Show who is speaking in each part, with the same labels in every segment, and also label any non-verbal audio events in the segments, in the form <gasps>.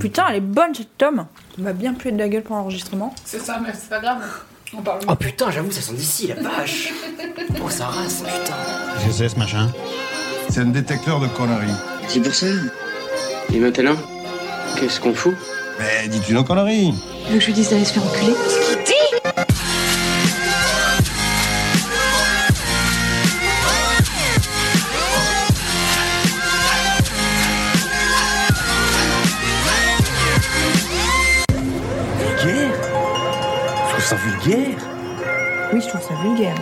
Speaker 1: Putain, elle est bonne cette tome. On va bien puer de la gueule pour l'enregistrement.
Speaker 2: C'est ça, mais c'est pas grave. On parle.
Speaker 3: Oh putain, j'avoue, ça sent d'ici, la vache Oh, ça rase, putain
Speaker 4: Je sais ce machin.
Speaker 5: C'est un détecteur de conneries.
Speaker 6: C'est pour ça
Speaker 3: Et maintenant Qu'est-ce qu'on fout
Speaker 5: Mais dis-tu nos conneries
Speaker 7: Tu veux que je lui dise d'aller se faire enculer
Speaker 3: Vulgaire Je trouve ça vulgaire
Speaker 1: Oui, je trouve ça vulgaire.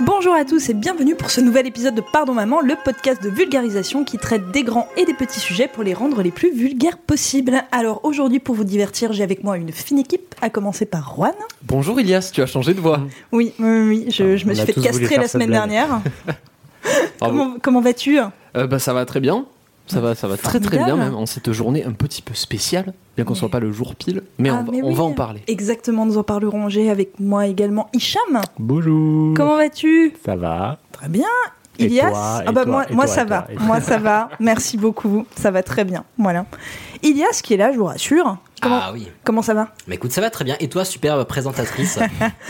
Speaker 1: Bonjour à tous et bienvenue pour ce nouvel épisode de Pardon Maman, le podcast de vulgarisation qui traite des grands et des petits sujets pour les rendre les plus vulgaires possibles. Alors aujourd'hui, pour vous divertir, j'ai avec moi une fine équipe, à commencer par Juan.
Speaker 8: Bonjour Ilias, tu as changé de voix.
Speaker 1: Oui, oui, oui, je, je me
Speaker 8: Ah, On
Speaker 1: suis
Speaker 8: a
Speaker 1: fait
Speaker 8: tous voulu
Speaker 1: castrer
Speaker 8: faire
Speaker 1: la
Speaker 8: cette
Speaker 1: semaine
Speaker 8: blague.
Speaker 1: dernière.
Speaker 8: <laughs> Bravo.
Speaker 1: comment comment vas-tu
Speaker 8: Euh, bah, ça va très bien. Ça va, ça va très très bien
Speaker 1: Formidable.
Speaker 8: même en cette journée un petit peu spéciale, bien qu'on
Speaker 1: Mais-
Speaker 8: soit pas le jour pile, mais,
Speaker 1: Ah,
Speaker 8: on, va,
Speaker 1: mais
Speaker 8: on
Speaker 1: oui.
Speaker 8: va en parler.
Speaker 1: Exactement, nous en parlerons. J'ai avec moi également Hicham.
Speaker 9: Bonjour.
Speaker 1: Comment vas-tu
Speaker 9: Ça va
Speaker 1: Très bien.
Speaker 9: Et
Speaker 1: Ilias
Speaker 9: toi, et
Speaker 1: Ah bah
Speaker 9: toi,
Speaker 1: moi,
Speaker 9: et
Speaker 1: moi
Speaker 9: toi,
Speaker 1: ça
Speaker 9: et toi,
Speaker 1: va.
Speaker 9: et toi.
Speaker 1: Moi ça va. Merci beaucoup. Ça va très bien. Voilà. Ilias qui est là, je vous rassure. Comment,
Speaker 3: Ah oui
Speaker 1: comment ça va
Speaker 3: Mais écoute, ça va très bien. Et toi, superbe
Speaker 1: <laughs>
Speaker 3: présentatrice,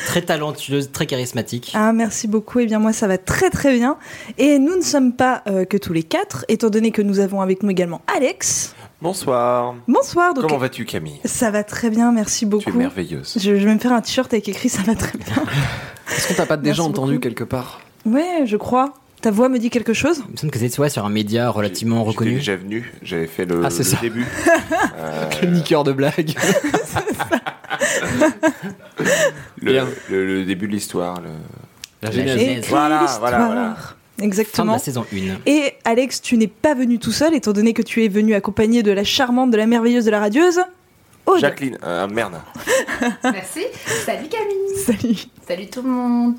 Speaker 3: très talentueuse, très charismatique.
Speaker 1: Ah merci beaucoup. Eh bien moi ça va très très bien. Et nous ne sommes pas euh, que tous les quatre, étant donné que nous avons avec nous également Alex.
Speaker 10: Bonsoir.
Speaker 1: Bonsoir. Donc,
Speaker 10: Comment vas-tu, Camille
Speaker 1: ça va très bien, merci beaucoup.
Speaker 10: Tu es merveilleuse.
Speaker 1: je, je vais me faire un t-shirt avec écrit ça va très bien.
Speaker 8: Est-ce qu'on t'a pas déjà
Speaker 1: Merci
Speaker 8: entendu
Speaker 1: beaucoup.
Speaker 8: quelque part
Speaker 1: Ouais, je crois. Ta voix me dit quelque chose
Speaker 3: Il me semble que c'est ouais, sur un média relativement
Speaker 10: J'étais
Speaker 3: reconnu.
Speaker 10: déjà venu, j'avais fait le,
Speaker 8: Ah, c'est
Speaker 10: le
Speaker 8: ça.
Speaker 10: début. Euh,
Speaker 8: Le niqueur
Speaker 1: <laughs>
Speaker 8: de blagues.
Speaker 10: le, le- le début de l'histoire. le-
Speaker 8: La
Speaker 3: genèse.
Speaker 8: genèse.
Speaker 1: Écris
Speaker 10: Voilà, voilà,
Speaker 1: l'histoire.
Speaker 10: voilà.
Speaker 3: Fin de
Speaker 1: Exactement.
Speaker 3: la saison 1.
Speaker 1: Et Alex, tu n'es pas venu tout seul, étant donné que tu es venu accompagné de la charmante, de la merveilleuse, de la radieuse. Aude.
Speaker 10: Jacqueline, euh, merde.
Speaker 2: Merci. Salut Camille.
Speaker 1: <laughs> Salut.
Speaker 2: Salut tout le monde.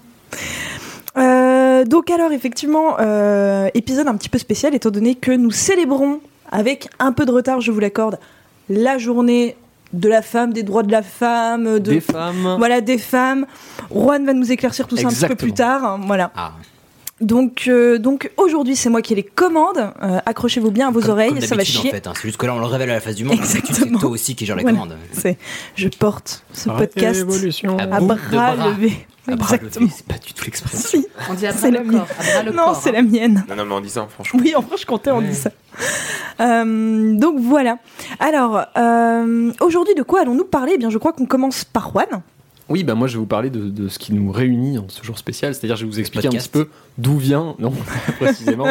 Speaker 1: Euh, donc alors, effectivement, euh, épisode un petit peu spécial, étant donné que nous célébrons, avec un peu de retard, je vous l'accorde, la journée de la femme, des droits de la femme, de...
Speaker 8: Des femmes.
Speaker 1: Voilà, des femmes. Juan va nous éclaircir tout ça un petit peu
Speaker 8: Exactement.
Speaker 1: plus tard. hein, Voilà.
Speaker 3: Ah,
Speaker 1: Donc, euh, donc aujourd'hui, c'est moi qui ai les commandes. Euh, Accrochez-vous bien à vos
Speaker 3: Comme-
Speaker 1: oreilles,
Speaker 3: comme
Speaker 1: ça va
Speaker 3: d'habitude,
Speaker 1: chier.
Speaker 3: En fait, hein. C'est juste que là, on le révèle à la face du monde. mais c'est- C'est
Speaker 1: <laughs> Exactement.
Speaker 3: toi aussi qui gère les
Speaker 1: Voilà.
Speaker 3: commandes.
Speaker 1: C'est- Je porte ce podcast
Speaker 9: Ah, Évolution.
Speaker 3: Ah
Speaker 1: à
Speaker 3: bout de
Speaker 1: bras
Speaker 3: bras.
Speaker 1: levés.
Speaker 3: À bras levés,
Speaker 1: Exactement.
Speaker 3: C'est pas du tout l'expression.
Speaker 1: Si.
Speaker 2: On dit à
Speaker 1: C'est
Speaker 2: bras
Speaker 1: la
Speaker 2: le
Speaker 1: mienne.
Speaker 2: corps. À bras le
Speaker 1: Non,
Speaker 2: corps,
Speaker 1: c'est
Speaker 2: hein.
Speaker 1: la mienne.
Speaker 10: Non, non, mais en disant, franchement.
Speaker 1: Oui, en je comptais, on dit ça. Euh, donc voilà. Alors, euh, aujourd'hui, de quoi allons-nous parler Eh bien, je crois qu'on commence par Juan.
Speaker 8: Oui, bah moi je vais vous parler de, de ce qui nous réunit en ce jour spécial, c'est-à-dire je vais vous expliquer un petit peu
Speaker 3: podcast.
Speaker 8: d'où vient, non <laughs> précisément,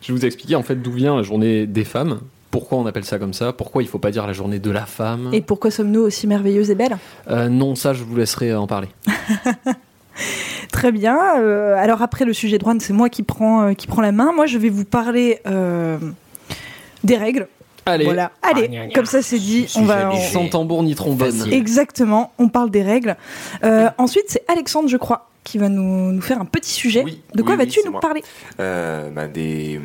Speaker 8: je vais vous expliquer en fait d'où vient la journée des femmes, pourquoi on appelle ça comme ça, pourquoi il faut pas dire la journée de la femme.
Speaker 3: Mm.
Speaker 1: Et pourquoi sommes-nous aussi merveilleuses et belles
Speaker 8: Euh, non, ça je vous laisserai en parler.
Speaker 1: Très bien. euh, alors, après le sujet de Juan, c'est moi qui prends, euh, qui prends la main. Moi, je vais vous parler euh, des règles.
Speaker 8: Allez,
Speaker 1: Voilà. Allez,
Speaker 9: Ah, gna, gna.
Speaker 1: comme ça, c'est dit.
Speaker 3: Sujet
Speaker 1: On va.
Speaker 3: léger.
Speaker 1: on-
Speaker 8: sans tambour ni trombone.
Speaker 3: Facile.
Speaker 1: Exactement. On parle des règles. Euh, ensuite, c'est Alexandre, je crois, qui va nous, nous faire un petit sujet.
Speaker 10: Oui,
Speaker 1: de quoi
Speaker 10: oui, oui,
Speaker 1: vas-tu
Speaker 10: c'est
Speaker 1: nous
Speaker 10: moi.
Speaker 1: parler
Speaker 10: Euh, bah, des,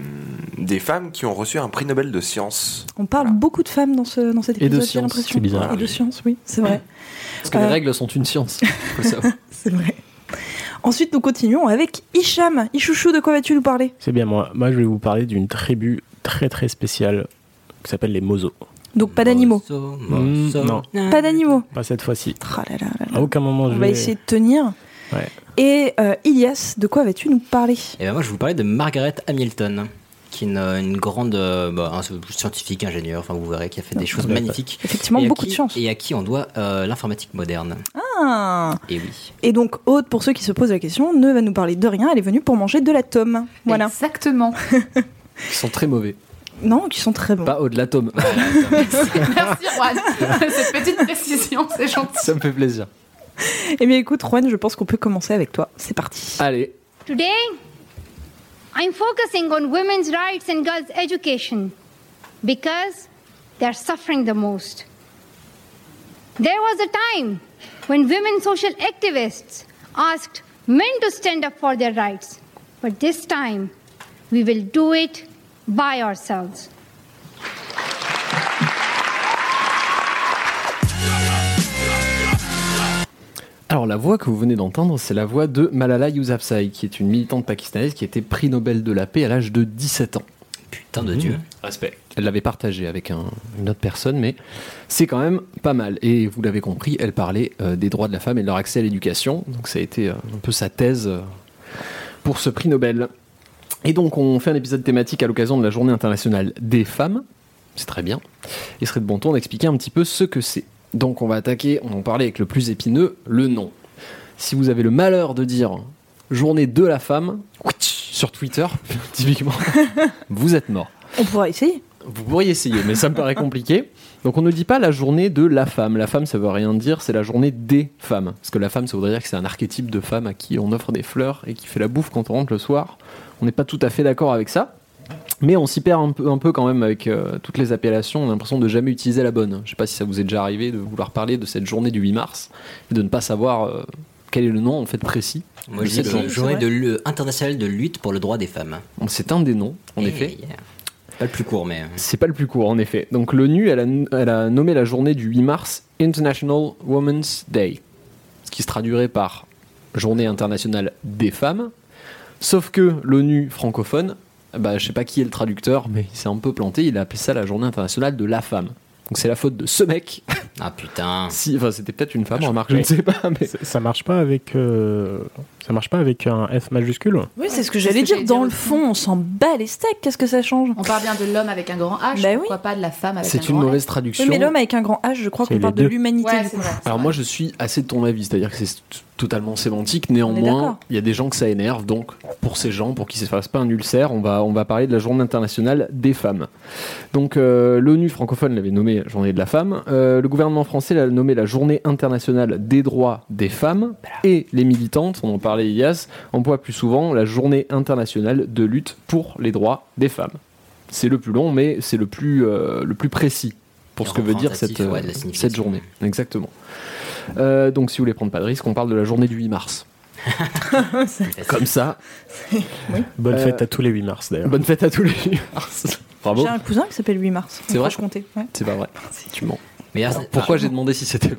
Speaker 10: hum, des femmes qui ont reçu un prix Nobel de science.
Speaker 1: On parle
Speaker 10: Voilà.
Speaker 1: beaucoup de femmes dans, ce, dans cet
Speaker 8: Et de
Speaker 1: épisode, j'ai
Speaker 8: science,
Speaker 1: l'impression.
Speaker 9: c'est bizarre.
Speaker 1: Et de science, oui, c'est vrai.
Speaker 8: Parce que
Speaker 1: Euh.
Speaker 8: les règles sont une science. faut le <laughs> savoir.
Speaker 1: C'est vrai. Ensuite, nous continuons avec Hicham. Ichouchou, de quoi vas-tu nous parler
Speaker 9: C'est bien moi. Moi, je vais vous parler d'une tribu très très spéciale qui s'appelle les Mozos.
Speaker 1: <laughs> Donc,
Speaker 3: Bah,
Speaker 1: pas d'animaux.
Speaker 3: Morceau,
Speaker 9: Mm,
Speaker 3: morceau.
Speaker 9: non.
Speaker 1: Pas d'animaux.
Speaker 9: Pas cette fois-ci.
Speaker 1: Ah là là là là.
Speaker 9: À aucun moment
Speaker 1: On
Speaker 9: je
Speaker 1: va
Speaker 9: vais-
Speaker 1: essayer de tenir.
Speaker 9: Ouais.
Speaker 1: Et euh, Ilias, de quoi vas-tu nous parler
Speaker 3: Et ben moi, je vais vous parlais de Margaret Hamilton, qui est une, une grande euh, bah, un scientifique, ingénieur, enfin vous verrez, qui a fait des choses
Speaker 9: je l'avais
Speaker 3: magnifiques.
Speaker 1: Effectivement,
Speaker 3: Et à
Speaker 1: beaucoup
Speaker 3: qui-
Speaker 1: de chance.
Speaker 3: Et à qui on doit euh, l'informatique moderne.
Speaker 1: Ah.
Speaker 3: Et Eh oui.
Speaker 1: Et donc, Aude, pour ceux qui se posent la question, ne va nous parler de rien. Elle est venue pour manger de la tome. Voilà.
Speaker 2: Exactement.
Speaker 8: Ils sont très mauvais.
Speaker 1: Non, qui sont très bons.
Speaker 8: Pas au-delà Tom. <laughs>
Speaker 2: Merci Juan.
Speaker 1: <laughs>
Speaker 2: Cette petite précision, c'est gentil.
Speaker 8: Ça me fait plaisir.
Speaker 1: Eh bien, écoute, Juan, je pense qu'on peut commencer avec toi. C'est parti.
Speaker 8: Allez,
Speaker 11: Today, I'm focusing on women's rights and girls' education because they're suffering the most. There was a time when women social activists asked men to stand up for their rights, but this time we will do it by ourselves.
Speaker 8: Alors la voix que vous venez d'entendre, c'est la voix de Malala Yousafzai, qui est une militante pakistanaise qui a été prix Nobel de la paix à l'âge de 17 ans.
Speaker 3: Putain de Dieu.
Speaker 8: Respect. Elle l'avait partagé avec un- une autre personne, mais c'est quand même pas mal. Et vous l'avez compris, elle parlait euh, des droits de la femme et de leur accès à l'éducation. Donc ça a été euh, un peu sa thèse euh, pour ce prix Nobel. Et donc on fait un épisode thématique à l'occasion de la Journée internationale des femmes. C'est très bien. Il serait de bon ton d'expliquer un petit peu ce que c'est. Donc on va attaquer, on en parlait avec le plus épineux, le nom. Si vous avez le malheur de dire journée de la femme sur Twitter, <laughs> typiquement, vous êtes mort.
Speaker 1: On pourra essayer.
Speaker 8: Vous pourriez essayer, mais ça me paraît compliqué. Donc on ne dit pas la journée de la femme. La femme, ça veut rien dire, c'est la journée des femmes. Parce que la femme, ça voudrait dire que c'est un archétype de femme à qui on offre des fleurs et qui fait la bouffe quand on rentre le soir. On n'est pas tout à fait d'accord avec ça. Mais on s'y perd un peu, un peu quand même avec euh, toutes les appellations. On a l'impression de jamais utiliser la bonne. Je sais pas si ça vous est déjà arrivé de vouloir parler de cette journée du 8 mars et de ne pas savoir euh, quel est le nom en fait précis.
Speaker 3: Moi,
Speaker 8: Je
Speaker 3: je dis
Speaker 8: sais
Speaker 3: le-
Speaker 1: pas.
Speaker 3: journée de l- internationale de lutte pour le droit des femmes.
Speaker 8: C'est un des noms, en
Speaker 3: Eh,
Speaker 8: effet.
Speaker 3: yeah. Pas le plus court, mais. euh,
Speaker 8: C'est pas le plus court, en effet. Donc l'ONU, elle a, elle a nommé la journée du 8 mars International Women's Day, ce qui se traduirait par Journée internationale des femmes. Sauf que l'ONU francophone, bah, je sais pas qui est le traducteur, mais il s'est un peu planté, il a appelé ça la Journée internationale de la femme. Donc c'est la faute de ce mec. <laughs>
Speaker 3: Ah putain.
Speaker 8: Si, enfin c'était peut-être une femme, remarque, je ne sais pas. Mais...
Speaker 9: Ça, ça marche pas avec euh, ça marche pas avec un F majuscule.
Speaker 1: Oui, c'est ce que
Speaker 2: C'est ce
Speaker 1: j'allais
Speaker 2: que
Speaker 1: dire.
Speaker 2: j'allais
Speaker 1: Dans
Speaker 2: dire
Speaker 1: le
Speaker 2: aussi.
Speaker 1: fond, on s'en bat les steaks. Qu'est-ce que ça change
Speaker 2: On parle bien de l'homme avec un grand H,
Speaker 1: Bah oui.
Speaker 2: pourquoi pas de la femme avec un
Speaker 8: C'est une
Speaker 2: grand
Speaker 8: mauvaise
Speaker 1: Oui,
Speaker 8: traduction.
Speaker 1: mais l'homme avec un grand H, je crois
Speaker 9: C'est
Speaker 1: qu'on parle de
Speaker 9: les deux.
Speaker 2: H
Speaker 1: l'humanité.
Speaker 2: Ouais,
Speaker 1: du
Speaker 2: c'est
Speaker 1: coup.
Speaker 2: vrai. c'est
Speaker 8: Alors
Speaker 2: vrai.
Speaker 8: moi je suis assez de ton avis, c'est-à-dire que c'est t- totalement sémantique,
Speaker 1: On est d'accord.
Speaker 8: néanmoins il y a des gens que ça énerve, donc pour ces gens, pour qu'ils ne se fassent pas un ulcère, on va, on va parler de la journée internationale des femmes. Donc euh, l'ONU francophone l'avait nommée journée de la femme, Euh, le gouvernement français l'a nommée la journée internationale des droits des femmes, et les militantes, on en parlait Ilias, emploient plus souvent la journée internationale de lutte pour les droits des femmes. C'est le plus long, mais c'est le, plus, euh, le plus précis pour
Speaker 3: Et
Speaker 8: ce que veut dire
Speaker 3: représentatif,
Speaker 8: cette, euh,
Speaker 3: ouais, de la signification.
Speaker 8: cette journée. Exactement. Euh, donc, si vous voulez prendre pas de risque, on parle de la journée du 8 mars. Comme ça,
Speaker 9: Bonne
Speaker 8: Euh,
Speaker 9: fête à tous les 8 mars d'ailleurs.
Speaker 8: bonne fête à tous les 8 mars. Bravo.
Speaker 1: J'ai un Ah, cousin qui s'appelle 8 mars.
Speaker 8: C'est vrai
Speaker 1: comptais.
Speaker 8: C'est pas vrai. Tu mens.
Speaker 3: Mais d'ailleurs, Ah, c'est-
Speaker 8: Pourquoi j'ai demandé si c'était.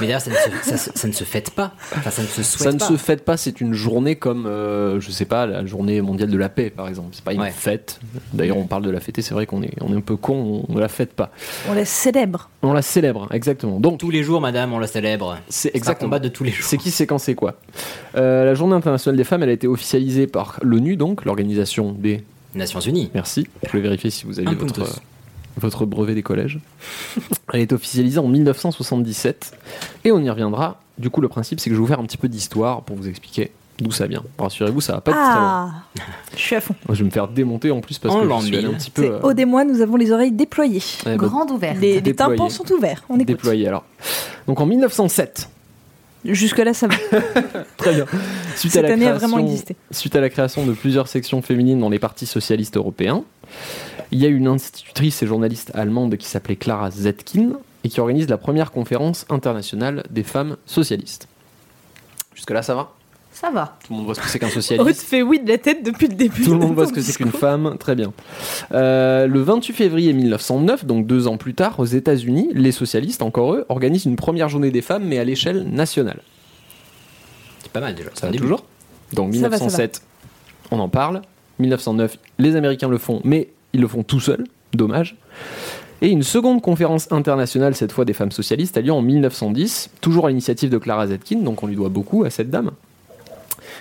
Speaker 3: Mais d'ailleurs, ça, ne se- ça se- ça ne se fête pas. Enfin, ça ne se souhaite
Speaker 8: Ça ne
Speaker 3: pas.
Speaker 8: se fête pas, c'est une journée comme, euh, je sais pas, la journée mondiale de la paix par exemple. C'est pas une
Speaker 3: Ouais.
Speaker 8: fête. D'ailleurs, on parle de la fête et c'est vrai qu'on est, on est un peu con, on ne la fête pas.
Speaker 1: On la célèbre.
Speaker 8: On la célèbre, hein, exactement. Donc,
Speaker 3: Tous les jours, madame, on la célèbre.
Speaker 8: c'est
Speaker 3: C'est un
Speaker 8: exactement.
Speaker 3: combat de hein. tous les jours.
Speaker 8: C'est qui, c'est quand, c'est quoi Euh, La journée internationale des femmes, elle a été officialisée par l'ONU, donc l'organisation des
Speaker 3: Nations Unies.
Speaker 8: Merci. Je vais vérifier si vous avez
Speaker 3: Un
Speaker 8: votre,
Speaker 3: puntos.
Speaker 8: votre brevet des collèges. <laughs> Elle est officialisée en 1977 et on y reviendra. Du coup, le principe, c'est que je vais vous faire un petit peu d'histoire pour vous expliquer d'où ça vient. Rassurez-vous, ça va pas être très loin.
Speaker 1: Ah Je suis à fond.
Speaker 8: Je vais me faire démonter en plus parce
Speaker 3: En
Speaker 8: que
Speaker 3: l'an
Speaker 8: je suis allé un
Speaker 3: 1000.
Speaker 8: petit peu
Speaker 1: C'est
Speaker 8: euh,
Speaker 1: Aude et moi, nous avons les oreilles déployées.
Speaker 8: ouais, bah,
Speaker 2: Grande ouverte.
Speaker 1: Les, les
Speaker 8: Déployées.
Speaker 1: tympans sont ouverts. On écoute.
Speaker 8: déployé alors. Donc en 1907,
Speaker 1: Jusque-là, ça va.
Speaker 8: Très <laughs> bien. Suite
Speaker 1: Cette
Speaker 8: à la
Speaker 1: année a
Speaker 8: création-
Speaker 1: vraiment existé.
Speaker 8: Suite à la création de plusieurs sections féminines dans les partis socialistes européens, il y a une institutrice et journaliste allemande qui s'appelait Clara Zetkin et qui organise la première conférence internationale des femmes socialistes. Jusque-là, ça va
Speaker 2: Ça va.
Speaker 8: Tout le monde voit ce que c'est qu'un
Speaker 1: Aude
Speaker 8: socialiste.
Speaker 1: fait oui de la tête depuis le début.
Speaker 8: <laughs> Tout le
Speaker 1: de
Speaker 8: monde voit
Speaker 1: ton
Speaker 8: ce que c'est qu'une
Speaker 1: discours.
Speaker 8: femme, très bien. Euh, le 28 février 1909, donc deux ans plus tard, aux États-Unis, les socialistes, encore eux, organisent une première journée des femmes, mais à l'échelle nationale.
Speaker 3: C'est pas mal déjà.
Speaker 8: Ça
Speaker 3: Un
Speaker 8: va
Speaker 3: début.
Speaker 8: toujours Donc
Speaker 1: Ça va, ça
Speaker 8: 1907, on en parle. 1909, les Américains le font, mais ils le font tout seuls. Dommage. Et une seconde conférence internationale, cette fois des femmes socialistes, a lieu en 1910, toujours à l'initiative de Clara Zetkin, donc on lui doit beaucoup à cette dame.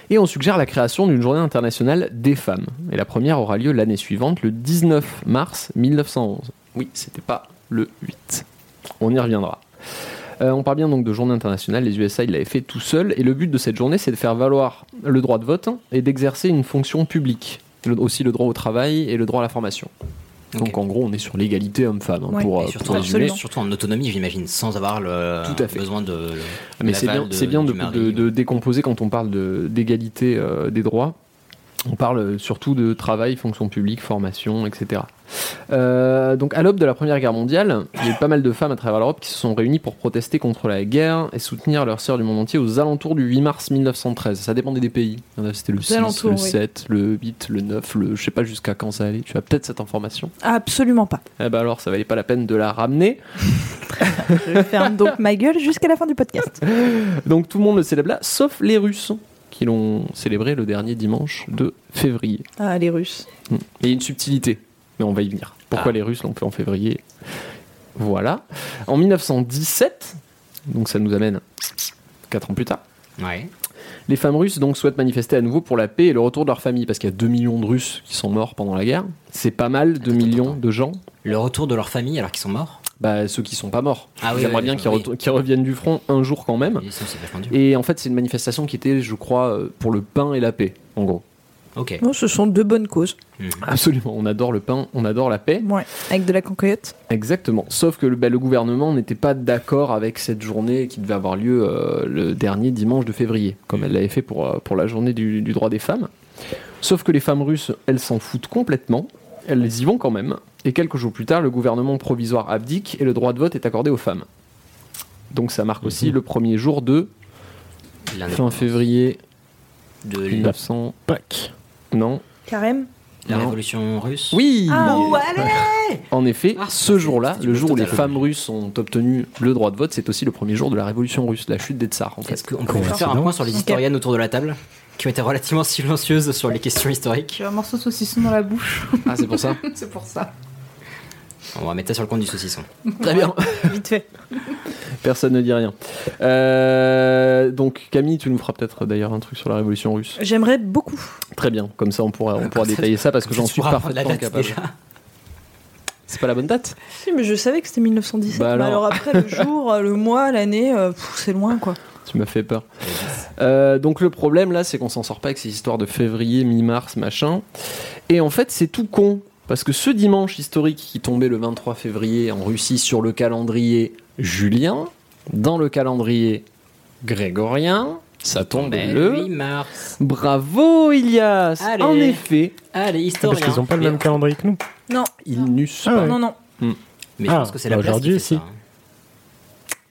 Speaker 8: Et on suggère la création d'une journée internationale des femmes. Et la première aura lieu l'année suivante, le 19 mars 1911. Oui, c'était pas le 8. On y reviendra. Euh, on parle bien donc de journée internationale. Les USA, ils l'avaient fait tout seul. Et le but de cette journée, c'est de faire valoir le droit de vote et d'exercer une fonction publique. Le- aussi le droit au travail et le droit à la formation. Donc
Speaker 3: Ok.
Speaker 8: en gros, on est sur l'égalité homme-femme hein,
Speaker 1: Ouais.
Speaker 8: pour, euh,
Speaker 3: Et
Speaker 8: pour
Speaker 3: surtout,
Speaker 8: résumer.
Speaker 1: absolument.
Speaker 3: surtout en autonomie, j'imagine, sans avoir le
Speaker 8: Tout à fait.
Speaker 3: besoin de.
Speaker 8: Mais
Speaker 3: La
Speaker 8: c'est
Speaker 3: balle
Speaker 8: bien,
Speaker 3: de-
Speaker 8: c'est bien
Speaker 3: du
Speaker 8: de,
Speaker 3: mari,
Speaker 8: de- de
Speaker 3: ouais.
Speaker 8: décomposer quand on parle de- d'égalité euh, des droits. On parle euh, surtout de travail, fonction publique, formation, etc. Euh, donc à l'aube de la Première Guerre mondiale, il y a eu pas mal de femmes à travers l'Europe qui se sont réunies pour protester contre la guerre et soutenir leurs sœurs du monde entier aux alentours du 8 mars 1913. Ça dépendait des pays. Il y en a, C'était le 6,
Speaker 1: alentours,
Speaker 8: le
Speaker 1: oui.
Speaker 8: 7, le 8, le 9, le... je sais pas jusqu'à quand ça allait. Tu as peut-être cette information.
Speaker 1: <laughs> Absolument pas.
Speaker 8: Eh ben alors, ça valait pas la peine de la ramener.
Speaker 1: Je ferme donc ma gueule jusqu'à la fin du <laughs> podcast.
Speaker 8: Donc tout le monde le célèbre là, sauf les Russes, qui l'ont célébré le dernier dimanche de février.
Speaker 1: Ah, les Russes.
Speaker 8: Mm. Et il y a une subtilité mais on va y venir.
Speaker 3: Ah.
Speaker 8: Pourquoi les Russes l'ont fait en février Voilà. En 1917, donc ça nous amène 4 ans plus tard,
Speaker 3: Ouais.
Speaker 8: les femmes russes donc souhaitent manifester à nouveau pour la paix et le retour de leur famille, parce qu'il y a 2 millions de Russes qui sont morts pendant la guerre. C'est pas mal, 2
Speaker 3: Attends,
Speaker 8: millions
Speaker 3: attends.
Speaker 8: de gens.
Speaker 3: Le retour de leur famille alors qu'ils sont morts
Speaker 8: Bah, ceux qui sont pas morts.
Speaker 3: Ah oui,
Speaker 8: J'aimerais
Speaker 3: oui,
Speaker 8: bien
Speaker 3: oui,
Speaker 8: qu'ils
Speaker 3: oui.
Speaker 8: retou- qu'ils reviennent du front un jour quand même.
Speaker 3: Ils sont- C'est vachement dur.
Speaker 8: Ah. Et en fait, c'est une manifestation qui était, je crois, euh, pour le pain et la paix, en gros.
Speaker 3: Ok.
Speaker 1: Non, ce sont deux bonnes causes.
Speaker 8: Absolument, on adore le pain, on adore la paix.
Speaker 1: Ouais, avec de la concoyote.
Speaker 8: Exactement. Sauf que le, bah, le gouvernement n'était pas d'accord avec cette journée qui devait avoir lieu euh, le dernier dimanche de février, comme elle l'avait fait pour, euh, pour la journée du, du droit des femmes. Sauf que les femmes russes, elles s'en foutent complètement, elles y vont quand même, et quelques jours plus tard, le gouvernement provisoire abdique et le droit de vote est accordé aux femmes. Donc ça marque aussi le premier jour de fin
Speaker 3: L'indépendance
Speaker 8: février
Speaker 3: de
Speaker 8: 1900.
Speaker 9: Pâques.
Speaker 8: Non.
Speaker 1: Carême
Speaker 3: la
Speaker 8: Non.
Speaker 3: révolution russe.
Speaker 8: Oui
Speaker 1: Ah ouais
Speaker 8: <laughs> En effet,
Speaker 3: Ah,
Speaker 8: ce
Speaker 3: c'est-
Speaker 8: jour-là,
Speaker 3: c'est
Speaker 8: le
Speaker 3: du
Speaker 8: jour où les
Speaker 3: total.
Speaker 8: femmes russes ont obtenu le droit de vote, c'est aussi le premier jour de la révolution russe, la chute des tsars en fait.
Speaker 3: Est-ce qu'on peut
Speaker 9: Coïncidence.
Speaker 3: faire un point sur les historiennes autour de la table qui ont été relativement <laughs> silencieuses sur les questions historiques
Speaker 2: J'ai un morceau de saucisson dans la bouche. <laughs>
Speaker 8: Ah, c'est pour <laughs> ça
Speaker 2: c'est pour ça.
Speaker 3: On va mettre ça sur le compte du saucisson.
Speaker 8: Très bien,
Speaker 1: Vite fait.
Speaker 8: personne ne dit rien. Euh, donc Camille, tu nous feras peut-être d'ailleurs un truc sur la révolution russe.
Speaker 1: J'aimerais beaucoup.
Speaker 8: Très bien, comme ça on pourra, on
Speaker 3: <laughs>
Speaker 8: pourra
Speaker 3: ça,
Speaker 8: détailler ça parce que
Speaker 3: Ah, Tu
Speaker 8: j'en suis
Speaker 3: pourras prendre
Speaker 8: parfaitement
Speaker 3: date
Speaker 8: capable.
Speaker 3: déjà.
Speaker 8: C'est pas la bonne date
Speaker 1: Si, mais je savais que c'était 1917.
Speaker 8: Bah
Speaker 1: mais alors.
Speaker 8: alors.
Speaker 1: après,
Speaker 8: <laughs>
Speaker 1: le jour, euh, le mois, l'année, euh, pff, c'est loin quoi.
Speaker 8: Tu m'as fait peur. Euh, donc le problème là, c'est qu'on s'en sort pas avec ces histoires de février, mi-mars, machin. Et en fait, c'est tout con. Parce que ce dimanche historique qui tombait le 23 février en Russie sur le calendrier julien, dans le calendrier grégorien, ça tombait
Speaker 3: Ben,
Speaker 8: le...
Speaker 3: 8 mars.
Speaker 8: Bravo Ilias
Speaker 3: Allez.
Speaker 8: En effet,
Speaker 3: Ah, les
Speaker 9: Ah, parce
Speaker 3: historiens.
Speaker 9: qu'ils n'ont pas le
Speaker 3: Mais-
Speaker 9: même calendrier que nous.
Speaker 1: Non,
Speaker 8: il n'eussent
Speaker 9: Ah
Speaker 8: pas.
Speaker 9: ouais.
Speaker 1: non, non.
Speaker 3: Mais je pense
Speaker 9: Ah,
Speaker 3: que c'est la place
Speaker 9: aujourd'hui,
Speaker 3: qui fait
Speaker 9: si.
Speaker 3: ça, hein.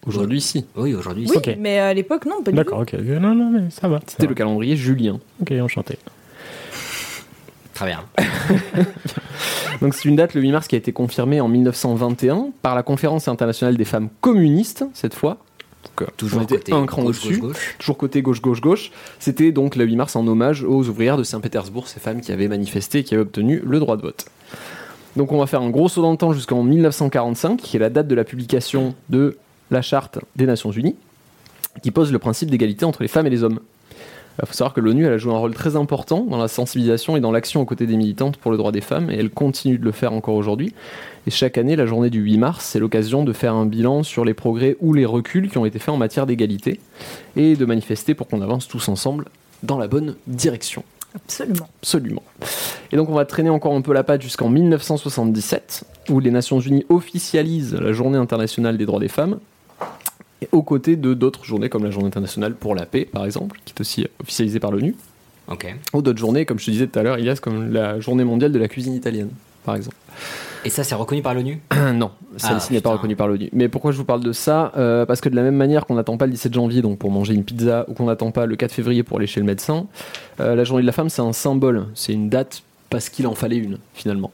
Speaker 8: Aujourd'hui, si.
Speaker 3: Oui, aujourd'hui,
Speaker 1: Oui,
Speaker 3: si.
Speaker 9: Ok.
Speaker 1: mais à l'époque, non, pas du tout.
Speaker 9: D'accord, ok. Euh, Non, non, mais ça va. ça
Speaker 8: C'était
Speaker 9: va.
Speaker 8: le calendrier julien.
Speaker 9: Ok, enchanté.
Speaker 3: Très bien.
Speaker 8: Donc c'est une date, le 8 mars, qui a été confirmée en 1921 par la Conférence internationale des femmes communistes, cette fois. Donc, euh,
Speaker 3: Toujours
Speaker 8: on était
Speaker 3: côté
Speaker 8: un cran
Speaker 3: gauche,
Speaker 8: au-dessus.
Speaker 3: gauche, gauche.
Speaker 8: Toujours côté gauche-gauche-gauche. C'était donc le 8 mars en hommage aux ouvrières de Saint-Pétersbourg, ces femmes qui avaient manifesté et qui avaient obtenu le droit de vote. Donc on va faire un gros saut dans le temps jusqu'en 1945, qui est la date de la publication de la Charte des Nations Unies, qui pose le principe d'égalité entre les femmes et les hommes. Il faut savoir que l'ONU elle a joué un rôle très important dans la sensibilisation et dans l'action aux côtés des militantes pour le droit des femmes, et elle continue de le faire encore aujourd'hui. Et chaque année, la journée du 8 mars, c'est l'occasion de faire un bilan sur les progrès ou les reculs qui ont été faits en matière d'égalité, et de manifester pour qu'on avance tous ensemble dans la bonne direction.
Speaker 1: Absolument.
Speaker 8: Absolument. Et donc on va traîner encore un peu la patte jusqu'en 1977, où les Nations Unies officialisent la Journée internationale des droits des femmes, et aux côtés de d'autres journées comme la Journée internationale pour la paix, par exemple, qui est aussi officialisée par l'ONU,
Speaker 3: Ok.
Speaker 8: ou d'autres journées, comme je te disais tout à l'heure, Ilias, comme la Journée mondiale de la cuisine italienne, par exemple.
Speaker 3: Et ça, c'est reconnu par l'ONU
Speaker 8: non, celle-ci
Speaker 3: Ah,
Speaker 8: n'est pas
Speaker 3: putain.
Speaker 8: reconnue par l'ONU. Mais pourquoi je vous parle de ça Euh, Parce que de la même manière qu'on n'attend pas le 17 janvier donc pour manger une pizza ou qu'on n'attend pas le 4 février pour aller chez le médecin, euh, la journée de la femme c'est un symbole, c'est une date parce qu'il en fallait une finalement.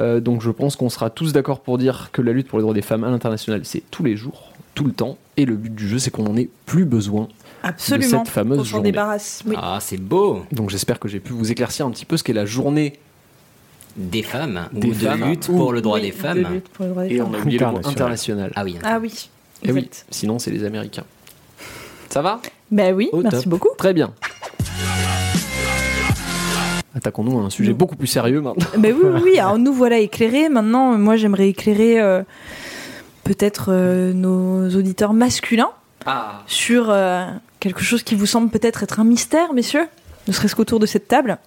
Speaker 8: Euh, donc je pense qu'on sera tous d'accord pour dire que la lutte pour les droits des femmes à l'international c'est tous les jours, tout le temps, et le but du jeu c'est qu'on n'en ait plus besoin.
Speaker 1: Absolument.
Speaker 8: cette fameuse
Speaker 1: On s'en
Speaker 8: journée.
Speaker 1: débarrasse. Oui.
Speaker 3: Ah, c'est beau
Speaker 8: Donc j'espère que j'ai pu vous éclarcir un petit peu ce qu'est la journée
Speaker 3: Des femmes
Speaker 8: Des
Speaker 3: ou de
Speaker 8: femmes.
Speaker 3: lutte pour le droit
Speaker 1: Oui,
Speaker 3: des
Speaker 1: de
Speaker 3: femmes.
Speaker 1: lutte pour le droit des
Speaker 8: et on
Speaker 1: femmes.
Speaker 8: a oublié le mot
Speaker 9: International.
Speaker 8: international.
Speaker 3: Ah oui.
Speaker 1: Ah oui.
Speaker 8: Eh oui,
Speaker 1: exact.
Speaker 8: sinon c'est les Américains. Ça va
Speaker 1: Bah oui,
Speaker 8: Au
Speaker 1: merci
Speaker 8: top.
Speaker 1: beaucoup.
Speaker 8: Très bien. Attaquons-nous à un sujet beaucoup plus sérieux maintenant.
Speaker 1: Ben oui, oui, oui, alors nous voilà éclairés. Maintenant, moi, j'aimerais éclairer euh, peut-être euh, nos auditeurs masculins
Speaker 3: Ah.
Speaker 1: sur euh, quelque chose qui vous semble peut-être être un mystère, messieurs, ne serait-ce qu'autour de cette table.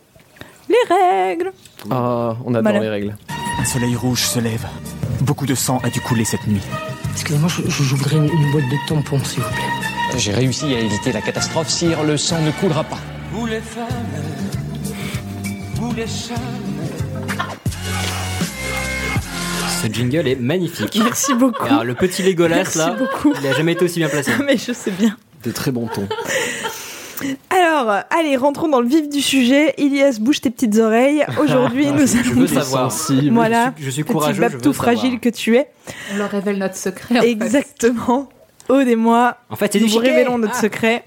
Speaker 1: Les règles
Speaker 8: Ah, on adore
Speaker 1: Voilà.
Speaker 8: les règles.
Speaker 4: Un soleil rouge se lève. Beaucoup de sang a dû couler cette nuit.
Speaker 6: Excusez-moi, je, je- je voudrais une, une boîte de tampons, s'il vous plaît.
Speaker 4: J'ai réussi à éviter la catastrophe, sire. Le sang ne coulera pas.
Speaker 3: Ce jingle est magnifique.
Speaker 1: Merci beaucoup.
Speaker 3: Alors, le petit Légolas,
Speaker 1: Merci
Speaker 3: là,
Speaker 1: beaucoup.
Speaker 3: il a jamais été aussi bien placé.
Speaker 1: <laughs> Mais je sais bien.
Speaker 8: De très bon ton.
Speaker 1: Alors, euh, allez, rentrons dans le vif du sujet. Ilias, bouge tes petites
Speaker 3: <laughs>
Speaker 1: oreilles. Aujourd'hui, nous
Speaker 3: Je veux
Speaker 1: allons...
Speaker 3: savoir.
Speaker 8: Sensible.
Speaker 1: Voilà,
Speaker 3: Je suis, je suis
Speaker 1: Petit
Speaker 3: courageux.
Speaker 1: bab
Speaker 3: je veux
Speaker 1: tout
Speaker 3: savoir.
Speaker 1: fragile que tu es.
Speaker 2: On leur révèle notre secret. en fait.
Speaker 1: Exactement. Aude et moi,
Speaker 3: En fait, c'est
Speaker 1: nous
Speaker 3: du Ah.
Speaker 1: vous
Speaker 3: chiquet.
Speaker 1: révélons notre
Speaker 3: Ah.
Speaker 1: secret.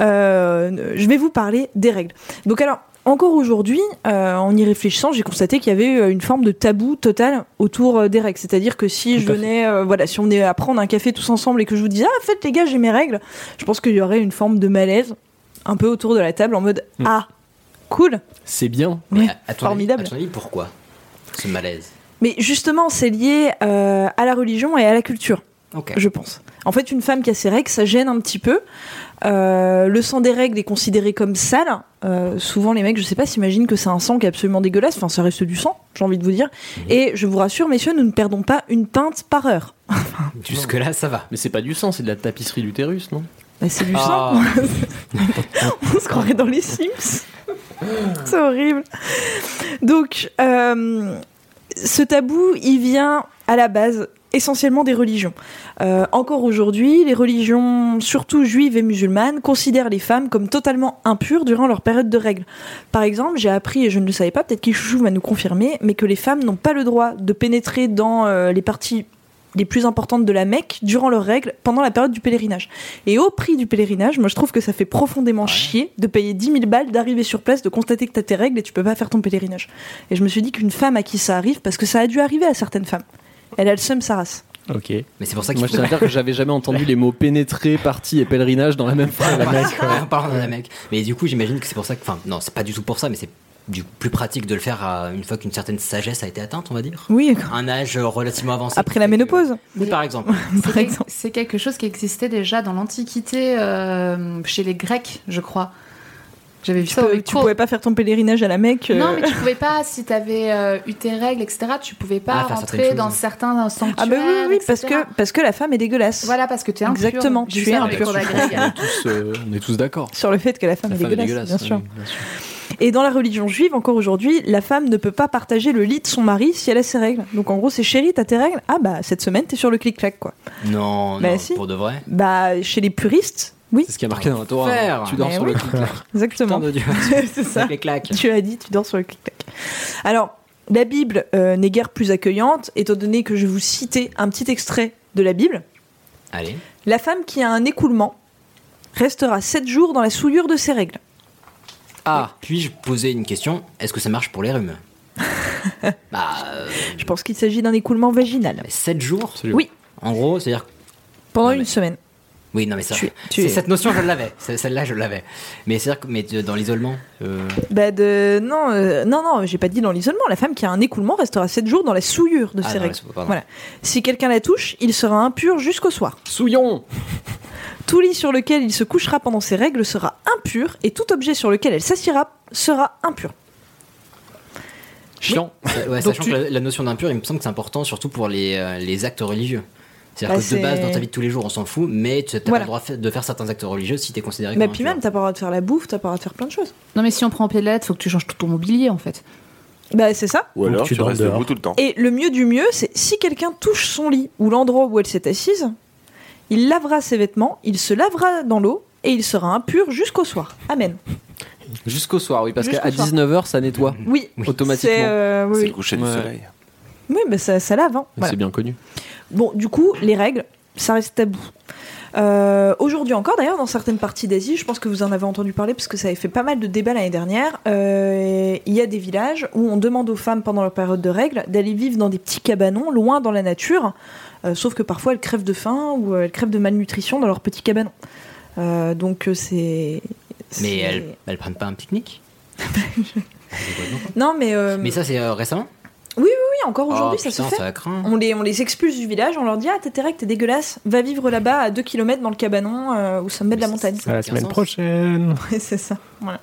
Speaker 1: Euh, je vais vous parler des règles. Donc alors, encore aujourd'hui, euh, en y réfléchissant, j'ai constaté qu'il y avait euh, une forme de tabou total autour euh, des règles. C'est-à-dire que si je venais, euh, voilà, si on venait à prendre un café tous ensemble et que je vous disais, ah, en fait, les gars, j'ai mes règles, je pense qu'il y aurait une forme de malaise un peu autour de la table en mode,
Speaker 8: Mm.
Speaker 1: ah, cool.
Speaker 8: C'est bien.
Speaker 3: Mais
Speaker 1: Ouais,
Speaker 3: à- à ton avis-
Speaker 1: formidable.
Speaker 3: à ton avis, pourquoi ce malaise
Speaker 1: Mais justement, c'est lié euh, à la religion et à la culture.
Speaker 3: Ok.
Speaker 1: je pense. En fait, une femme qui a ses règles, ça gêne un petit peu. Euh, le sang des règles est considéré comme sale. Euh, souvent, les mecs, je sais pas, s'imaginent que c'est un sang qui est absolument dégueulasse. Enfin, ça reste du sang, j'ai envie de vous dire. Et je vous rassure, messieurs, nous ne perdons pas une pinte par heure.
Speaker 3: Jusque-là, ça va.
Speaker 8: Mais c'est pas du sang, c'est de la tapisserie d'utérus, non
Speaker 1: Bah, c'est du
Speaker 3: Ah.
Speaker 1: sang. <laughs> On se croirait dans les Sims. c'est horrible. Donc, euh, ce tabou, il vient à la base essentiellement des religions. Euh, encore aujourd'hui, les religions, surtout juives et musulmanes, considèrent les femmes comme totalement impures durant leur période de règles. Par exemple, j'ai appris, et je ne le savais pas, peut-être qu'Ichouchou va nous confirmer, mais que les femmes n'ont pas le droit de pénétrer dans euh, les parties les plus importantes de la Mecque durant leurs règles pendant la période du pèlerinage. Et au prix du pèlerinage, moi je trouve que ça fait profondément chier de payer 10 000 balles, d'arriver sur place, de constater que t'as tes règles et tu peux pas faire ton pèlerinage. Et je me suis dit qu'une femme à qui ça arrive, parce que ça a dû arriver à certaines femmes, elle a le seum sa race.
Speaker 9: Ok.
Speaker 3: Mais c'est pour ça qu'il
Speaker 8: Moi, je
Speaker 3: faut...
Speaker 8: tiens à dire que j'avais jamais entendu les mots pénétrer, partie et pèlerinage dans la même <laughs> phrase.
Speaker 3: <laughs> Ouais, en parlant de la mec. Mais du coup, j'imagine que c'est pour ça que. Enfin, non, c'est pas du tout pour ça, mais c'est du plus pratique de le faire à- une fois qu'une certaine sagesse a été atteinte, on va dire.
Speaker 1: Oui,
Speaker 3: Un âge relativement avancé.
Speaker 1: après la
Speaker 3: Fait que-
Speaker 1: ménopause,
Speaker 3: Oui,
Speaker 1: <laughs>
Speaker 3: par exemple.
Speaker 1: par
Speaker 2: C'est-
Speaker 1: exemple.
Speaker 2: C'est quelque chose qui existait déjà dans l'Antiquité, euh, chez les Grecs, je crois. J'avais vu
Speaker 1: Tu,
Speaker 2: ça au
Speaker 1: peux- tu pouvais pas faire ton pèlerinage à la Mecque. euh,
Speaker 2: Non, mais tu pouvais pas, si t'avais euh, eu tes règles, etc., tu pouvais
Speaker 3: Ah,
Speaker 2: pas
Speaker 3: faire certaines
Speaker 2: rentrer
Speaker 3: choses.
Speaker 2: dans certains sanctuaires.
Speaker 1: Ah bah oui, oui, oui, parce,
Speaker 2: etc..
Speaker 1: que, parce que la femme est dégueulasse.
Speaker 2: Voilà, parce que tu es impur.
Speaker 1: Exactement,
Speaker 2: J'ai
Speaker 1: tu
Speaker 2: vu
Speaker 1: es
Speaker 2: ça dans
Speaker 1: impur.
Speaker 2: les cours
Speaker 1: <laughs>
Speaker 2: d'agrégé.
Speaker 8: On est tous, euh, on est tous d'accord.
Speaker 1: Sur le fait que la femme,
Speaker 8: La
Speaker 1: est,
Speaker 8: femme est
Speaker 1: dégueulasse, bien
Speaker 8: dégueulasse,
Speaker 1: sûr.
Speaker 8: oui, bien sûr.
Speaker 1: Et dans la religion juive, encore aujourd'hui, la femme ne peut pas partager le lit de son mari si elle a ses règles. Donc en gros, c'est chérie, t'as tes règles Ah bah cette semaine, t'es sur le clic-clac quoi.
Speaker 3: Non,
Speaker 1: Bah,
Speaker 3: non,
Speaker 1: si.
Speaker 3: pour de vrai.
Speaker 1: Bah chez les puristes, oui,
Speaker 8: C'est ce qui a marqué dans la Torah. hein.
Speaker 3: Faire.
Speaker 8: Tu dors
Speaker 1: Mais
Speaker 8: sur
Speaker 1: oui.
Speaker 8: le clic.
Speaker 1: exactement.
Speaker 3: Putain de Dieu.
Speaker 1: <laughs> c'est ça.
Speaker 3: Avec les claques.
Speaker 1: Tu as dit, tu dors sur le clic-clac. Alors, la Bible euh, n'est guère plus accueillante, étant donné que je vais vous citer un petit extrait de la Bible.
Speaker 3: Allez.
Speaker 1: La femme qui a un écoulement restera sept jours dans la souillure de ses règles.
Speaker 3: Ah, puis-je poser une question Est-ce que ça marche pour les
Speaker 1: <laughs>
Speaker 3: rhumes Bah, euh,
Speaker 1: Je pense qu'il s'agit d'un écoulement vaginal.
Speaker 3: 7 jours
Speaker 8: Absolument.
Speaker 1: Oui,
Speaker 3: En gros, c'est-à-dire.
Speaker 1: pendant
Speaker 3: Non, mais-
Speaker 1: une semaine.
Speaker 3: Oui, non, mais ça.
Speaker 1: Tu- tu
Speaker 3: c'est-
Speaker 1: es-
Speaker 3: Cette notion, je l'avais. C'est- Celle-là, je l'avais. Mais c'est-à-dire que mais de- dans l'isolement. euh,
Speaker 1: Bah de non euh, non non, j'ai pas dit dans l'isolement. La femme qui a un écoulement restera 7 jours dans la souillure de
Speaker 3: Ah,
Speaker 1: ses
Speaker 3: dans la
Speaker 1: règles.
Speaker 3: souillure, pardon.
Speaker 1: Voilà. Si quelqu'un la touche, il sera impur jusqu'au soir.
Speaker 8: Souillon
Speaker 1: Tout lit sur lequel il se couchera pendant ses règles sera impur et tout objet sur lequel elle s'assiera sera impur. Bah,
Speaker 8: Chiant.
Speaker 3: Ouais, ouais,
Speaker 1: Donc
Speaker 3: sachant
Speaker 1: tu-
Speaker 3: que la, la notion d'impur, il me semble que c'est important surtout pour les, euh, les actes religieux. C'est-à-dire
Speaker 1: Bah,
Speaker 3: que de base,
Speaker 1: c'est-
Speaker 3: dans ta vie de tous les jours, on s'en fout, mais tu n'as
Speaker 1: Voilà.
Speaker 3: pas le droit de faire certains actes religieux si tu es considéré
Speaker 1: Mais
Speaker 3: comme
Speaker 1: puis
Speaker 3: impur.
Speaker 1: même t'as pas le droit de faire la bouffe, t'as pas le droit de faire plein de choses.
Speaker 2: Non, mais si on prend Pellette, faut que tu changes tout ton mobilier en fait.
Speaker 1: Bah c'est ça.
Speaker 10: Ou
Speaker 9: Donc
Speaker 10: alors
Speaker 9: tu
Speaker 10: tu,
Speaker 9: dors
Speaker 10: restes
Speaker 9: dehors.
Speaker 10: debout tout le temps.
Speaker 1: Et le mieux du mieux, c'est si quelqu'un touche son lit ou l'endroit où elle s'est assise, il lavera ses vêtements, il se lavera dans l'eau et il sera impur jusqu'au soir. Amen.
Speaker 8: Jusqu'au soir, oui, parce
Speaker 1: Jusqu'au
Speaker 8: qu'à
Speaker 1: soir.
Speaker 8: 19h, ça nettoie.
Speaker 1: Oui.
Speaker 8: Automatiquement.
Speaker 1: C'est, euh, oui,
Speaker 10: C'est
Speaker 1: oui.
Speaker 10: le coucher
Speaker 8: Ouais.
Speaker 10: du soleil.
Speaker 1: Oui, bah ça, ça lave. hein. Voilà.
Speaker 8: C'est bien connu.
Speaker 1: Bon, du coup, les règles, ça reste tabou. Euh, Aujourd'hui encore, d'ailleurs, dans certaines parties d'Asie, je pense que vous en avez entendu parler parce que ça avait fait pas mal de débats l'année dernière. euh, Il y a des villages où on demande aux femmes pendant leur période de règles d'aller vivre dans des petits cabanons loin dans la nature, euh, sauf que parfois elles crèvent de faim ou euh, elles crèvent de malnutrition dans leurs petits cabanons. Euh, donc euh, c'est. c'est-
Speaker 3: Mais elles, elles prennent pas un pique-nique C'est quoi, non
Speaker 1: Non, mais. euh,
Speaker 3: Mais ça, c'est euh, récemment
Speaker 1: oui, encore aujourd'hui,
Speaker 3: Oh,
Speaker 1: ça
Speaker 3: putain,
Speaker 1: se fait.
Speaker 3: Ça craint.
Speaker 1: On les, on les expulse du village, on leur dit Ah, t'es t'es règles, t'es dégueulasse, va vivre là-bas à 2 km dans le cabanon euh, au sommet de la
Speaker 3: Mais
Speaker 1: montagne.
Speaker 9: À la
Speaker 3: aucun
Speaker 9: semaine
Speaker 3: sens.
Speaker 9: prochaine.
Speaker 1: <laughs>
Speaker 10: Euh,
Speaker 1: Ouais, c'est ça. Voilà.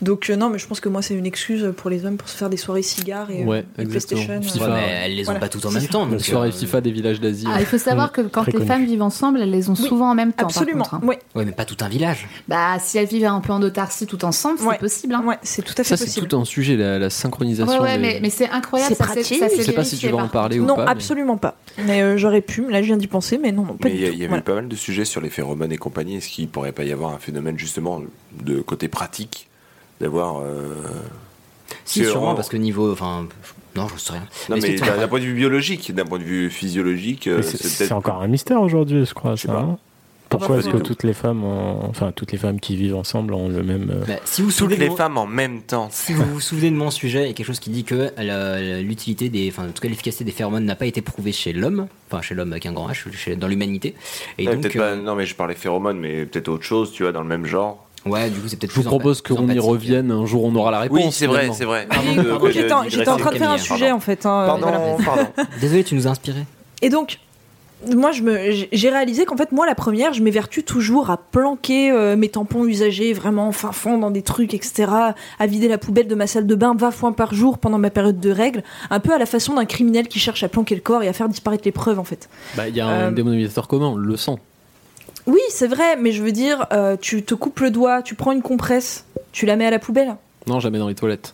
Speaker 1: Donc, euh, non, mais je pense que moi, c'est une excuse pour les hommes pour se faire des soirées cigares et, euh,
Speaker 8: Ouais,
Speaker 1: et
Speaker 8: exactement.
Speaker 1: PlayStation. euh,
Speaker 3: Ouais,
Speaker 8: FIFA.
Speaker 3: mais elles les ont
Speaker 1: Voilà.
Speaker 3: pas toutes en même temps.
Speaker 8: La
Speaker 3: donc,
Speaker 8: soirée
Speaker 3: euh,
Speaker 8: FIFA des villages d'Asie.
Speaker 2: Ah, il faut savoir que quand
Speaker 9: très
Speaker 2: les
Speaker 9: connu.
Speaker 2: femmes vivent ensemble, elles les ont
Speaker 1: Oui,
Speaker 2: souvent en même temps. par
Speaker 1: Absolument.
Speaker 2: contre, hein.
Speaker 1: Ouais,
Speaker 3: Ouais, mais pas tout un village.
Speaker 2: Bah, si elles vivent un peu en autarcie tout ensemble, c'est
Speaker 1: Ouais.
Speaker 2: possible. hein.
Speaker 1: ouais, c'est tout à fait
Speaker 8: ça, c'est
Speaker 1: possible.
Speaker 8: tout un sujet, la, la
Speaker 2: Ouais,
Speaker 8: synchronisation.
Speaker 2: ouais,
Speaker 8: des-
Speaker 2: mais, mais c'est incroyable.
Speaker 1: C'est
Speaker 2: ça s'est-
Speaker 1: pratique.
Speaker 2: ça s'est
Speaker 8: Je sais pas si
Speaker 2: vérifié,
Speaker 8: tu vas en
Speaker 2: par
Speaker 8: parler ou
Speaker 1: Non,
Speaker 8: pas. mais-
Speaker 1: absolument pas. Mais euh, j'aurais pu. Là, je viens d'y penser, mais non, non pas
Speaker 10: Mais il
Speaker 1: du
Speaker 10: y, a-
Speaker 1: tout.
Speaker 10: il y avait
Speaker 1: Voilà.
Speaker 10: pas mal de sujets sur les phéromones et compagnie. Est-ce qu'il pourrait pas y avoir un phénomène justement de côté pratique d'avoir. euh,
Speaker 3: Si,
Speaker 10: C'est
Speaker 3: sûrement,
Speaker 10: vraiment-
Speaker 3: parce que niveau. Enfin, je- non, je sais rien.
Speaker 10: Non,
Speaker 3: est-ce
Speaker 10: mais
Speaker 3: que tu-
Speaker 10: d'un d'un point de vue biologique, d'un point de vue physiologique, euh,
Speaker 9: Mais
Speaker 10: c'est
Speaker 9: C'est c'est
Speaker 10: peut-être.
Speaker 9: encore un mystère aujourd'hui, je crois.
Speaker 10: Je sais
Speaker 9: ça,
Speaker 10: pas.
Speaker 9: hein. Pourquoi est-ce
Speaker 10: du
Speaker 9: que
Speaker 10: tout.
Speaker 9: toutes les femmes, ont- enfin toutes les femmes qui vivent ensemble ont le même euh,
Speaker 3: Bah, si vous vous
Speaker 10: Toutes
Speaker 3: souvenez de
Speaker 10: les
Speaker 3: mon-
Speaker 10: femmes en même temps.
Speaker 3: si vous vous souvenez de mon sujet et quelque chose qui dit que la- l'utilité des, enfin en tout cas l'efficacité des phéromones n'a pas été prouvée chez l'homme, enfin chez l'homme avec un grand H, chez- dans l'humanité. Et
Speaker 10: Ouais,
Speaker 3: donc,
Speaker 10: peut-être
Speaker 3: euh,
Speaker 10: pas- non, mais je parlais phéromones, mais peut-être autre chose, tu vois, dans le même genre.
Speaker 3: ouais, du coup c'est peut-être.
Speaker 8: Je vous
Speaker 3: plus
Speaker 8: propose
Speaker 3: empathique-
Speaker 8: qu'on y
Speaker 3: empathique.
Speaker 8: revienne un jour, on aura la réponse.
Speaker 10: Oui, c'est vrai,
Speaker 8: finalement.
Speaker 10: c'est vrai.
Speaker 3: Pardon,
Speaker 1: Oui,
Speaker 3: pardon,
Speaker 1: oui, J'étais en,
Speaker 10: de
Speaker 1: j'étais en train de faire un
Speaker 3: digression,
Speaker 1: sujet en fait. hein, euh, voilà.
Speaker 10: Pardon, pardon.
Speaker 3: Désolé, tu nous as inspiré.
Speaker 1: Et donc, moi, je me, j'ai- j'ai réalisé qu'en fait, moi, la première, je m'évertue toujours à planquer euh, mes tampons usagés vraiment fin fond dans des trucs, etc. À vider la poubelle de ma salle de bain 20 fois par jour pendant ma période de règles. Un peu à la façon d'un criminel qui cherche à planquer le corps et à faire disparaître les preuves, en fait.
Speaker 8: Bah, Il y a un
Speaker 1: Euh,
Speaker 8: dénominateur commun, le sang.
Speaker 1: Oui, c'est vrai, mais je veux dire, euh, tu te coupes le doigt, tu prends une compresse, tu la mets à la poubelle.
Speaker 8: Non, jamais dans les toilettes.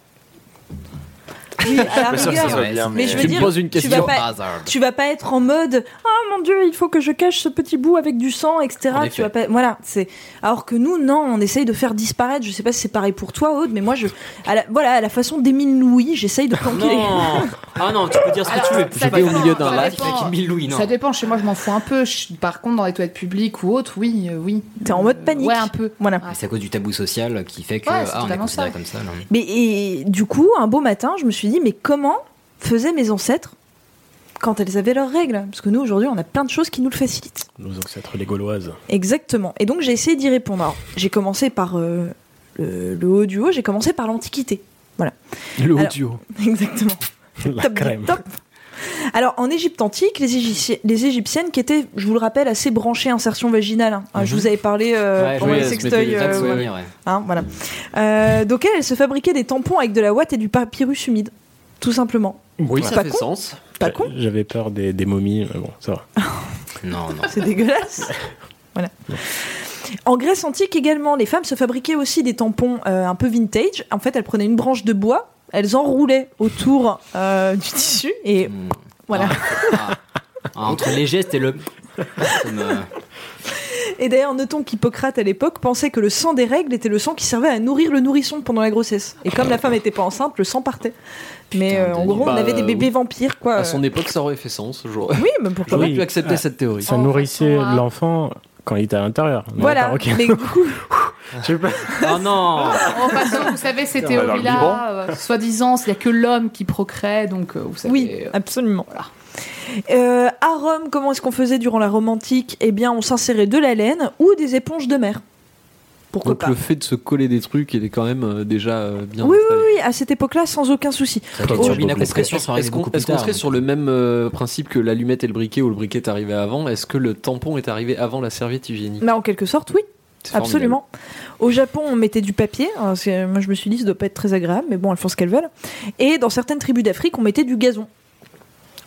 Speaker 1: Oui, à
Speaker 8: <laughs>
Speaker 1: la
Speaker 10: Pas sûr que ça
Speaker 1: rigueur.
Speaker 10: soit bien,
Speaker 1: Ah, Mais je veux
Speaker 8: tu me
Speaker 1: dire,
Speaker 8: poses une
Speaker 1: tu vas
Speaker 8: question
Speaker 1: pas-
Speaker 3: Hazard.
Speaker 1: Tu vas pas être en mode oh mon dieu il faut que je cache ce petit bout avec du sang etc.
Speaker 8: En
Speaker 1: Tu
Speaker 8: effet.
Speaker 1: vas pas voilà c'est alors que nous non on essaye de faire disparaître je sais pas si c'est pareil pour toi Aude mais moi je à la, voilà à la façon d'Émile Louis j'essaye de planquer les-
Speaker 3: Non. Ah non, tu peux dire ce que
Speaker 2: Alors,
Speaker 3: tu veux.
Speaker 2: ça
Speaker 3: J'ai pas eu
Speaker 8: dépend,
Speaker 3: au milieu d'un
Speaker 8: ça
Speaker 3: live
Speaker 2: dépend.
Speaker 3: avec mille louis, non.
Speaker 2: Ça dépend, chez moi je m'en fous un peu. Je- par contre, dans les toilettes publiques ou autres, oui, euh, oui.
Speaker 1: T'es en mode panique.
Speaker 2: Ouais, un peu. Ah,
Speaker 1: voilà
Speaker 3: Mais C'est à cause du tabou social qui fait que
Speaker 2: Ouais, c'est
Speaker 3: ah, on est
Speaker 2: totalement
Speaker 3: considéré
Speaker 2: ça.
Speaker 3: comme ça. non.
Speaker 1: mais et du coup un beau matin je me suis dit mais comment faisaient mes ancêtres quand elles avaient leurs règles parce que nous aujourd'hui on a plein de choses qui nous le facilitent
Speaker 9: nos ancêtres les
Speaker 1: <laughs>
Speaker 9: Gauloises
Speaker 1: Exactement. Et donc j'ai essayé d'y répondre. Alors, j'ai commencé par euh, le, le haut du haut, j'ai commencé par l'Antiquité. <laughs>
Speaker 8: Le
Speaker 1: Alors-
Speaker 8: audio.
Speaker 1: Exactement.
Speaker 9: La
Speaker 1: top du
Speaker 9: crème.
Speaker 1: top. Alors en Égypte antique, les, Égypti- les Égyptiennes qui étaient, je vous le rappelle, assez branchées insertion vaginale. hein. Ah, Je
Speaker 3: Mhm.
Speaker 1: vous avais parlé euh,
Speaker 3: Ouais,
Speaker 1: pendant
Speaker 3: oui,
Speaker 1: les
Speaker 3: elles se
Speaker 1: sextoys,
Speaker 3: mettaient des
Speaker 1: euh,
Speaker 3: axes,
Speaker 1: voilà.
Speaker 3: ouais, ouais.
Speaker 1: Hein, voilà. Euh, donc elles, elles se fabriquaient des tampons avec de la ouate et du papyrus humide, tout simplement.
Speaker 8: Oui,
Speaker 1: C'est
Speaker 8: ça
Speaker 1: pas
Speaker 8: fait
Speaker 1: con.
Speaker 8: sens.
Speaker 1: Pas
Speaker 9: J'a-
Speaker 1: con,
Speaker 9: J'avais peur des, des momies, mais bon, ça va.
Speaker 3: Non, non.
Speaker 1: c'est
Speaker 3: <laughs>
Speaker 1: dégueulasse. Voilà. En Grèce antique également, les femmes se fabriquaient aussi des tampons euh, un peu vintage. En fait, elles prenaient une branche de bois, elles enroulaient autour euh, du tissu et
Speaker 3: Hmm.
Speaker 1: voilà.
Speaker 3: Ah, ah, ah, entre les gestes
Speaker 8: <laughs>
Speaker 3: et le. Ça me-
Speaker 1: Et d'ailleurs, notons qu'Hippocrate à l'époque pensait que le sang des règles était le sang qui servait à nourrir le nourrisson pendant la grossesse. Et comme la femme n'était pas enceinte, le sang partait. Mais
Speaker 3: Putain,
Speaker 1: euh, en
Speaker 3: Denis.
Speaker 1: gros, on
Speaker 8: Bah,
Speaker 1: avait des
Speaker 8: euh,
Speaker 1: bébés vampires, quoi.
Speaker 8: À son époque, ça aurait fait sens. J'aurais
Speaker 1: Oui, mais pourquoi
Speaker 8: j'aurais
Speaker 9: Oui.
Speaker 8: pu accepter
Speaker 9: Ah.
Speaker 8: cette théorie.
Speaker 9: Ça
Speaker 2: Oh,
Speaker 9: nourrissait
Speaker 2: façon, hein.
Speaker 9: de l'enfant quand il était à l'intérieur.
Speaker 1: pas Voilà.
Speaker 9: D'accord, ok.
Speaker 8: <laughs>
Speaker 9: <laughs>
Speaker 1: Mais du coup,
Speaker 9: Je sais pas.
Speaker 3: Oh non
Speaker 2: En façon, vous savez, ces
Speaker 10: On va dans le Liban.
Speaker 2: théories-là, euh, soi-disant, il n'y a que l'homme qui procrée, donc euh, vous savez.
Speaker 1: oui,
Speaker 2: euh,
Speaker 1: absolument.
Speaker 2: voilà.
Speaker 1: Euh, à Rome, comment est-ce qu'on faisait durant la Rome antique Eh bien, on s'insérait de la laine ou des éponges de mer. Pourquoi
Speaker 8: Donc
Speaker 1: pas
Speaker 8: le fait de se coller des trucs, il est quand même euh, déjà euh, bien.
Speaker 1: Oui,
Speaker 8: installé.
Speaker 1: oui, à cette époque-là, sans aucun souci.
Speaker 3: Ça fait
Speaker 9: Oh,
Speaker 3: turbine à
Speaker 9: donc,
Speaker 3: compression,
Speaker 8: Est-ce
Speaker 3: ça
Speaker 8: est-ce
Speaker 3: arrive
Speaker 8: qu'on
Speaker 3: beaucoup plus
Speaker 8: est-ce qu'on
Speaker 3: tard. hein.
Speaker 8: serait sur le même euh, principe que l'allumette et le briquet ou le briquet est arrivé avant Est-ce que le tampon est arrivé avant la serviette hygiénique
Speaker 1: Mais en quelque sorte, oui.
Speaker 8: C'est formidable.
Speaker 1: Absolument. Au Japon, on mettait du papier. hein, c'est- Moi, je me suis dit, ça doit pas être très agréable, mais bon, elles font ce qu'elles veulent. Et dans certaines tribus d'Afrique, on mettait du gazon.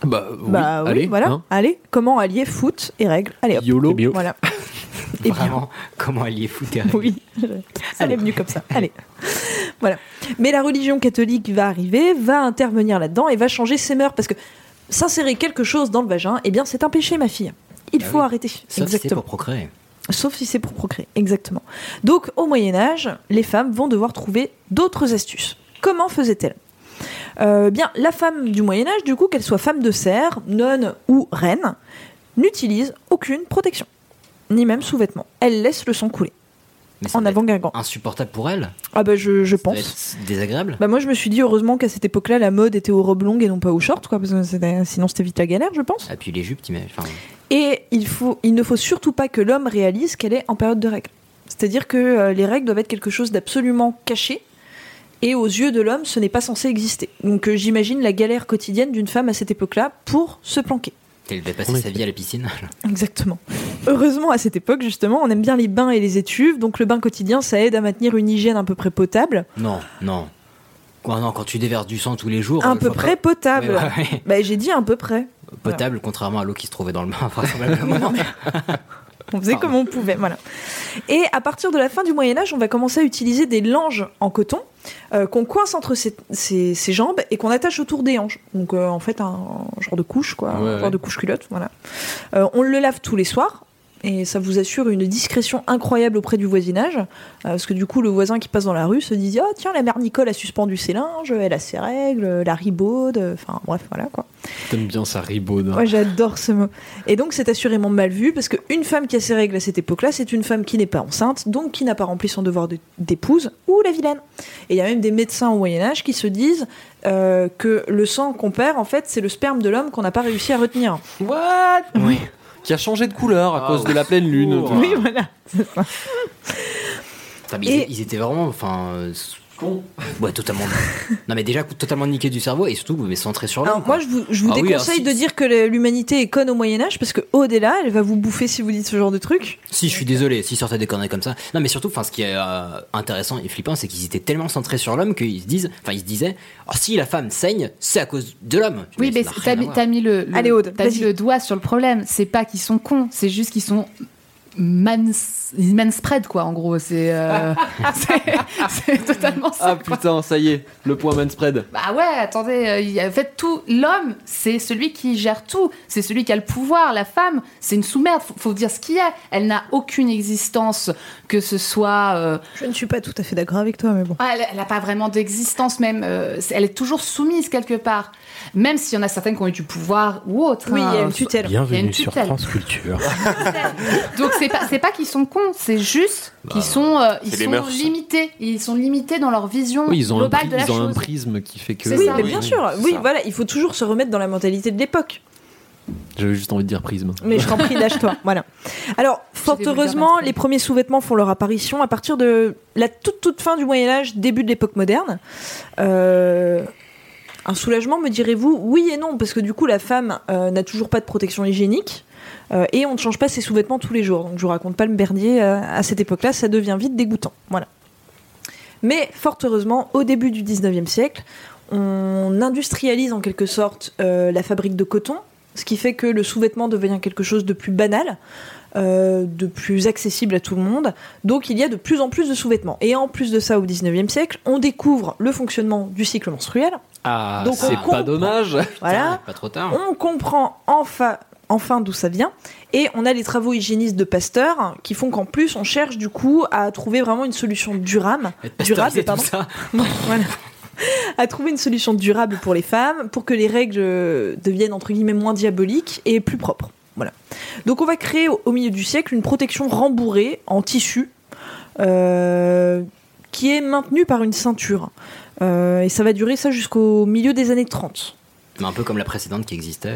Speaker 8: Bah oui,
Speaker 1: bah oui,
Speaker 8: allez,
Speaker 1: voilà.
Speaker 8: hein.
Speaker 1: allez, comment allier foot et règles Allez, hop.
Speaker 8: YOLO.
Speaker 7: Eh
Speaker 9: C'est bio.
Speaker 8: <laughs>
Speaker 1: Voilà. Et bien.
Speaker 3: Vraiment, comment allier foot et
Speaker 1: <laughs>
Speaker 3: règles
Speaker 1: Oui, ça m'est venu comme
Speaker 8: <laughs>
Speaker 1: ça. Allez. voilà. Mais la religion catholique va arriver, va intervenir là-dedans et va changer ses mœurs parce que s'insérer quelque chose dans le vagin, eh bien, c'est un péché, ma fille. Il
Speaker 8: Bah
Speaker 3: Ah
Speaker 1: faut
Speaker 3: oui.
Speaker 1: arrêter.
Speaker 3: Sauf si c'est
Speaker 1: Exactement.
Speaker 3: pour procréer.
Speaker 1: Sauf si c'est pour procréer, exactement. Donc au Moyen Âge, les femmes vont devoir trouver d'autres astuces. Comment faisaient-elles Euh, Bien, la femme du Moyen Âge, du coup, qu'elle soit femme de serre, nonne ou reine, n'utilise aucune protection, ni même sous-vêtements. Elle laisse le sang couler
Speaker 3: Mais ça
Speaker 1: en
Speaker 3: doit être
Speaker 1: avant-gargant.
Speaker 3: Insupportable pour elle
Speaker 1: Ah bah je, je
Speaker 3: Ça doit
Speaker 1: pense.
Speaker 3: être désagréable
Speaker 1: Bah moi je me suis dit heureusement qu'à cette époque-là la mode était aux robes longues et non pas aux shorts quoi parce que c'était- sinon c'était vite la galère je pense.
Speaker 3: Ah, puis les jupes, t'imagines. Enfin,
Speaker 1: Et il, faut, il ne faut surtout pas que l'homme réalise qu'elle est en période de règles. C'est-à-dire que euh, les règles doivent être quelque chose d'absolument caché, et aux yeux de l'homme, ce n'est pas censé exister. Donc euh, j'imagine la galère quotidienne d'une femme à cette époque-là pour se planquer.
Speaker 3: elle devait passer
Speaker 9: Oui.
Speaker 3: sa vie à la piscine. <laughs>
Speaker 1: Exactement. Heureusement, à cette époque, justement, on aime bien les bains et les étuves, donc le bain quotidien, ça aide à maintenir une hygiène à peu près potable.
Speaker 3: Non, non. Quoi, non, quand tu déverses du sang tous les jours.
Speaker 1: À
Speaker 3: euh, je
Speaker 1: peu
Speaker 3: vois
Speaker 1: près
Speaker 3: pas-
Speaker 1: potable.
Speaker 3: Ouais, ouais, ouais. <laughs>
Speaker 1: Bah, j'ai dit à peu près.
Speaker 3: Potable, contrairement à l'eau qui se trouvait dans le bain, <laughs>
Speaker 8: <laughs>
Speaker 3: vraisemblablement.
Speaker 1: <laughs> On faisait comme on pouvait, voilà. Et à partir de la fin du Moyen Âge, on va commencer à utiliser des langes en coton euh, qu'on coince entre ses, ses- ses jambes et qu'on attache autour des hanches. Donc euh, en fait un genre de couche, quoi,
Speaker 8: Ouais,
Speaker 1: un genre
Speaker 8: ouais.
Speaker 1: de couche culotte, voilà. Euh, on le lave tous les soirs. Et ça vous assure une discrétion incroyable auprès du voisinage, euh, parce que du coup, le voisin qui passe dans la rue se dit Ah, tiens, la mère Nicole a suspendu ses linges, elle a ses règles, la ribaude, enfin bref, voilà quoi.
Speaker 7: T'aimes bien ça, Ribaud.
Speaker 1: Moi, Oh, j'adore ce mot. Et donc, c'est assurément mal vu parce qu'une femme qui a ses règles à cette époque-là, c'est une femme qui n'est pas enceinte, donc qui n'a pas rempli son devoir de- d'épouse ou la vilaine. Et il y a même des médecins au Moyen-Âge qui se disent euh, que le sang qu'on perd, en fait, c'est le sperme de l'homme qu'on n'a pas réussi à retenir.
Speaker 8: What Qui a changé de couleur à
Speaker 3: Ah,
Speaker 8: cause
Speaker 3: ouais.
Speaker 8: de la pleine lune.
Speaker 3: Oui,
Speaker 1: voilà.
Speaker 3: Putain, mais ils,
Speaker 1: Et-
Speaker 3: étaient- ils étaient vraiment. Enfin. euh, Ouais, <laughs> totalement. non, mais déjà, totalement niqué du cerveau et surtout, mais centré sur l'homme.
Speaker 1: Alors, moi, je vous, je vous
Speaker 3: Ah oui,
Speaker 1: déconseille
Speaker 3: alors,
Speaker 1: de
Speaker 3: si-
Speaker 1: dire que le- l'humanité est conne au Moyen-Âge parce que au-delà, elle va vous bouffer si vous dites ce genre de truc.
Speaker 3: Si, je suis désolé, s'ils sortaient des conneries comme ça. Non, mais surtout, enfin, ce qui est euh, intéressant et flippant, c'est qu'ils étaient tellement centrés sur l'homme qu'ils se disent, enfin, ils se disaient, oh, si la femme saigne, c'est à cause de l'homme. Je
Speaker 2: Oui,
Speaker 3: dis,
Speaker 2: mais
Speaker 3: ça n'a rien
Speaker 2: t'as
Speaker 3: à
Speaker 2: mis,
Speaker 3: voir.
Speaker 2: t'as mis le, le-
Speaker 1: Allez, Aude,
Speaker 2: t'as mis
Speaker 1: vas-y.
Speaker 2: le doigt sur le problème. C'est pas qu'ils sont cons, c'est juste qu'ils sont man, manspread, quoi, en gros. C'est euh, <laughs> c'est- c'est totalement ça.
Speaker 8: Ah putain, ça y est, le point man spread.
Speaker 2: Bah ouais, attendez, euh, il y a- en fait, tout, l'homme, c'est celui qui gère tout, c'est celui qui a le pouvoir, la femme, c'est une sous-merde, faut, faut dire ce qu'il y a, elle n'a aucune existence, que ce soit... euh,
Speaker 1: Je ne suis pas tout à fait d'accord avec toi, mais bon.
Speaker 2: ah, elle n'a pas vraiment d'existence même, euh, c'est- elle est toujours soumise quelque part, même s'il y en a certaines qui ont eu du pouvoir ou autre.
Speaker 1: Oui,
Speaker 2: hein.
Speaker 1: il y a une tutelle.
Speaker 2: Il y a une
Speaker 9: Bienvenue sur
Speaker 2: tutelle.
Speaker 9: France Culture.
Speaker 2: Donc c'est pas, c'est pas qu'ils sont cons, c'est juste qu'ils sont, euh, ils
Speaker 10: Bah c'est les
Speaker 2: sont
Speaker 10: mœurs.
Speaker 2: limités, ils sont limités dans leur vision
Speaker 7: Oui, ils ont, un,
Speaker 2: globale de
Speaker 7: pri-
Speaker 2: la
Speaker 7: ils ont un
Speaker 2: chose.
Speaker 7: prisme qui fait que.
Speaker 2: C'est
Speaker 1: Oui,
Speaker 2: ça.
Speaker 1: mais
Speaker 2: Oui,
Speaker 1: bien
Speaker 10: oui,
Speaker 1: sûr.
Speaker 10: c'est
Speaker 1: Oui,
Speaker 10: ça.
Speaker 1: voilà, il faut toujours se remettre dans la mentalité de l'époque.
Speaker 7: J'avais juste envie de dire prisme.
Speaker 1: Mais je t'en prie, lâche-toi. <laughs> Voilà. Alors, fort
Speaker 2: des vulgaires
Speaker 1: heureusement,
Speaker 2: manspreads.
Speaker 1: les premiers sous-vêtements font leur apparition à partir de la toute toute fin du Moyen Âge, début de l'époque moderne. Euh, un soulagement, me direz-vous Oui et non, parce que du coup, la femme euh, n'a toujours pas de protection hygiénique. euh, et on ne change pas ses sous-vêtements tous les jours. Donc je vous raconte pas le merdier euh, à cette époque-là, ça devient vite dégoûtant. Voilà. Mais fort heureusement, au début du 19e siècle, on industrialise en quelque sorte euh, la fabrique de coton, ce qui fait que le sous-vêtement devient quelque chose de plus banal, euh, de plus accessible à tout le monde. Donc il y a de plus en plus de sous-vêtements. Et en plus de ça, au 19e siècle, on découvre le fonctionnement du cycle menstruel.
Speaker 7: Ah,
Speaker 1: Donc, on
Speaker 7: c'est
Speaker 1: comprend.
Speaker 7: pas dommage.
Speaker 1: Voilà. Hein
Speaker 3: Pas trop tard.
Speaker 1: On comprend enfin, enfin d'où ça vient. Et on a les travaux hygiénistes de Pasteur qui font qu'en plus, on cherche du coup à trouver vraiment une solution durable. Durable,
Speaker 3: Pasteuriser
Speaker 1: pardon.
Speaker 3: tout ça.
Speaker 1: Voilà. à trouver une solution durable pour les femmes, pour que les règles euh, deviennent entre guillemets moins diaboliques et plus propres. Voilà. Donc on va créer au, au milieu du siècle une protection rembourrée en tissu euh, qui est maintenue par une ceinture. Euh, et ça va durer ça jusqu'au milieu des années 30.
Speaker 3: Mais un peu comme la précédente qui existait.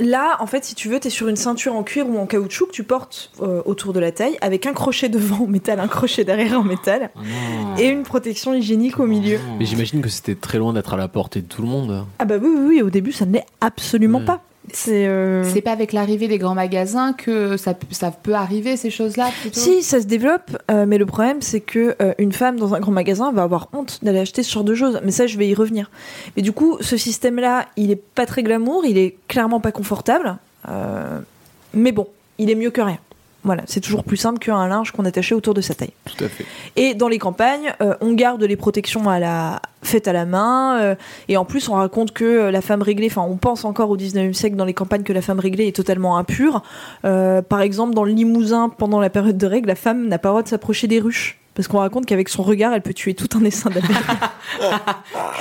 Speaker 1: Là, en fait, si tu veux, t'es sur une ceinture en cuir ou en caoutchouc que tu portes euh, autour de la taille avec un crochet devant en métal, un crochet derrière en métal
Speaker 3: Oh non. Oh
Speaker 1: et une protection hygiénique au milieu.
Speaker 7: Mais j'imagine que c'était très loin d'être à la portée de tout le monde.
Speaker 1: Ah bah oui, oui, oui, au début ça ne l'est absolument
Speaker 7: Ouais.
Speaker 1: pas. C'est... euh,
Speaker 2: C'est pas avec l'arrivée des grands magasins que ça, ça peut arriver ces choses-là plutôt
Speaker 1: Si, ça se développe, euh, mais le problème c'est que euh, une femme dans un grand magasin va avoir honte d'aller acheter ce genre de choses. Mais ça, je vais y revenir. Mais du coup, ce système-là, il est pas très glamour, il est clairement pas confortable. euh, mais bon, il est mieux que rien. Voilà, c'est toujours plus simple qu'un linge qu'on attachait autour de sa taille.
Speaker 8: Tout à fait.
Speaker 1: Et dans les campagnes, euh, on garde les protections à la faites à la main. euh, et en plus, on raconte que euh, la femme réglée, enfin, on pense encore au 19e siècle dans les campagnes que la femme réglée est totalement impure. Euh, par exemple, dans le Limousin, pendant la période de règles, la femme n'a pas le droit de s'approcher des ruches. Parce qu'on raconte qu'avec son regard, elle peut tuer tout un essaim
Speaker 10: <laughs>
Speaker 1: d'abeilles.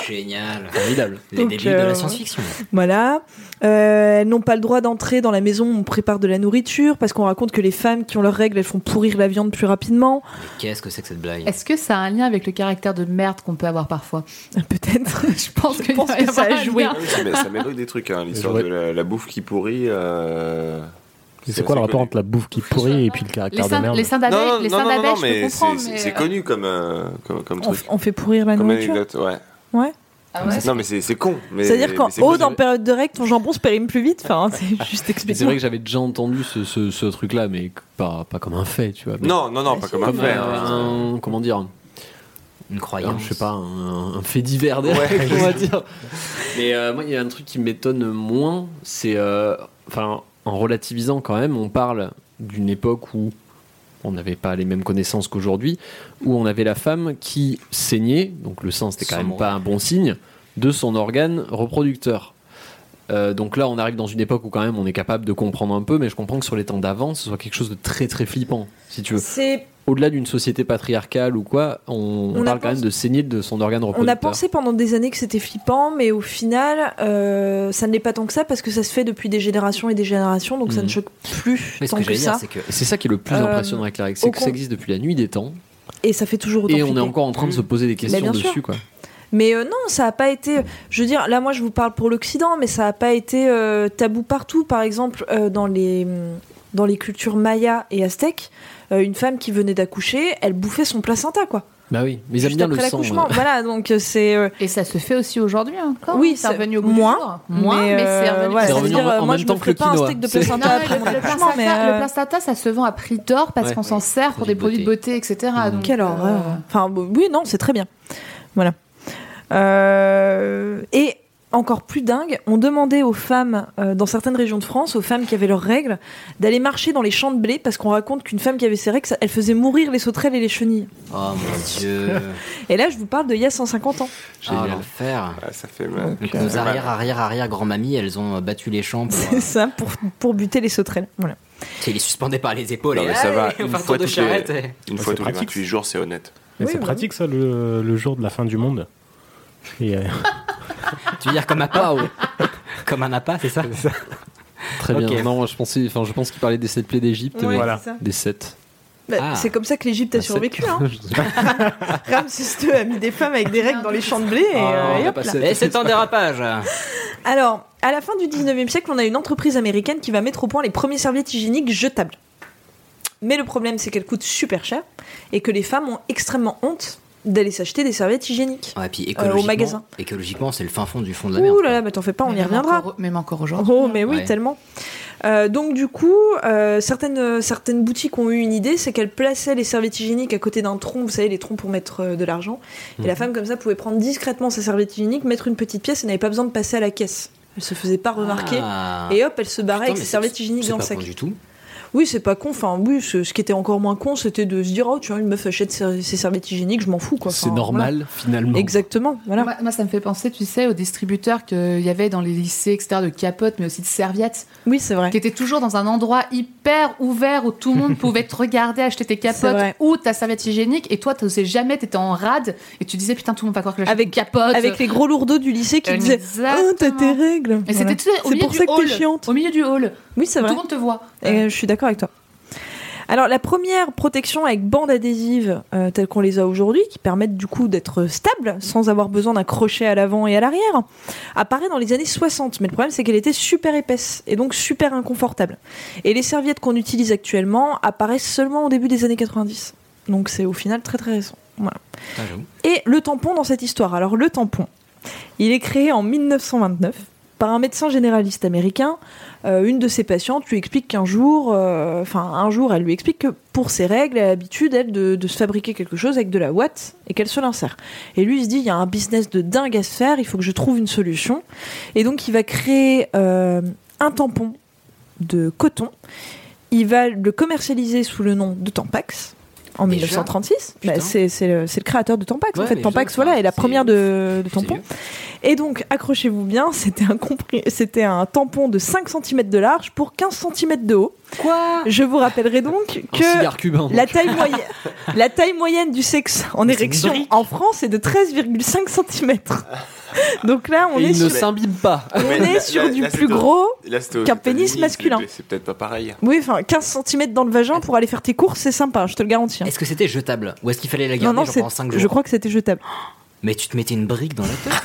Speaker 3: Génial.
Speaker 8: Formidable.
Speaker 3: Les
Speaker 1: Donc,
Speaker 3: débuts de
Speaker 1: euh,
Speaker 3: la science-fiction.
Speaker 1: Voilà. Euh, elles n'ont pas le droit d'entrer dans la maison où on prépare de la nourriture parce qu'on raconte que les femmes qui ont leurs règles, elles font pourrir la viande plus rapidement. <laughs>
Speaker 3: Qu'est-ce que c'est que cette blague
Speaker 2: Est-ce que ça a un lien avec le caractère de merde qu'on peut avoir parfois <laughs>
Speaker 1: Peut-être.
Speaker 2: Je pense que,
Speaker 1: pense que ça a joué.
Speaker 10: Ah oui, ça mé- ça mélange des trucs, hein, l'histoire
Speaker 9: Ouais.
Speaker 10: de la, la bouffe qui pourrit. euh,
Speaker 9: C'est quoi le rapport entre la bouffe qui pourrit et puis le
Speaker 2: Les
Speaker 9: caractère de
Speaker 2: seins,
Speaker 9: merde
Speaker 2: les seins d'abeille, les seins d'abeille, je peux
Speaker 10: mais c'est-
Speaker 2: comprendre.
Speaker 10: c'est
Speaker 2: mais,
Speaker 10: c'est
Speaker 2: euh,
Speaker 10: connu comme, euh, comme, comme
Speaker 1: On,
Speaker 10: truc.
Speaker 1: on fait pourrir la
Speaker 10: Comme
Speaker 1: nourriture.
Speaker 10: anecdote, ouais.
Speaker 2: ah ouais
Speaker 10: Non, mais c'est c'est con. mais-
Speaker 1: C'est-à-dire
Speaker 10: mais
Speaker 1: qu'en
Speaker 10: c'est
Speaker 1: haut,
Speaker 10: connu.
Speaker 1: en période de règles, ton jambon se périme plus vite. Enfin, hein, c'est juste
Speaker 7: Ah, Mais c'est vrai
Speaker 1: expliqué.
Speaker 7: que j'avais déjà entendu ce, ce- ce truc-là, mais pas, pas comme un fait, tu vois. mais
Speaker 10: Non, non, non, pas comme un
Speaker 7: Comme
Speaker 10: vrai. hein.
Speaker 7: un, comment dire
Speaker 3: Une
Speaker 7: un,
Speaker 3: croyance.
Speaker 7: Je sais pas, un, un fait divers derrière, on va dire. Mais euh, moi, il y a un truc qui m'étonne moins, c'est. euh, Enfin, en relativisant quand même, on parle d'une époque où on n'avait pas les mêmes connaissances qu'aujourd'hui, où on avait la femme qui saignait, donc le sein c'était quand
Speaker 3: Sans
Speaker 7: même
Speaker 3: mourir.
Speaker 7: pas un bon signe, de son organe reproducteur. Euh, donc là, on arrive dans une époque où quand même on est capable de comprendre un peu, mais je comprends que sur les temps d'avant, ce soit quelque chose de très très flippant, si tu veux.
Speaker 1: C'est-
Speaker 7: Au-delà d'une société patriarcale ou quoi, on, on
Speaker 1: On a
Speaker 7: parle quand
Speaker 1: pensé-
Speaker 7: même de sénile de son organe
Speaker 1: On
Speaker 7: reproducteur.
Speaker 1: a pensé pendant des années que c'était flippant, mais au final, euh, ça ne l'est pas tant que ça parce que ça se fait depuis des générations et des générations, donc ça ne
Speaker 7: Mhm.
Speaker 1: choque plus
Speaker 7: Mais ce
Speaker 1: tant
Speaker 7: que
Speaker 1: que,
Speaker 7: j'allais dire,
Speaker 1: ça.
Speaker 7: c'est que c'est ça qui est le plus
Speaker 1: Euh,
Speaker 7: impressionnant avec la règle,
Speaker 1: au
Speaker 7: c'est que ça
Speaker 1: con-
Speaker 7: existe depuis la nuit des temps
Speaker 1: Et ça fait toujours autant
Speaker 7: et on est
Speaker 1: flipper.
Speaker 7: encore en train de se poser des
Speaker 1: Bah,
Speaker 7: questions
Speaker 1: bien sûr.
Speaker 7: dessus, quoi.
Speaker 1: Mais euh, non, ça n'a pas été. Je veux dire, là, moi, je vous parle pour l'Occident, mais ça n'a pas été euh, tabou partout. Par exemple, euh, dans, les, dans les cultures mayas et aztèques, euh, une femme qui venait d'accoucher, elle bouffait son placenta, quoi.
Speaker 7: Bah oui, mais ils aiment
Speaker 1: Juste
Speaker 7: bien le
Speaker 1: après
Speaker 7: sang.
Speaker 1: l'accouchement.
Speaker 7: euh.
Speaker 1: Voilà, donc euh, c'est.
Speaker 2: Et ça se fait aussi aujourd'hui encore.
Speaker 1: Oui,
Speaker 2: c'est
Speaker 1: c'est
Speaker 2: revenu au goût
Speaker 1: moins,
Speaker 2: du jour. Moins,
Speaker 1: mais,
Speaker 2: mais, c'est
Speaker 1: euh,
Speaker 2: revenu.
Speaker 1: voilà,
Speaker 7: C'est
Speaker 1: ça veut
Speaker 7: revenu
Speaker 1: dire,
Speaker 7: en-
Speaker 1: euh,
Speaker 7: en
Speaker 1: moi,
Speaker 7: même
Speaker 1: je me
Speaker 7: temps
Speaker 1: ferais
Speaker 7: que
Speaker 1: pas
Speaker 7: le
Speaker 1: un
Speaker 7: quinoa.
Speaker 1: steak de
Speaker 7: C'est-
Speaker 1: placenta
Speaker 2: Non, mais
Speaker 1: après mon
Speaker 2: le, le
Speaker 1: accouchement, mais.
Speaker 2: placenta, le
Speaker 1: euh,
Speaker 2: placenta, ça se vend à prix d'or parce
Speaker 1: Ouais.
Speaker 2: qu'on s'en sert pour des produits de beauté, etc. Donc,
Speaker 1: Quelle
Speaker 2: euh,
Speaker 1: horreur. Enfin, bon, oui, non, c'est très bien. Voilà. Euh, et encore plus dingue, on demandait aux femmes, euh, dans certaines régions de France, aux femmes qui avaient leurs règles, d'aller marcher dans les champs de blé parce qu'on raconte qu'une femme qui avait ses règles, ça- elle faisait mourir les sauterelles et les chenilles.
Speaker 3: Oh
Speaker 7: <laughs>
Speaker 3: mon dieu.
Speaker 1: Et là, je vous parle d'il y a 150 ans. <laughs>
Speaker 3: Ah, l'enfer.
Speaker 10: ça fait mal.
Speaker 3: Donc,
Speaker 10: Ça
Speaker 3: nos
Speaker 10: fait mal.
Speaker 3: arrière, arrière, arrière grand-mamies, elles ont euh, battu les champs pour.
Speaker 1: C'est ça, pour, pour buter les sauterelles. Voilà.
Speaker 3: Il est suspendu par les épaules.
Speaker 10: Non,
Speaker 3: et <laughs>
Speaker 10: mais ça va.
Speaker 3: allez, on
Speaker 10: Une
Speaker 3: fait un
Speaker 10: fois
Speaker 3: tour de
Speaker 10: tous les,
Speaker 3: charrette. et-
Speaker 10: une
Speaker 9: Ouais,
Speaker 10: fois
Speaker 9: c'est
Speaker 10: tous les
Speaker 9: pratique.
Speaker 10: 28 jours, c'est honnête.
Speaker 9: Mais
Speaker 1: Oui,
Speaker 9: c'est
Speaker 1: bah
Speaker 9: pratique ça, le, le jour de la fin du monde. Et, euh,
Speaker 3: Tu veux dire comme un pas ou- Comme un appât, c'est ça
Speaker 7: Très bien.
Speaker 3: Ok.
Speaker 7: Non, je pensais, enfin, je pense qu'il parlait des sept plaies d'Égypte.
Speaker 1: Ouais,
Speaker 7: mais-
Speaker 1: Voilà. c'est ça.
Speaker 7: Des sept.
Speaker 1: Bah,
Speaker 7: Ah.
Speaker 1: C'est comme ça que l'l'Égypte a
Speaker 7: Bah, c'est-
Speaker 1: survécu.
Speaker 7: <laughs>
Speaker 1: Hein. Ramsès II a mis des femmes avec des règles dans les champs de blé et, euh, et hop là.
Speaker 3: Et c'est un dérapage.
Speaker 1: Alors, à la fin du 19e siècle, on a une entreprise américaine qui va mettre au point les premiers serviettes hygiéniques jetables. Mais le problème, c'est qu'elles coûtent super cher et que les femmes ont extrêmement honte d'aller s'acheter des serviettes hygiéniques.
Speaker 3: Ouais, puis
Speaker 1: Euh,
Speaker 3: écologiquement,
Speaker 1: au magasin.
Speaker 3: écologiquement, c'est le fin fond du fond de la mer.
Speaker 1: Ouh là là, mais t'en fais pas, on
Speaker 2: Mais
Speaker 1: y
Speaker 2: même
Speaker 1: reviendra.
Speaker 2: encore- même encore aujourd'hui.
Speaker 1: Oh, mais oui,
Speaker 3: Ouais.
Speaker 1: tellement. Euh, donc du coup, euh, certaines, euh, certaines boutiques ont eu une idée, c'est qu'elles plaçaient les serviettes hygiéniques à côté d'un tronc, vous savez, les troncs pour mettre euh, de l'argent. Et la
Speaker 3: Mhm.
Speaker 1: femme comme ça pouvait prendre discrètement sa serviette hygiénique, mettre une petite pièce et n'avait pas besoin de passer à la caisse. Elle se faisait pas remarquer.
Speaker 3: Ah.
Speaker 1: Et hop, elle se barrait
Speaker 3: Putain,
Speaker 1: avec
Speaker 3: mais
Speaker 1: ses
Speaker 3: c'est-
Speaker 1: serviettes hygiéniques
Speaker 3: c'est
Speaker 1: dans le
Speaker 3: pas
Speaker 1: sac.
Speaker 3: con du tout.
Speaker 1: Oui, c'est pas con. Enfin, oui, ce, ce qui était encore moins con, c'était de se dire, oh, tu vois, une meuf achète ses, ses serviettes hygiéniques, je m'en fous, quoi.
Speaker 7: C'est
Speaker 1: Enfin,
Speaker 7: normal finalement.
Speaker 1: voilà. Exactement, voilà.
Speaker 2: Moi, moi, ça me fait penser, tu sais, aux distributeurs qu'il y avait dans les lycées, etc., de capotes, mais aussi de serviettes,
Speaker 1: Oui, c'est vrai.
Speaker 2: qui étaient toujours dans un endroit hyper ouvert où tout le
Speaker 1: <laughs>
Speaker 2: monde pouvait te regarder, acheter tes
Speaker 1: C'est
Speaker 2: capotes
Speaker 1: vrai.
Speaker 2: ou ta serviette hygiénique, et toi, tu sais jamais, t'étais en rade, et tu disais, putain, tout le monde va croire que j'achète une capote.
Speaker 1: Avec les gros lourdeaux du lycée qui disaient,
Speaker 2: Exactement.
Speaker 1: oh, t'as tes règles.
Speaker 2: Et
Speaker 1: Voilà.
Speaker 2: c'était tu sais, au
Speaker 1: C'est
Speaker 2: milieu
Speaker 1: pour
Speaker 2: du
Speaker 1: ça que t'es
Speaker 2: hall.
Speaker 1: chiante.
Speaker 2: Au milieu du hall.
Speaker 1: Oui, c'est
Speaker 2: Tout
Speaker 1: vrai.
Speaker 2: le monde te voit.
Speaker 1: Et je suis d'accord avec toi. Alors la première protection avec bande adhésive euh, telle qu'on les a aujourd'hui, qui permettent du coup d'être stables sans avoir besoin d'un crochet à l'avant et à l'arrière, apparaît dans les années 60. Mais le problème c'est qu'elle était super épaisse et donc super inconfortable. Et les serviettes qu'on utilise actuellement apparaissent seulement au début des années 90. Donc c'est au final très très récent. Voilà.
Speaker 3: Putain, Ah, j'avoue.
Speaker 1: Et le tampon dans cette histoire. Alors le tampon, il est créé en 1929 par un médecin généraliste américain. Euh, une de ses patientes lui explique qu'un jour, euh, enfin un jour, elle lui explique que pour ses règles, elle a l'habitude elle de, de se fabriquer quelque chose avec de la ouate et qu'elle se l'insère. Et lui il se dit il y a un business de dingue à se faire, il faut que je trouve une solution. Et donc il va créer euh, un tampon de coton. Il va le commercialiser sous le nom de Tampax. En
Speaker 3: Déjà
Speaker 1: 1936, Bah,
Speaker 3: Putain.
Speaker 1: c'est c'est le, c'est le créateur de Tampax. en
Speaker 3: Ouais,
Speaker 1: fait,
Speaker 3: mais
Speaker 1: Tampax,
Speaker 3: je-
Speaker 1: voilà, est la
Speaker 3: c'est-
Speaker 1: première de, de
Speaker 3: C'est
Speaker 1: tampon.
Speaker 3: vieux.
Speaker 1: Et donc, accrochez-vous bien, c'était un, compri- c'était un tampon de 5 cm de large pour 15 cm de haut.
Speaker 2: Quoi
Speaker 1: Je vous rappellerai donc
Speaker 7: Un
Speaker 1: que
Speaker 7: cigare
Speaker 3: hein.
Speaker 7: cubain.
Speaker 1: la taille, moyenne, la taille moyenne du sexe en
Speaker 7: Mais c'est une
Speaker 1: érection
Speaker 7: brique.
Speaker 1: en France est de 13,5 cm. Donc là, on
Speaker 7: Et
Speaker 1: est
Speaker 7: il ne
Speaker 1: sur, Ah,
Speaker 7: s'imbibe pas.
Speaker 1: on
Speaker 10: Mais
Speaker 1: est
Speaker 10: là-
Speaker 1: sur
Speaker 10: là-
Speaker 1: du
Speaker 10: là,
Speaker 1: plus
Speaker 10: c'est au-
Speaker 1: gros.
Speaker 10: là, c'est aux
Speaker 1: qu'un pénis
Speaker 10: États-Unis,
Speaker 1: masculin.
Speaker 10: c'est- C'est peut-être pas pareil.
Speaker 1: Oui, enfin, 15 cm dans le vagin pour aller faire tes courses, c'est sympa, je te le garantis. hein.
Speaker 3: Est-ce que c'était jetable Ou est-ce qu'il fallait la
Speaker 1: Non,
Speaker 3: garder
Speaker 1: non,
Speaker 3: genre
Speaker 1: c'est-
Speaker 3: pendant 5 jours
Speaker 1: je crois que c'était jetable.
Speaker 3: Mais tu te mettais une brique dans la <laughs> tête.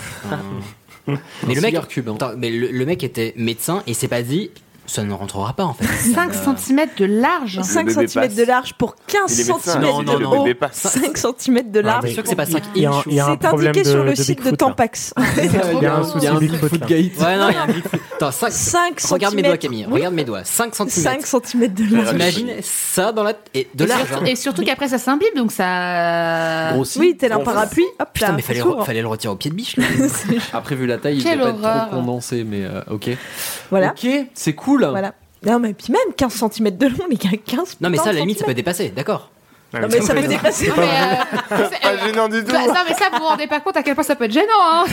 Speaker 3: Hum. mais le mec,
Speaker 7: cigare cubain.
Speaker 3: Attends, mais le, le mec était médecin et s'est pas dit ça ne rentrera pas en fait.
Speaker 2: 5
Speaker 3: Euh,
Speaker 2: cm de large.
Speaker 1: 5
Speaker 10: bébé
Speaker 1: cm
Speaker 10: passe.
Speaker 1: de large pour 15
Speaker 10: Il est médecin,
Speaker 1: cm
Speaker 10: non,
Speaker 1: de
Speaker 10: non, non,
Speaker 1: haut,
Speaker 10: le bébé passe.
Speaker 1: 5 cm de large.
Speaker 9: Ah,
Speaker 3: Je suis sûr que c'est pas 5
Speaker 9: il y a un, il y a un
Speaker 1: C'est
Speaker 9: problème
Speaker 1: indiqué
Speaker 9: de,
Speaker 1: sur le
Speaker 9: de
Speaker 1: site de
Speaker 9: Bigfoot, là.
Speaker 1: Tampax.
Speaker 9: Il y a un
Speaker 7: Il y
Speaker 9: souci
Speaker 7: a un
Speaker 9: Bigfoot,
Speaker 7: Bigfoot
Speaker 9: là.
Speaker 7: gate.
Speaker 3: Ouais, non, il y
Speaker 1: <laughs>
Speaker 3: a un Bigfoot. Attends, 5...
Speaker 1: 5 cm.
Speaker 3: <laughs> Regarde mes doigts, Camille. Regarde mes doigts. 5 cm.
Speaker 1: 5 cm de large.
Speaker 3: T'imagines ça dans la. Et de
Speaker 2: Et
Speaker 3: large.
Speaker 2: surtout-
Speaker 3: hein.
Speaker 2: Et surtout qu'après, ça s'imbibe, donc ça.
Speaker 7: Grossi.
Speaker 1: Ah. Oui, tel un parapluie. Hop là,
Speaker 3: Putain, mais
Speaker 1: ça
Speaker 3: fallait,
Speaker 1: s'ouvre. <laughs>
Speaker 3: fallait le retirer au pied de biche là.
Speaker 7: Après, vu la taille, il
Speaker 2: Quelle
Speaker 7: devait pas être
Speaker 2: horreur.
Speaker 7: trop condensé, mais euh, ok.
Speaker 1: Voilà.
Speaker 7: Ok, c'est cool.
Speaker 1: voilà. Non, mais puis même 15 cm de long, les gars, 15
Speaker 3: Oh. Non, mais ça, à la limite, ça
Speaker 1: c'est
Speaker 3: peut dépasser, d'accord.
Speaker 1: Non, mais ça peut dépasser.
Speaker 2: Non,
Speaker 1: <laughs>
Speaker 2: mais, euh, c'est-
Speaker 12: Pas gênant du tout.
Speaker 2: Bah, non, mais ça, vous vous rendez pas compte à quel point ça peut être gênant.
Speaker 3: <laughs>
Speaker 2: Hein.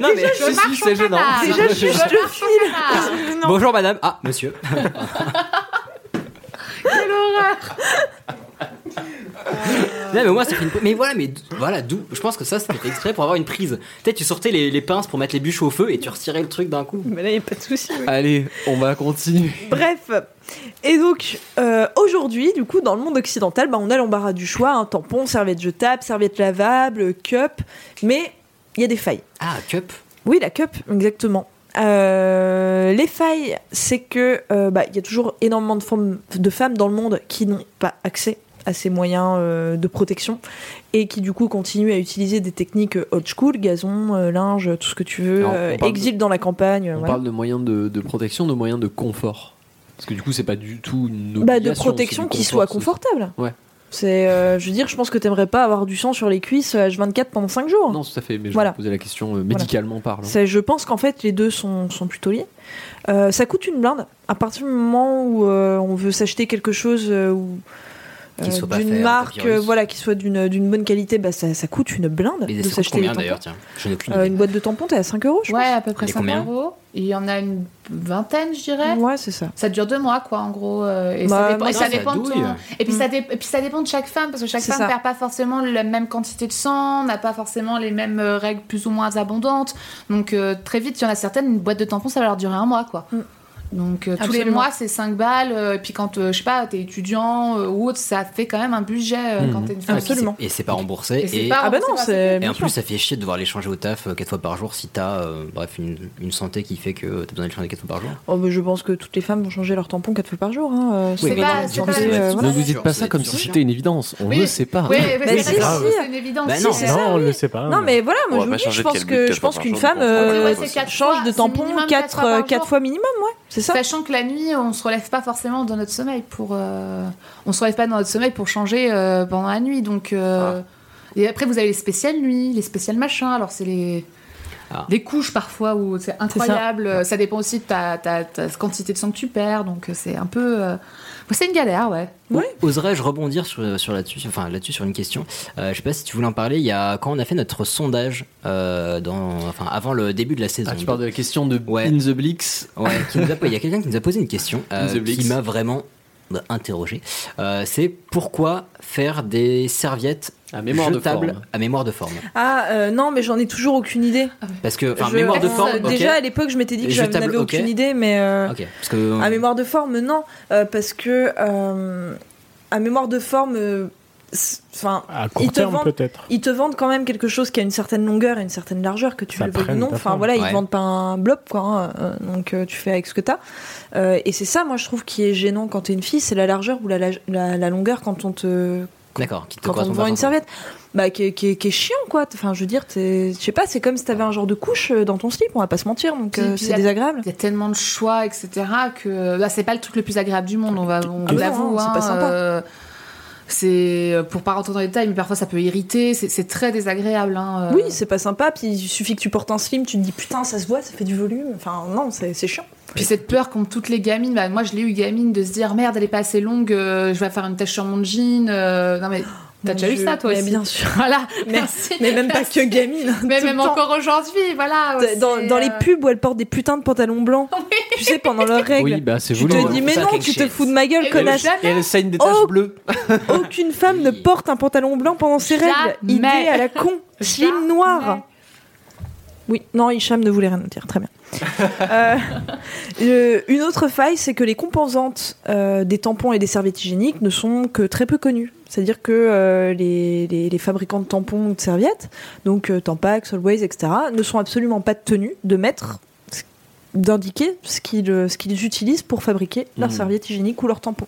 Speaker 3: Non, mais
Speaker 2: je marche au canard.
Speaker 1: Déjà, je
Speaker 3: <laughs>
Speaker 1: suis
Speaker 2: marche au canard.
Speaker 3: Bonjour madame. Ah, monsieur.
Speaker 2: Quelle horreur
Speaker 3: Non, mais moi, ça fait une. Mais voilà, mais d- voilà, d'où. Je pense que ça, c'était exprès pour avoir une prise. Peut-être tu sortais les, les pinces pour mettre les bûches au feu et tu retirais le truc d'un coup.
Speaker 1: Mais là, il a pas de souci. oui.
Speaker 7: Allez, on va continuer.
Speaker 3: Ah.
Speaker 1: Bref. Et donc, euh, aujourd'hui, du coup, dans le monde occidental, bah, on a l'embarras du choix hein, tampon, serviette jetable, serviette lavable, cup. Mais il y a des failles.
Speaker 3: Ah, cup
Speaker 1: Oui, la cup, exactement. Euh, les failles, c'est que euh, bah, il y a toujours énormément de, formes- de femmes dans le monde qui n'ont pas accès à ces moyens euh, de protection et qui du coup continuent à utiliser des techniques euh, old school, gazon, euh, linge, tout ce que tu veux,
Speaker 7: Alors, on
Speaker 1: euh,
Speaker 7: parle de-
Speaker 1: exil dans la campagne. euh,
Speaker 7: On
Speaker 1: voilà.
Speaker 7: parle de moyens de, de protection, de moyens de confort. Parce que du coup, c'est pas du tout une
Speaker 1: Bah, de
Speaker 7: obligation,
Speaker 1: protection
Speaker 7: c'est
Speaker 1: qui
Speaker 7: du confort,
Speaker 1: soit
Speaker 7: c'est-
Speaker 1: confortable.
Speaker 7: Ouais.
Speaker 1: C'est, euh, je veux dire, je pense que t'aimerais pas avoir du sang sur les cuisses euh, H24 pendant 5 jours.
Speaker 7: Non, tout à fait. Mais je
Speaker 1: Voilà.
Speaker 7: vous posais la question euh, médicalement parlant.
Speaker 1: C'est- je pense qu'en fait, les deux sont, sont plutôt liés. Euh, ça coûte une blinde. À partir du moment où euh, on veut s'acheter quelque chose euh, ou, euh,
Speaker 3: Qui soit pas fait
Speaker 1: d'une
Speaker 3: en
Speaker 1: marque,
Speaker 3: papyrus.
Speaker 1: euh, voilà, qui soit d'une d'une bonne qualité, bah, ça, ça coûte une blinde
Speaker 3: Mais
Speaker 1: de
Speaker 3: ça coûte
Speaker 1: s'acheter des
Speaker 3: combien
Speaker 1: tampons.
Speaker 3: d'ailleurs Tiens, je n'ai aucune
Speaker 1: Euh,
Speaker 3: idée.
Speaker 1: une boîte de tampons, t'es à 5 euros, je
Speaker 2: Ouais, à peu près
Speaker 3: Il est
Speaker 2: 5
Speaker 3: combien
Speaker 2: euros. Il y en a une vingtaine, je dirais.
Speaker 1: Ouais, c'est ça.
Speaker 2: Ça dure deux mois, quoi, en gros. euh, et,
Speaker 1: Bah,
Speaker 2: ça dépend,
Speaker 1: moi,
Speaker 2: et ça
Speaker 1: ça
Speaker 2: dépend de
Speaker 1: douille. Mm.
Speaker 2: ton- Et puis, ça dé- et puis ça dépend de chaque femme, parce que chaque
Speaker 1: C'est
Speaker 2: femme
Speaker 1: ça.
Speaker 2: ne perd pas forcément la même quantité de sang, n'a pas forcément les mêmes euh, règles plus ou moins abondantes. Donc, euh, très vite, il y en a certaines, une boîte de tampons, ça va leur durer un mois, quoi. Donc, euh, tous
Speaker 1: Mm.
Speaker 2: les
Speaker 1: Absolument.
Speaker 2: mois, c'est 5 balles. euh, et puis, quand, euh, je sais pas, t'es étudiant euh, ou autre, ça fait quand même un budget euh,
Speaker 7: Mm.
Speaker 2: quand t'es une
Speaker 3: Ah,
Speaker 2: femme.
Speaker 3: puis c'est- Et c'est pas remboursé.
Speaker 2: Et c'est pas
Speaker 1: Ah bah non,
Speaker 2: remboursé,
Speaker 1: c'est.
Speaker 3: Et
Speaker 1: bien
Speaker 3: en plus,
Speaker 1: sûr.
Speaker 3: ça fait chier de devoir les changer au taf 4 fois par jour si t'as euh, bref, une, une santé qui fait que t'as besoin de les changer 4 fois par jour.
Speaker 1: Oh, bah, je pense que toutes les femmes vont changer leurs tampons 4 fois par jour. hein, euh,
Speaker 2: Oui, mais
Speaker 1: pas-
Speaker 2: non,
Speaker 1: c'est
Speaker 2: c'est
Speaker 1: pas-
Speaker 2: pas-
Speaker 1: euh,
Speaker 2: c'est-
Speaker 1: voilà.
Speaker 7: Ne vous dites pas
Speaker 3: sûr,
Speaker 7: ça
Speaker 3: c'est
Speaker 7: comme
Speaker 3: sûr.
Speaker 7: si c'était une évidence. On
Speaker 2: Oui.
Speaker 7: ne sait pas.
Speaker 2: Oui, mais
Speaker 1: Bah,
Speaker 2: c'est
Speaker 1: si,
Speaker 2: pas
Speaker 1: si.
Speaker 2: grave, c'est une évidence.
Speaker 7: Bah non.
Speaker 2: c'est-
Speaker 1: ça,
Speaker 9: non, on
Speaker 1: oui.
Speaker 9: le sait pas.
Speaker 1: Non, mais voilà,
Speaker 10: On
Speaker 1: moi
Speaker 10: va
Speaker 1: je,
Speaker 10: pas
Speaker 1: vous dis,
Speaker 10: changer
Speaker 1: je
Speaker 10: de
Speaker 1: pense
Speaker 10: calbut
Speaker 1: que
Speaker 10: quatre
Speaker 1: je
Speaker 10: fois
Speaker 1: pense
Speaker 10: par
Speaker 1: qu'une
Speaker 10: jour,
Speaker 1: femme
Speaker 10: donc on va
Speaker 1: euh,
Speaker 10: pas
Speaker 2: passer quatre
Speaker 1: change
Speaker 2: fois,
Speaker 1: de
Speaker 2: c'est
Speaker 1: tampon
Speaker 2: minimum
Speaker 1: 4
Speaker 2: quatre fois par jour.
Speaker 1: fois minimum, ouais, c'est ça.
Speaker 2: Sachant que la nuit, on se relève pas forcément dans notre sommeil pour. euh, on se relève pas dans notre sommeil pour changer euh, pendant la nuit. Donc. euh,
Speaker 1: Ah.
Speaker 2: Et après, vous avez les spéciales nuits, les spéciales machins. Alors, c'est les.
Speaker 3: Ah.
Speaker 2: Des couches parfois où c'est incroyable,
Speaker 1: Ah.
Speaker 2: Euh, ça. dépend aussi de ta, ta- ta quantité de sang que tu perds, donc euh, c'est un peu. euh, C'est une galère, ouais.
Speaker 3: Oserais-je rebondir sur, sur là-dessus, enfin là-dessus sur une question. Euh, je sais pas si tu voulais en parler. Il y a quand on a fait notre sondage euh, dans, enfin avant le début de la saison.
Speaker 7: Ah, tu parles de la question de
Speaker 3: Ouais.
Speaker 7: In the Blix.
Speaker 3: Ouais, qui nous a- il y a quelqu'un qui nous a posé une question euh,
Speaker 7: In <laughs> the Blix.
Speaker 3: qui m'a vraiment bah, interrogé. Euh, c'est pourquoi faire des serviettes
Speaker 7: À mémoire de hein.
Speaker 3: jetables
Speaker 7: forme.
Speaker 3: à mémoire de forme
Speaker 1: Ah euh, non, mais j'en ai toujours aucune idée.
Speaker 3: Parce que enfin
Speaker 1: Je-
Speaker 3: mémoire de
Speaker 1: euh,
Speaker 3: forme. ok.
Speaker 1: Déjà à l'époque, je m'étais dit que je
Speaker 3: Jetable,
Speaker 1: n'avais
Speaker 3: ok.
Speaker 1: aucune idée, mais euh,
Speaker 3: Ok, parce que
Speaker 1: à mémoire de forme, non, Euh, parce que euh, à mémoire de forme, euh, c'est- enfin,
Speaker 9: À
Speaker 1: ils
Speaker 9: court
Speaker 1: te
Speaker 9: terme,
Speaker 1: vendent.
Speaker 9: peut-être.
Speaker 1: Ils te vendent quand même quelque chose qui a une certaine longueur et une certaine largeur, que tu
Speaker 9: Ça
Speaker 1: le veuilles ou
Speaker 9: prenne
Speaker 1: non.
Speaker 9: ta
Speaker 1: Enfin
Speaker 9: forme.
Speaker 1: voilà, ils
Speaker 3: Ouais.
Speaker 1: te vendent pas un blob, quoi. hein. Euh, Donc euh, tu fais avec ce que t'as. Euh, et c'est ça, moi, je trouve, qui est gênant quand t'es une fille, c'est la largeur ou la, la- la- la longueur quand on te
Speaker 3: D'accord, qui te
Speaker 1: quand on
Speaker 3: correspond
Speaker 1: te
Speaker 3: pas
Speaker 1: vend une
Speaker 3: forcément.
Speaker 1: serviette, bah qui est, qui est- qui est chiant quoi. Enfin, je veux dire, t'es- je sais pas, c'est comme si t'avais un genre de couche euh, dans ton slip, on va pas se mentir, donc
Speaker 2: Puis-
Speaker 1: euh,
Speaker 2: puis
Speaker 1: c'est
Speaker 2: la-
Speaker 1: désagréable.
Speaker 2: Il y a tellement de choix, etc. que là, c'est pas le truc le plus agréable du monde, on va on
Speaker 1: Ah bah
Speaker 2: l'avoue.
Speaker 1: non, c'est
Speaker 2: hein,
Speaker 1: pas sympa.
Speaker 2: euh, c'est pour pas rentrer dans les détails, mais parfois ça peut irriter, c'est- c'est très désagréable. hein, euh.
Speaker 1: Oui, c'est pas sympa. Puis il suffit que tu portes un slim, tu te dis putain, ça se voit, ça fait du volume. Enfin, non, c'est c'est chiant.
Speaker 2: Puis cette peur qu'ont toutes les gamines, bah, moi je l'ai eu gamine de se dire merde, elle est pas assez longue, euh, je vais faire une tache sur mon jean. euh, Non mais t'as
Speaker 1: <gasps> Mon
Speaker 2: déjà eu
Speaker 1: Dieu.
Speaker 2: ça toi
Speaker 1: Mais
Speaker 2: aussi.
Speaker 1: bien sûr.
Speaker 2: <laughs> Voilà,
Speaker 1: Mais-
Speaker 2: merci.
Speaker 1: <laughs> Mais même pas
Speaker 2: <laughs>
Speaker 1: que gamine.
Speaker 2: Mais
Speaker 1: tout le
Speaker 2: même
Speaker 1: temps.
Speaker 2: encore aujourd'hui, voilà. c'est,
Speaker 1: Dans, dans les
Speaker 2: <laughs> euh,
Speaker 1: pubs où elles portent des putains de pantalons blancs, tu sais, pendant leurs règles.
Speaker 7: Oui, bah c'est
Speaker 1: tu
Speaker 7: voulu.
Speaker 1: te dis, mais
Speaker 3: Ça,
Speaker 1: non,
Speaker 3: quelque
Speaker 1: tu te
Speaker 3: chose.
Speaker 1: fous de ma gueule,
Speaker 2: Et
Speaker 1: connasse.
Speaker 2: le-
Speaker 7: Et elle saigne des taches
Speaker 1: Oh
Speaker 7: bleues.
Speaker 1: Aucune femme ne porte un pantalon blanc pendant ses règles.
Speaker 2: Jamais.
Speaker 1: Idée à la con. Slim
Speaker 2: Jamais.
Speaker 1: noir. Oui, non, Hicham ne voulait rien nous dire, très
Speaker 2: <laughs>
Speaker 1: bien. Euh, euh, une autre faille, c'est que les composantes euh, des tampons et des serviettes hygiéniques ne sont que très peu connues. C'est-à-dire que euh, les, les- les fabricants de tampons ou de serviettes, donc euh, Tampax, Always, etc., ne sont absolument pas tenus de mettre, d'indiquer ce qu'ils euh, ce qu'ils utilisent pour fabriquer leurs
Speaker 7: Mhm.
Speaker 1: serviettes hygiéniques ou leurs tampons.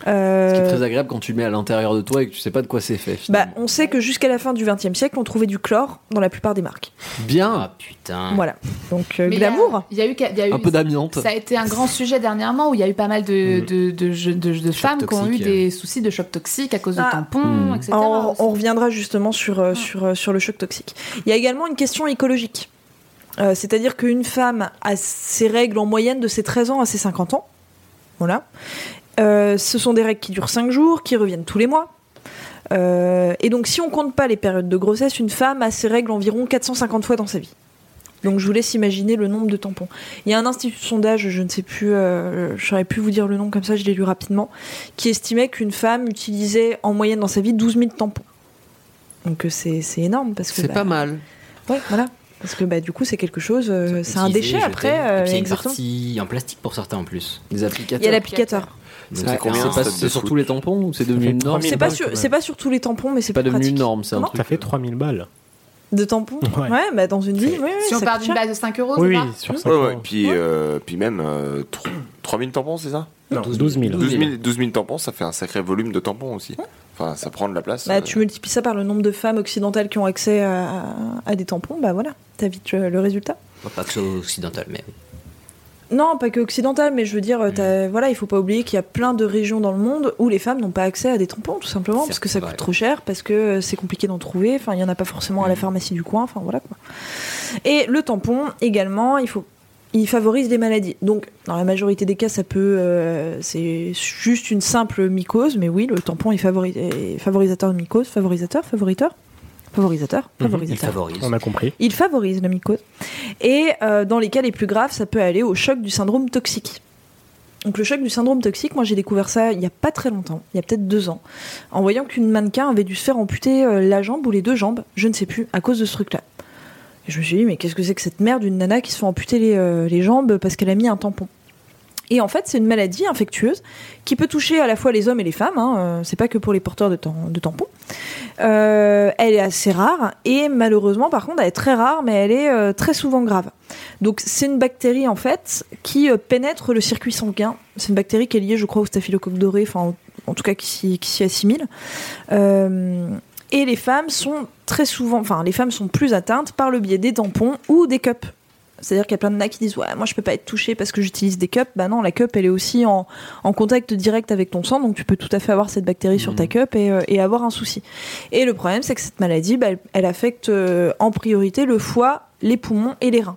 Speaker 7: Ce qui est
Speaker 1: Euh,
Speaker 7: très agréable quand tu le mets à l'intérieur de toi et que tu sais pas de quoi c'est fait.
Speaker 1: bah,
Speaker 7: finalement.
Speaker 1: on sait que jusqu'à la fin du XXe siècle, on trouvait du chlore dans la plupart des marques.
Speaker 7: Bien,
Speaker 3: Ah putain.
Speaker 1: Voilà. Donc, euh,
Speaker 2: mais il y a-
Speaker 1: glamour.
Speaker 2: Il y a eu, il y a
Speaker 1: Ah,
Speaker 2: eu
Speaker 7: un peu d'amiante.
Speaker 2: Ça a été un grand sujet dernièrement où il y a eu pas mal de, de, de, je- de- de femmes qui ont eu
Speaker 3: toxique,
Speaker 2: des soucis de choc toxique à cause de
Speaker 1: Ah.
Speaker 2: tampons,
Speaker 7: Mm.
Speaker 2: etc.
Speaker 1: On, on reviendra justement sur,
Speaker 2: Ah.
Speaker 1: euh, sur, euh, sur le choc toxique. Il y a également une question écologique. Euh, C'est-à-dire qu'une femme a ses règles en moyenne de ses 13 ans à ses 50 ans. Voilà. Euh, ce sont des règles qui durent 5 jours, qui reviennent tous les mois. Euh, et donc, si on compte pas les périodes de grossesse, une femme a ces règles environ 450 fois dans sa vie. Donc, je vous laisse imaginer le nombre de tampons. Il y a un institut de sondage, je ne sais plus, euh, je saurais plus vous dire le nom comme ça, je l'ai lu rapidement, qui estimait qu'une femme utilisait en moyenne dans sa vie 12 000 tampons. Donc, euh, c'est c'est énorme parce que.
Speaker 7: C'est
Speaker 1: bah,
Speaker 7: pas mal.
Speaker 1: Ouais, voilà. Parce que bah, du coup, c'est quelque chose, euh, c'est un déchet après.
Speaker 3: et
Speaker 1: euh,
Speaker 3: puis il y a une
Speaker 1: exactement.
Speaker 3: partie en plastique pour certains en plus.
Speaker 7: Des applicateurs.
Speaker 1: Il y a l'applicateur.
Speaker 3: Donc
Speaker 7: Ah,
Speaker 3: c'est combien,
Speaker 7: c'est pas-
Speaker 3: un stade
Speaker 7: C'est
Speaker 3: de
Speaker 7: sur
Speaker 3: foot
Speaker 7: tous les tampons ou c'est devenu une norme
Speaker 1: C'est pas, sur, c'est pas sur tous les tampons, mais c'est
Speaker 7: C'est pas
Speaker 1: plus
Speaker 7: devenu une
Speaker 1: pratique.
Speaker 7: norme, c'est un
Speaker 1: Comment
Speaker 7: truc. Ça
Speaker 9: fait 3000 balles.
Speaker 1: De tampons
Speaker 9: Ouais.
Speaker 1: Ouais, bah, dans une vie, oui, oui,
Speaker 2: Si on
Speaker 1: ça
Speaker 2: part
Speaker 1: coûte
Speaker 2: d'une
Speaker 1: cher.
Speaker 2: base de 5 euros, Oh, c'est ça
Speaker 10: Ouais, ouais. Puis, euh, puis même euh, tro- 3000 tampons, c'est ça
Speaker 9: Non, 12 000.
Speaker 10: 12 000, 12 000 tampons, ça fait un sacré volume de tampons aussi. Enfin, ça prend de la place.
Speaker 1: Bah,
Speaker 10: euh,
Speaker 1: tu multiplies ça par le nombre de femmes occidentales qui ont accès à, à des tampons, bah voilà, t'as vite euh, le résultat.
Speaker 3: Enfin, Pas que ce soit occidental, mais.
Speaker 1: Non, pas que occidentales, mais je veux dire, euh, t'as- voilà, il faut pas oublier qu'il y a plein de régions dans le monde où les femmes n'ont pas accès à des tampons, tout simplement, parce que ça coûte trop cher, parce que euh, c'est compliqué d'en trouver, enfin, il y en a pas forcément à la pharmacie du coin, enfin voilà quoi. Et le tampon, également, il faut. Il favorise les maladies. Donc, dans la majorité des cas, ça peut. euh, c'est juste une simple mycose, mais oui, le tampon est, favori- est favorisateur de mycose, favorisateur, favoriteur, favorisateur, favorisateur.
Speaker 9: On a compris.
Speaker 1: Il favorise la mycose. Et euh, dans les cas les plus graves, ça peut aller au choc du syndrome toxique. Donc le choc du syndrome toxique, moi j'ai découvert ça il n'y a pas très longtemps, il y a peut-être deux ans, en voyant qu'une mannequin avait dû se faire amputer euh, la jambe ou les deux jambes, je ne sais plus, à cause de ce truc-là. Et je me suis dit, mais qu'est-ce que c'est que cette merde d'une nana qui se fait amputer les, euh, les jambes parce qu'elle a mis un tampon et en fait, c'est une maladie infectieuse qui peut toucher à la fois les hommes et les femmes. hein, euh, c'est pas que pour les porteurs de, tam- de tampons. Euh, elle est assez rare et malheureusement, par contre, elle est très rare, mais elle est euh, très souvent grave. Donc, c'est une bactérie en fait qui euh, pénètre le circuit sanguin. C'est une bactérie qui est liée, je crois, au staphylocoque doré, enfin, en- en tout cas, qui s'y qui s'y assimile. Euh, et les femmes sont très souvent, enfin, les femmes sont plus atteintes par le biais des tampons ou des cups. C'est-à-dire qu'il y a plein de nanas qui disent ouais moi je peux pas être touchée parce que j'utilise des cups. Bah non la cup elle est aussi en, en contact direct avec ton sang donc tu peux tout à fait avoir cette bactérie sur ta cup et, euh, et avoir un souci. Et le problème c'est que cette maladie bah, elle, elle affecte euh, en priorité le foie, les poumons et les reins.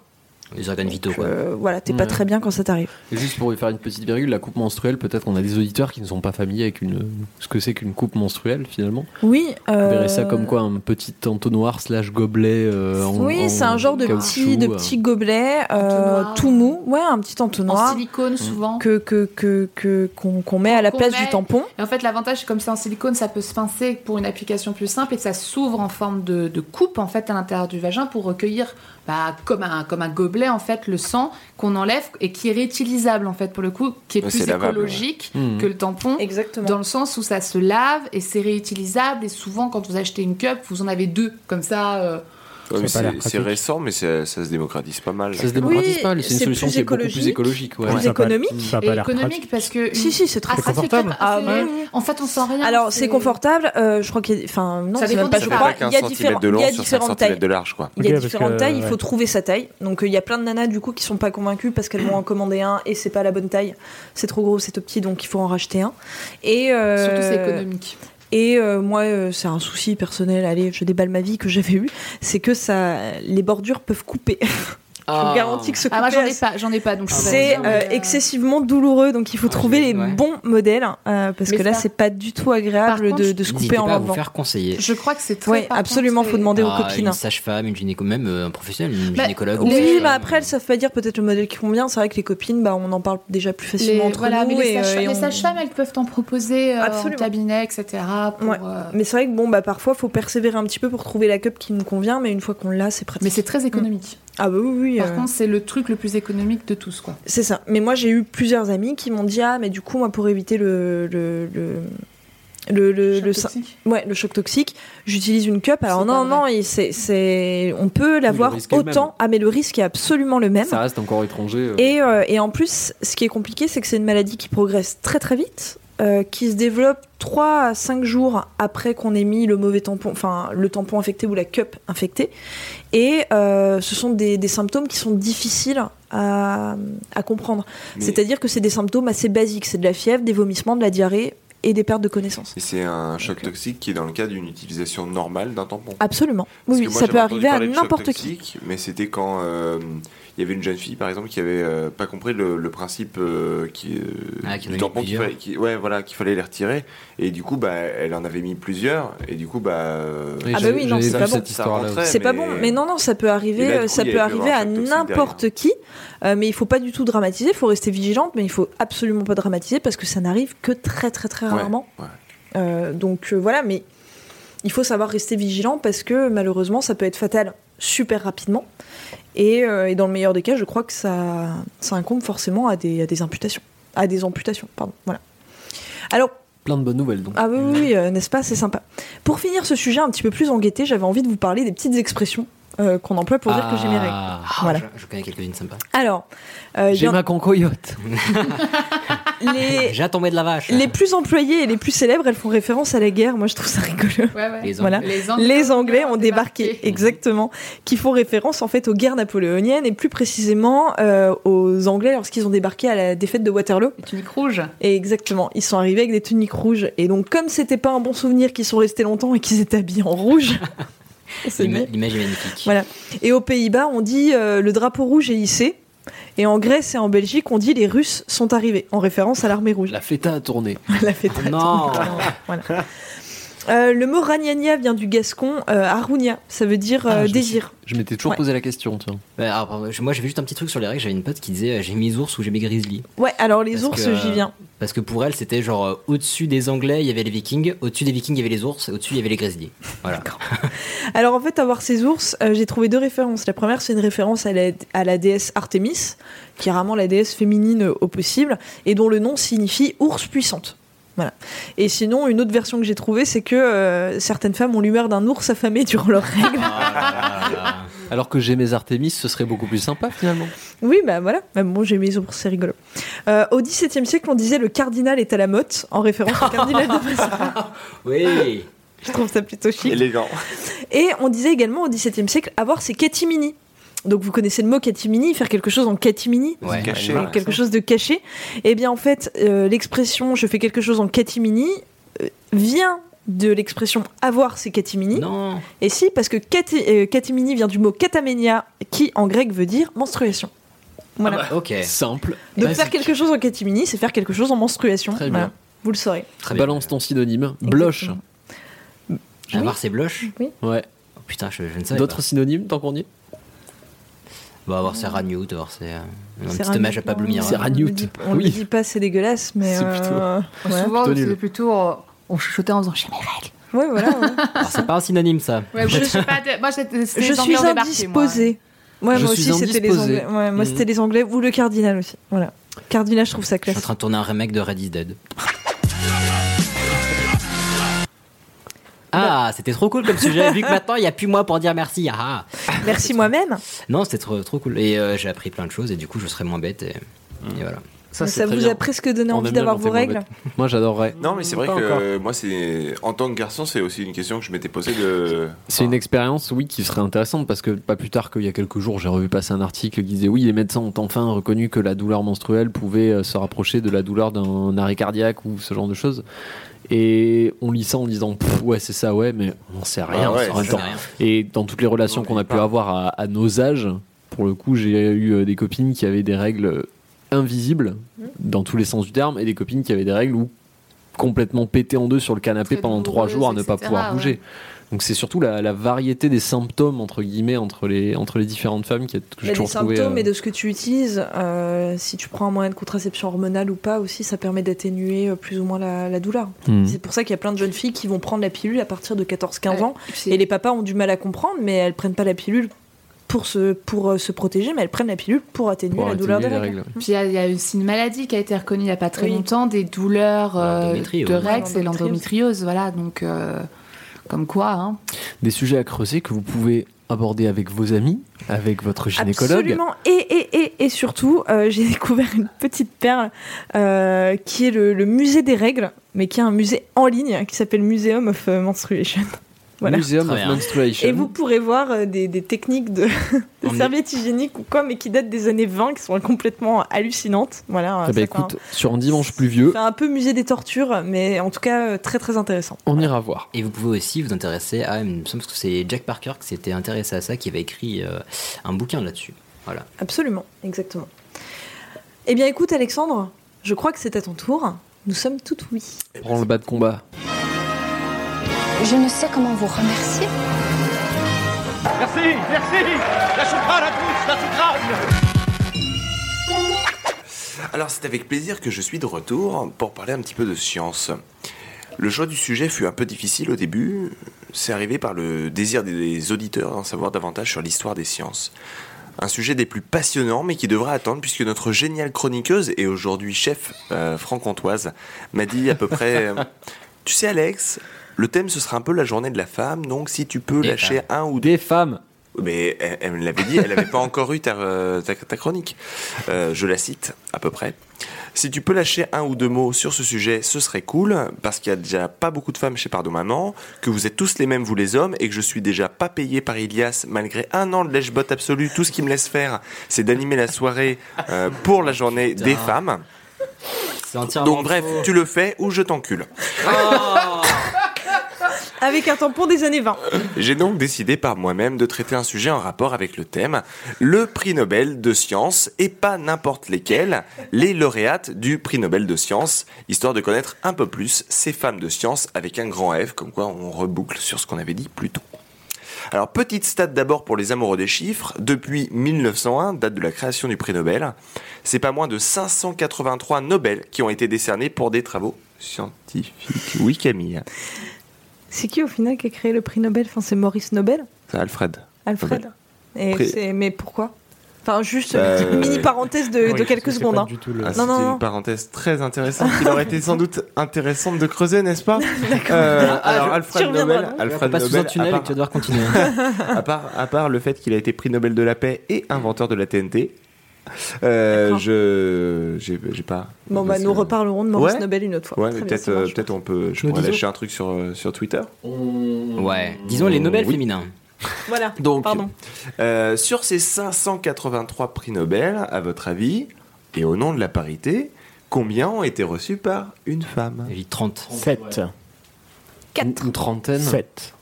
Speaker 3: Les organes vitaux,
Speaker 1: Donc,
Speaker 3: quoi.
Speaker 1: euh, voilà t'es pas
Speaker 7: Ouais.
Speaker 1: très bien quand ça t'arrive.
Speaker 7: Et Juste pour y faire une petite virgule, la coupe menstruelle, peut-être qu'on a des auditeurs qui ne sont pas familiers avec une, ce que c'est qu'une coupe menstruelle finalement.
Speaker 1: Oui.
Speaker 7: On
Speaker 1: euh,
Speaker 7: verrait ça comme quoi un petit entonnoir slash gobelet euh, en
Speaker 1: Oui,
Speaker 7: en
Speaker 1: c'est un genre de
Speaker 7: caoutchouc,
Speaker 1: petit, de
Speaker 7: euh.
Speaker 1: petit gobelet euh, tout mou, ouais, un petit entonnoir.
Speaker 2: En silicone, souvent.
Speaker 1: Que que que que- qu'on qu'on met à la
Speaker 2: qu'on
Speaker 1: place
Speaker 2: met.
Speaker 1: du tampon.
Speaker 2: Et en fait, l'avantage, c'est comme c'est en silicone, ça peut se pincer pour une application plus simple et que ça s'ouvre en forme de, de coupe en fait à l'intérieur du vagin pour recueillir, bah, comme un comme un gobelet en fait, le sang qu'on enlève et qui est réutilisable en fait pour le coup, qui est
Speaker 10: Ouais,
Speaker 2: plus
Speaker 10: c'est lavable,
Speaker 2: écologique
Speaker 10: ouais. Mhm.
Speaker 2: que le tampon.
Speaker 1: Exactement.
Speaker 2: Dans le sens où ça se lave et c'est réutilisable et souvent quand vous achetez une cup, vous en avez deux comme ça. euh,
Speaker 10: ouais, mais
Speaker 9: Ça a pas l'air
Speaker 10: c'est- c'est récent, mais ça, ça se démocratise pas mal.
Speaker 7: Ça se démocratise pas, c'est une solution qui est beaucoup plus écologique. ouais.
Speaker 1: plus économique.
Speaker 9: Ah,
Speaker 2: et économique parce que
Speaker 1: Si si, c'est très
Speaker 2: Ah, ça, c'est clair.
Speaker 1: Ah,
Speaker 2: Ah,
Speaker 1: ouais.
Speaker 2: c'est- En fait, on sent rien.
Speaker 1: Alors c'est confortable. euh, je crois qu'il y a, enfin non,
Speaker 2: Ça
Speaker 1: c'est même
Speaker 2: dépend
Speaker 1: pas.
Speaker 2: des
Speaker 1: Je
Speaker 2: tailles.
Speaker 1: crois
Speaker 2: Ça
Speaker 10: fait
Speaker 1: il y a
Speaker 10: 15
Speaker 1: différents,
Speaker 10: centimètres de
Speaker 1: il y a
Speaker 10: large sur 5
Speaker 1: différentes
Speaker 10: centimètres
Speaker 1: tailles.
Speaker 10: de large, quoi.
Speaker 1: Il y
Speaker 10: Ok,
Speaker 1: a
Speaker 10: parce
Speaker 1: différentes
Speaker 10: que,
Speaker 1: tailles. Il
Speaker 10: ouais.
Speaker 1: faut trouver sa taille. Donc euh, il y a plein de nanas du coup qui sont pas convaincues parce qu'elles vont en commander un et c'est pas la bonne taille. C'est trop gros, c'est trop petit, donc il faut en racheter un. Et euh,
Speaker 2: Surtout, c'est économique.
Speaker 1: Et euh, moi, euh, c'est un souci personnel. Allez, je déballe ma vie que j'avais eu. C'est que ça, les bordures peuvent couper. <laughs> Je vous garantis que ce
Speaker 2: Ah, moi,
Speaker 1: coupé
Speaker 2: j'en ai
Speaker 1: à-
Speaker 2: pas, j'en ai pas. Donc je peux pas
Speaker 1: c'est
Speaker 3: Ah,
Speaker 2: dire,
Speaker 3: bah,
Speaker 1: euh,
Speaker 2: mais, euh,
Speaker 1: excessivement douloureux, donc il faut trouver les bons modèles euh, parce
Speaker 2: Mais
Speaker 1: que là
Speaker 2: ça-
Speaker 1: c'est pas du tout agréable
Speaker 2: contre,
Speaker 1: de, de se couper
Speaker 3: N'hésitez
Speaker 1: en
Speaker 3: pas à vous
Speaker 1: lambant.
Speaker 3: faire conseiller.
Speaker 2: Je crois que c'est très.
Speaker 1: Oui,
Speaker 2: par contre,
Speaker 1: absolument, faut
Speaker 2: c'est-
Speaker 1: demander aux
Speaker 3: Ah,
Speaker 1: copines. hein.
Speaker 3: Une sage-femme, une gynéco, même euh, un professionnel, une
Speaker 1: Bah,
Speaker 3: gynécologue. ou
Speaker 1: oui,
Speaker 3: sage-femme.
Speaker 1: mais après elles savent pas dire peut-être le modèle qui convient. C'est vrai que les copines, bah, on en parle déjà plus
Speaker 2: Les,
Speaker 1: facilement entre
Speaker 2: voilà,
Speaker 1: nous.
Speaker 2: mais les
Speaker 1: et, euh,
Speaker 2: sages-
Speaker 1: et
Speaker 2: les
Speaker 1: on-
Speaker 2: sages-femmes, elles peuvent en proposer euh, en
Speaker 1: Absolument.
Speaker 2: cabinet, etc. pour,
Speaker 1: Ouais.
Speaker 2: euh,
Speaker 1: Mais c'est vrai que bon, bah parfois faut persévérer un petit peu pour trouver la cup qui nous convient, mais une fois qu'on l'a, c'est pratique. Mais
Speaker 2: c'est très économique.
Speaker 1: Ah bah oui, oui.
Speaker 2: Par
Speaker 1: euh,
Speaker 2: contre, c'est le truc le plus économique de tous, quoi.
Speaker 1: C'est ça. Mais moi, j'ai eu plusieurs amis qui m'ont dit Ah, mais du coup, moi, pour éviter le. le, le... Le, le, le sy- ouais, le choc toxique, j'utilise une cup. Alors, non, non, et c'est c'est- on peut l'avoir
Speaker 7: risque est le même.
Speaker 1: autant, ah, mais le risque est absolument le même.
Speaker 7: Ça reste encore étranger. euh.
Speaker 1: Et, euh, et en plus, ce qui est compliqué, c'est que c'est une maladie qui progresse très très vite, euh, qui se développe 3 à 5 jours après qu'on ait mis le mauvais tampon, enfin le tampon infecté ou la cup infectée. Et euh, ce sont des, des symptômes qui sont difficiles à, à comprendre.
Speaker 10: Mais-
Speaker 1: C'est-à-dire que c'est des symptômes assez basiques. C'est de la fièvre, des vomissements, de la diarrhée et des pertes de connaissances.
Speaker 10: Et c'est un choc toxique qui est dans le cas d'une utilisation normale d'un tampon.
Speaker 1: Absolument.
Speaker 10: Parce
Speaker 1: Oui,
Speaker 10: que
Speaker 1: oui,
Speaker 10: moi,
Speaker 1: ça
Speaker 10: j'avais
Speaker 1: peut
Speaker 10: entendu
Speaker 1: arriver à
Speaker 10: parler de choc
Speaker 1: n'importe qui.
Speaker 10: toxique, Mais c'était quand euh, il y avait une jeune fille, par exemple, qui avait euh, pas compris le, le principe euh, qui, euh,
Speaker 3: Ah, qu'il y en
Speaker 10: du
Speaker 3: a eu
Speaker 10: tampon qu'il
Speaker 3: plusieurs.
Speaker 10: fallait, qui- ouais, voilà, qu'il fallait les retirer. Et du coup, bah, elle en avait mis plusieurs. Et du coup, bah. euh,
Speaker 1: Ah bah oui, non, c'est pas bon.
Speaker 10: Ça rentrait,
Speaker 1: C'est pas
Speaker 10: mais-
Speaker 1: bon, mais non, non, ça peut
Speaker 10: Et
Speaker 1: arriver,
Speaker 10: là, du
Speaker 1: euh,
Speaker 10: coup,
Speaker 1: ça
Speaker 10: il y
Speaker 1: peut
Speaker 10: a eu
Speaker 1: arriver
Speaker 10: un
Speaker 1: à
Speaker 10: impact toxique
Speaker 1: n'importe qui, euh, mais il faut pas du tout dramatiser, il faut rester vigilante, mais il faut absolument pas dramatiser parce que ça n'arrive que très très très
Speaker 10: Ouais,
Speaker 1: rarement.
Speaker 10: ouais.
Speaker 1: Euh, donc euh, voilà, mais il faut savoir rester vigilant parce que malheureusement ça peut être fatal super rapidement. Et, euh, et dans le meilleur des cas, je crois que ça, ça incombe forcément à des, à des imputations. À des amputations, pardon. Voilà. Alors,
Speaker 8: Plein de bonnes nouvelles donc.
Speaker 1: ah oui, oui, oui, euh, n'est-ce pas C'est sympa. Pour finir ce sujet un petit peu plus en gaieté, j'avais envie de vous parler des petites expressions euh, qu'on emploie pour dire que j'ai mes règles.
Speaker 3: Ah,
Speaker 1: Voilà.
Speaker 3: Je, je connais quelques-unes sympas.
Speaker 1: Alors, euh, il y
Speaker 8: J'ai
Speaker 1: en-
Speaker 8: ma
Speaker 3: <laughs>
Speaker 8: concoyote. <laughs>
Speaker 1: les,
Speaker 3: Déjà tombé de la vache.
Speaker 1: les plus employées et les plus célèbres, elles font référence à la guerre. Moi, je trouve ça rigolo.
Speaker 2: Ouais, ouais.
Speaker 3: Les
Speaker 1: Voilà.
Speaker 2: Les Anglais.
Speaker 1: Les Anglais ont débarqué, exactement, qui font référence en fait aux guerres napoléoniennes et plus précisément euh, aux Anglais lorsqu'ils ont débarqué à la défaite de Waterloo.
Speaker 2: Les tuniques rouges.
Speaker 1: Et exactement, ils sont arrivés avec des tuniques rouges. Et donc, comme c'était pas un bon souvenir qu'ils sont restés longtemps et qu'ils étaient habillés en
Speaker 8: <laughs>
Speaker 1: rouge, on s'est
Speaker 3: L'ima-
Speaker 1: dit-
Speaker 3: L'image est magnifique.
Speaker 1: Voilà. Et aux Pays-Bas, on dit euh, le drapeau rouge est hissé. Et en Grèce et en Belgique, on dit les Russes sont arrivés, en référence à l'armée rouge.
Speaker 8: La feta a tourné.
Speaker 1: <laughs> La fête.
Speaker 3: Non
Speaker 1: Voilà. Euh, le mot ragnagna vient du gascon euh, arunia, ça veut dire euh,
Speaker 8: Ah, je me
Speaker 1: désir.
Speaker 8: Je m'étais toujours
Speaker 1: Ouais.
Speaker 8: posé la question, tiens.
Speaker 3: Bah, alors, je- moi j'avais juste un petit truc sur les règles, j'avais une pote qui disait euh, j'ai mis ours ou j'ai mis grizzly.
Speaker 1: Ouais, alors les
Speaker 3: Parce
Speaker 1: ours,
Speaker 3: que, euh,
Speaker 1: j'y viens.
Speaker 3: Parce que pour elle c'était genre euh, au-dessus des anglais il y avait les vikings, au-dessus des vikings il y avait les ours, et au-dessus il y avait les grizzlies. Voilà.
Speaker 1: Alors en fait, avoir ces ours, euh, j'ai trouvé deux références. La première, c'est une référence à la, à la déesse Artémis, qui est rarement la déesse féminine euh, au possible, et dont le nom signifie ours puissante. Voilà. Et sinon, une autre version que j'ai trouvée, c'est que euh, certaines femmes ont l'humeur d'un ours affamé durant leurs <laughs> règles.
Speaker 8: Alors que j'ai mes Artémis, ce serait beaucoup plus sympa finalement.
Speaker 1: Oui, bah voilà. Bah bon, j'ai mes ours, c'est rigolo. Euh, au XVIIe siècle, on disait le cardinal est à la motte, en référence au cardinal de Mazarin.
Speaker 3: <laughs> Oui
Speaker 1: <laughs> Je trouve ça plutôt chic.
Speaker 10: <laughs> Élégant.
Speaker 1: Et on disait également au XVIIe siècle, avoir ses catimini. Donc vous connaissez le mot catimini, faire quelque chose en catimini,
Speaker 3: Ouais.
Speaker 10: Caché.
Speaker 1: donc quelque chose de caché. Eh bien en fait, euh, l'expression je fais quelque chose en catimini euh, vient de l'expression avoir ses catimini.
Speaker 3: Non
Speaker 1: Et si, parce que cati- euh, catimini vient du mot kataménia, qui en grec veut dire menstruation. Voilà.
Speaker 3: Ok,
Speaker 8: Simple.
Speaker 1: Donc
Speaker 8: basique.
Speaker 1: faire quelque chose en catimini, c'est faire quelque chose en menstruation.
Speaker 8: Très
Speaker 1: Voilà.
Speaker 8: bien.
Speaker 1: Vous le saurez.
Speaker 3: très bien.
Speaker 8: Balance ton synonyme. Bloche.
Speaker 1: Exactement.
Speaker 3: Avoir ses bloches
Speaker 8: Ouais.
Speaker 3: Oh, Putain, je, je ne savais
Speaker 8: D'autres
Speaker 3: pas.
Speaker 8: synonymes tant qu'on y est
Speaker 3: Bah, avoir ses ragnout, avoir ses. euh, un
Speaker 1: C'est
Speaker 3: petit
Speaker 1: Ranute,
Speaker 3: hommage à Pablo
Speaker 1: non,
Speaker 3: Mira.
Speaker 8: C'est
Speaker 1: on
Speaker 8: Ranute,
Speaker 1: le dit- On
Speaker 8: oui.
Speaker 1: le dit pas, c'est dégueulasse,
Speaker 3: <laughs>
Speaker 1: mais.
Speaker 8: C'est
Speaker 1: euh, ouais.
Speaker 2: Souvent,
Speaker 8: Plutôt nul.
Speaker 2: c'est plutôt. euh, on chuchotait en faisant j'ai mes règles.
Speaker 1: Ouais, voilà. ouais.
Speaker 3: Alors, C'est pas un synonyme ça.
Speaker 2: Ouais, je suis pas. Moi, c'était c'était
Speaker 1: Je
Speaker 2: les Anglais
Speaker 1: suis
Speaker 2: ont débarqué, moi.
Speaker 1: indisposée. Moi,
Speaker 8: Je
Speaker 1: moi
Speaker 8: suis
Speaker 1: aussi, c'était les
Speaker 8: indisposée.
Speaker 1: Anglais. Ouais, moi,
Speaker 8: Mhm.
Speaker 1: c'était les Anglais ou le cardinal aussi. Voilà. Cardinal, je trouve ça
Speaker 3: Je suis en
Speaker 1: classe.
Speaker 3: train de tourner un remake de Red is Dead.
Speaker 2: Bah.
Speaker 3: Ah, c'était trop cool comme sujet, vu que maintenant il n'y a plus moi pour dire merci. Ah, ah.
Speaker 1: Merci moi-même.
Speaker 3: Non, c'était trop, trop cool. Et euh, j'ai appris plein de choses et du coup je serai moins bête. Et, et voilà.
Speaker 1: Ça, vous a presque donné
Speaker 8: On
Speaker 1: envie
Speaker 8: aime bien
Speaker 1: d'avoir
Speaker 8: quand
Speaker 1: vos
Speaker 8: t'es
Speaker 1: règles.
Speaker 8: mauvais. Moi j'adorerais.
Speaker 10: Non, mais c'est vrai
Speaker 13: Pas
Speaker 10: que
Speaker 13: encore.
Speaker 10: euh, moi, c'est en tant que garçon, c'est aussi une question que je m'étais posée de.
Speaker 8: C'est une expérience, oui, qui serait intéressante parce que pas plus tard qu'il y a quelques jours, j'ai revu passer un article qui disait oui, les médecins ont enfin reconnu que la douleur menstruelle pouvait euh, se rapprocher de la douleur d'un arrêt cardiaque ou ce genre de choses. Et on lit ça en disant Pff, ouais, c'est ça, ouais, mais on sait rien
Speaker 10: Ah ouais,
Speaker 8: en même
Speaker 10: ça
Speaker 8: temps.
Speaker 3: sert à rien.
Speaker 8: Et dans toutes les relations
Speaker 10: Non,
Speaker 8: qu'on a
Speaker 10: mais
Speaker 8: pu
Speaker 10: pas.
Speaker 8: avoir à, à nos âges, pour le coup, j'ai eu euh, des copines qui avaient des règles invisibles
Speaker 10: Mmh.
Speaker 8: dans tous les sens du terme et des copines qui avaient des règles où complètement pétées en deux sur le canapé
Speaker 2: Très
Speaker 8: pendant trois jours à ne
Speaker 2: douloureuses,
Speaker 8: pas
Speaker 2: etc.,
Speaker 8: pouvoir
Speaker 2: ouais.
Speaker 8: bouger. Donc c'est surtout la, la variété des symptômes entre guillemets entre les entre les différentes femmes qui est que j'ai
Speaker 1: Mais des
Speaker 8: toujours trouvé.
Speaker 1: symptômes
Speaker 8: euh,
Speaker 1: et de ce que tu utilises, euh, si tu prends un moyen de contraception hormonale ou pas aussi, ça permet d'atténuer euh, plus ou moins la, la douleur.
Speaker 8: hmm.
Speaker 1: C'est pour ça qu'il y a plein de jeunes filles qui vont prendre la pilule à partir de 14-15 ans.
Speaker 2: C'est-
Speaker 1: Et les papas ont du mal à comprendre, mais elles prennent pas la pilule pour se, pour euh, se protéger, mais elles prennent la pilule pour atténuer
Speaker 8: Pour
Speaker 1: la douleur des
Speaker 8: atténuer les
Speaker 1: règles.
Speaker 8: règles,
Speaker 2: Puis il y a- il y, a aussi une maladie qui a été reconnue il n'y a pas très
Speaker 1: Oui.
Speaker 2: longtemps, des douleurs euh,
Speaker 3: L'endométriose.
Speaker 2: de règles, c'est
Speaker 1: L'endométriose.
Speaker 2: l'endométriose, voilà. Donc, euh, comme quoi, hein.
Speaker 8: Des sujets à creuser que vous pouvez aborder avec vos amis, avec votre gynécologue.
Speaker 1: Absolument. Et, et, et, et surtout, euh, <laughs> j'ai découvert une petite perle euh, qui est le, le musée des règles, mais qui est un musée en ligne qui s'appelle Museum of euh, Menstruation. Voilà.
Speaker 8: Museum
Speaker 3: Très
Speaker 8: of
Speaker 3: bien.
Speaker 8: Menstruation.
Speaker 1: Et vous pourrez voir euh, des, des techniques
Speaker 8: <laughs>
Speaker 1: de, de
Speaker 3: Emmener-
Speaker 1: serviettes hygiéniques ou quoi, mais qui datent des années 20, qui sont complètement hallucinantes. Voilà.
Speaker 8: Eh ben,
Speaker 1: ça fait
Speaker 8: écoute,
Speaker 1: un-
Speaker 8: sur un dimanche pluvieux,
Speaker 1: ça fait un peu musée des tortures, mais en tout cas euh, très très intéressant.
Speaker 8: on ira voir.
Speaker 3: Et vous pouvez aussi vous intéresser à. Il me semble que c'est Jack Parker qui s'était intéressé à ça, qui avait écrit euh, un bouquin là-dessus. Voilà.
Speaker 1: Absolument, exactement. Eh bien, écoute, Alexandre, je crois que c'est à ton tour. Nous sommes tout oui.
Speaker 8: Prends le bas de combat.
Speaker 12: Je ne sais comment vous remercier.
Speaker 14: Merci, merci La choucrane à tous, la choucrane
Speaker 10: Alors c'est avec plaisir que je suis de retour pour parler un petit peu de science. Le choix du sujet fut un peu difficile au début. C'est arrivé par le désir des auditeurs d'en savoir davantage sur l'histoire des sciences. Un sujet des plus passionnants mais qui devra attendre puisque notre géniale chroniqueuse et aujourd'hui chef euh, franc-comtoise m'a dit à peu près... euh, tu sais Alex, le thème ce sera un peu la journée de la femme donc si tu peux
Speaker 8: Des
Speaker 10: lâcher
Speaker 8: femmes.
Speaker 10: un ou
Speaker 8: Des femmes
Speaker 10: mais elle, elle me l'avait dit, elle n'avait pas encore eu ta, euh, ta- ta chronique. Euh, je la cite à peu près. Si tu peux lâcher un ou deux mots sur ce sujet, ce serait cool, parce qu'il y a déjà pas beaucoup de femmes chez Pardon Maman, que vous êtes tous les mêmes, vous les hommes, et que je suis déjà pas payé par Ilias, malgré un an de lèche-botte absolue. Tout ce qui me laisse faire, c'est d'animer la soirée euh, pour la journée des femmes. Donc bref, tu le fais ou je t'encule.
Speaker 1: Avec un tampon des années 20.
Speaker 10: J'ai donc décidé par moi-même de traiter un sujet en rapport avec le thème, le prix Nobel de science, et pas n'importe lesquels, les lauréates du prix Nobel de science, histoire de connaître un peu plus ces femmes de science avec un grand F, comme quoi on reboucle sur ce qu'on avait dit plus tôt. Alors, petite stat d'abord pour les amoureux des chiffres. Depuis 1901, date de la création du prix Nobel, c'est pas moins de 583 Nobel qui ont été décernés pour des travaux scientifiques. Oui, Camille.
Speaker 1: C'est qui au final qui a créé le prix Nobel Enfin, c'est Maurice Nobel
Speaker 10: C'est Alfred.
Speaker 1: Alfred. Et
Speaker 10: Prix-
Speaker 1: c'est- Mais pourquoi Enfin, juste
Speaker 10: Bah,
Speaker 1: une mini
Speaker 10: euh,
Speaker 1: parenthèse
Speaker 9: Ah
Speaker 1: de, de quelques secondes. hein.
Speaker 10: Ah,
Speaker 1: Non,
Speaker 10: c'était
Speaker 1: non, non.
Speaker 10: une parenthèse très intéressante qu'il aurait été sans doute intéressante de creuser, n'est-ce pas Euh,
Speaker 1: Ah,
Speaker 10: Alors,
Speaker 1: je- tu
Speaker 10: Alfred
Speaker 1: reviendras,
Speaker 10: Nobel,
Speaker 1: non
Speaker 10: Alfred
Speaker 3: Pas sous un
Speaker 10: Nobel,
Speaker 3: tunnel
Speaker 10: à
Speaker 3: et
Speaker 10: part,
Speaker 3: tu vas devoir
Speaker 10: <laughs>
Speaker 3: continuer.
Speaker 10: à, part, à part le fait qu'il a été prix Nobel de la paix et inventeur de la TNT, euh, je. J'ai j'ai pas.
Speaker 1: Bon, bah, nous reparlerons de Maurice
Speaker 10: Ouais.
Speaker 1: Nobel une autre fois.
Speaker 10: Ouais,
Speaker 1: Très
Speaker 10: mais
Speaker 1: bien,
Speaker 10: peut-être
Speaker 1: ça marche.
Speaker 10: euh, peut-être on peut. Je
Speaker 3: Nous
Speaker 10: pourrais
Speaker 3: disons-
Speaker 10: lâcher un truc sur, euh, sur Twitter.
Speaker 3: Ouais, disons les Nobel
Speaker 10: Oui.
Speaker 3: féminins.
Speaker 1: Voilà.
Speaker 10: Donc,
Speaker 1: Pardon.
Speaker 10: euh, sur ces 583 prix Nobel, à votre avis, et au nom de la parité, combien ont été reçus par une femme
Speaker 3: J'ai 30.
Speaker 9: 7.
Speaker 2: Quatre.
Speaker 10: Une trentaine
Speaker 9: 7.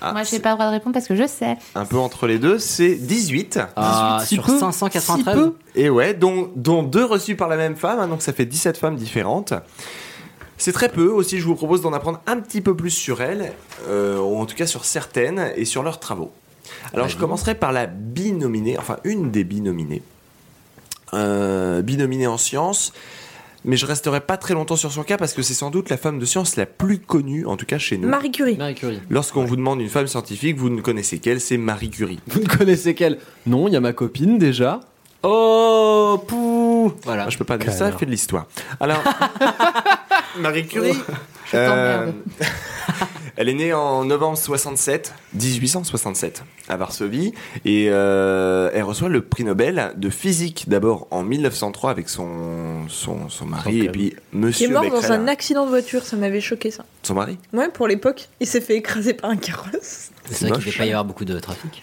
Speaker 2: Ah.
Speaker 10: Ah,
Speaker 2: Moi, j'ai pas le droit de répondre parce que je sais.
Speaker 10: Un peu entre les deux, c'est 18.
Speaker 3: Ah,
Speaker 10: 18, si
Speaker 3: sur
Speaker 10: peu.
Speaker 3: 593.
Speaker 10: Si peu. Et ouais, dont, dont deux reçus par la même femme, hein, donc ça fait 17 femmes différentes. C'est très peu, aussi je vous propose d'en apprendre un petit peu plus sur elles, euh, ou en tout cas sur certaines, et sur leurs travaux. Alors je commencerai par la binominée, enfin une des binominées. Euh, binominée en sciences, mais je resterai pas très longtemps sur son cas parce que c'est sans doute la femme de science la plus connue, en tout cas chez nous.
Speaker 1: Marie Curie.
Speaker 10: Lorsqu'on vous demande une femme scientifique, vous ne connaissez qu'elle, c'est Marie Curie.
Speaker 8: Vous ne connaissez qu'elle Non, il y a ma copine déjà.
Speaker 10: Oh, pou Voilà. Ah, Je peux pas dire ça,
Speaker 8: Calme.
Speaker 10: elle fait de l'histoire.
Speaker 1: <laughs>
Speaker 10: Alors, Marie Curie. euh, elle est née en novembre 67, 1867, à Varsovie, et euh, elle reçoit le prix Nobel de physique d'abord en 1903 avec son, son, son mari, et puis
Speaker 1: Qui
Speaker 10: Monsieur
Speaker 1: est mort dans
Speaker 10: Becquerel.
Speaker 1: un accident de voiture, ça m'avait choqué ça.
Speaker 10: Son mari
Speaker 1: Ouais, pour l'époque, il s'est fait écraser par un carrosse.
Speaker 3: C'est vrai qu'il ne devait pas y avoir beaucoup de trafic.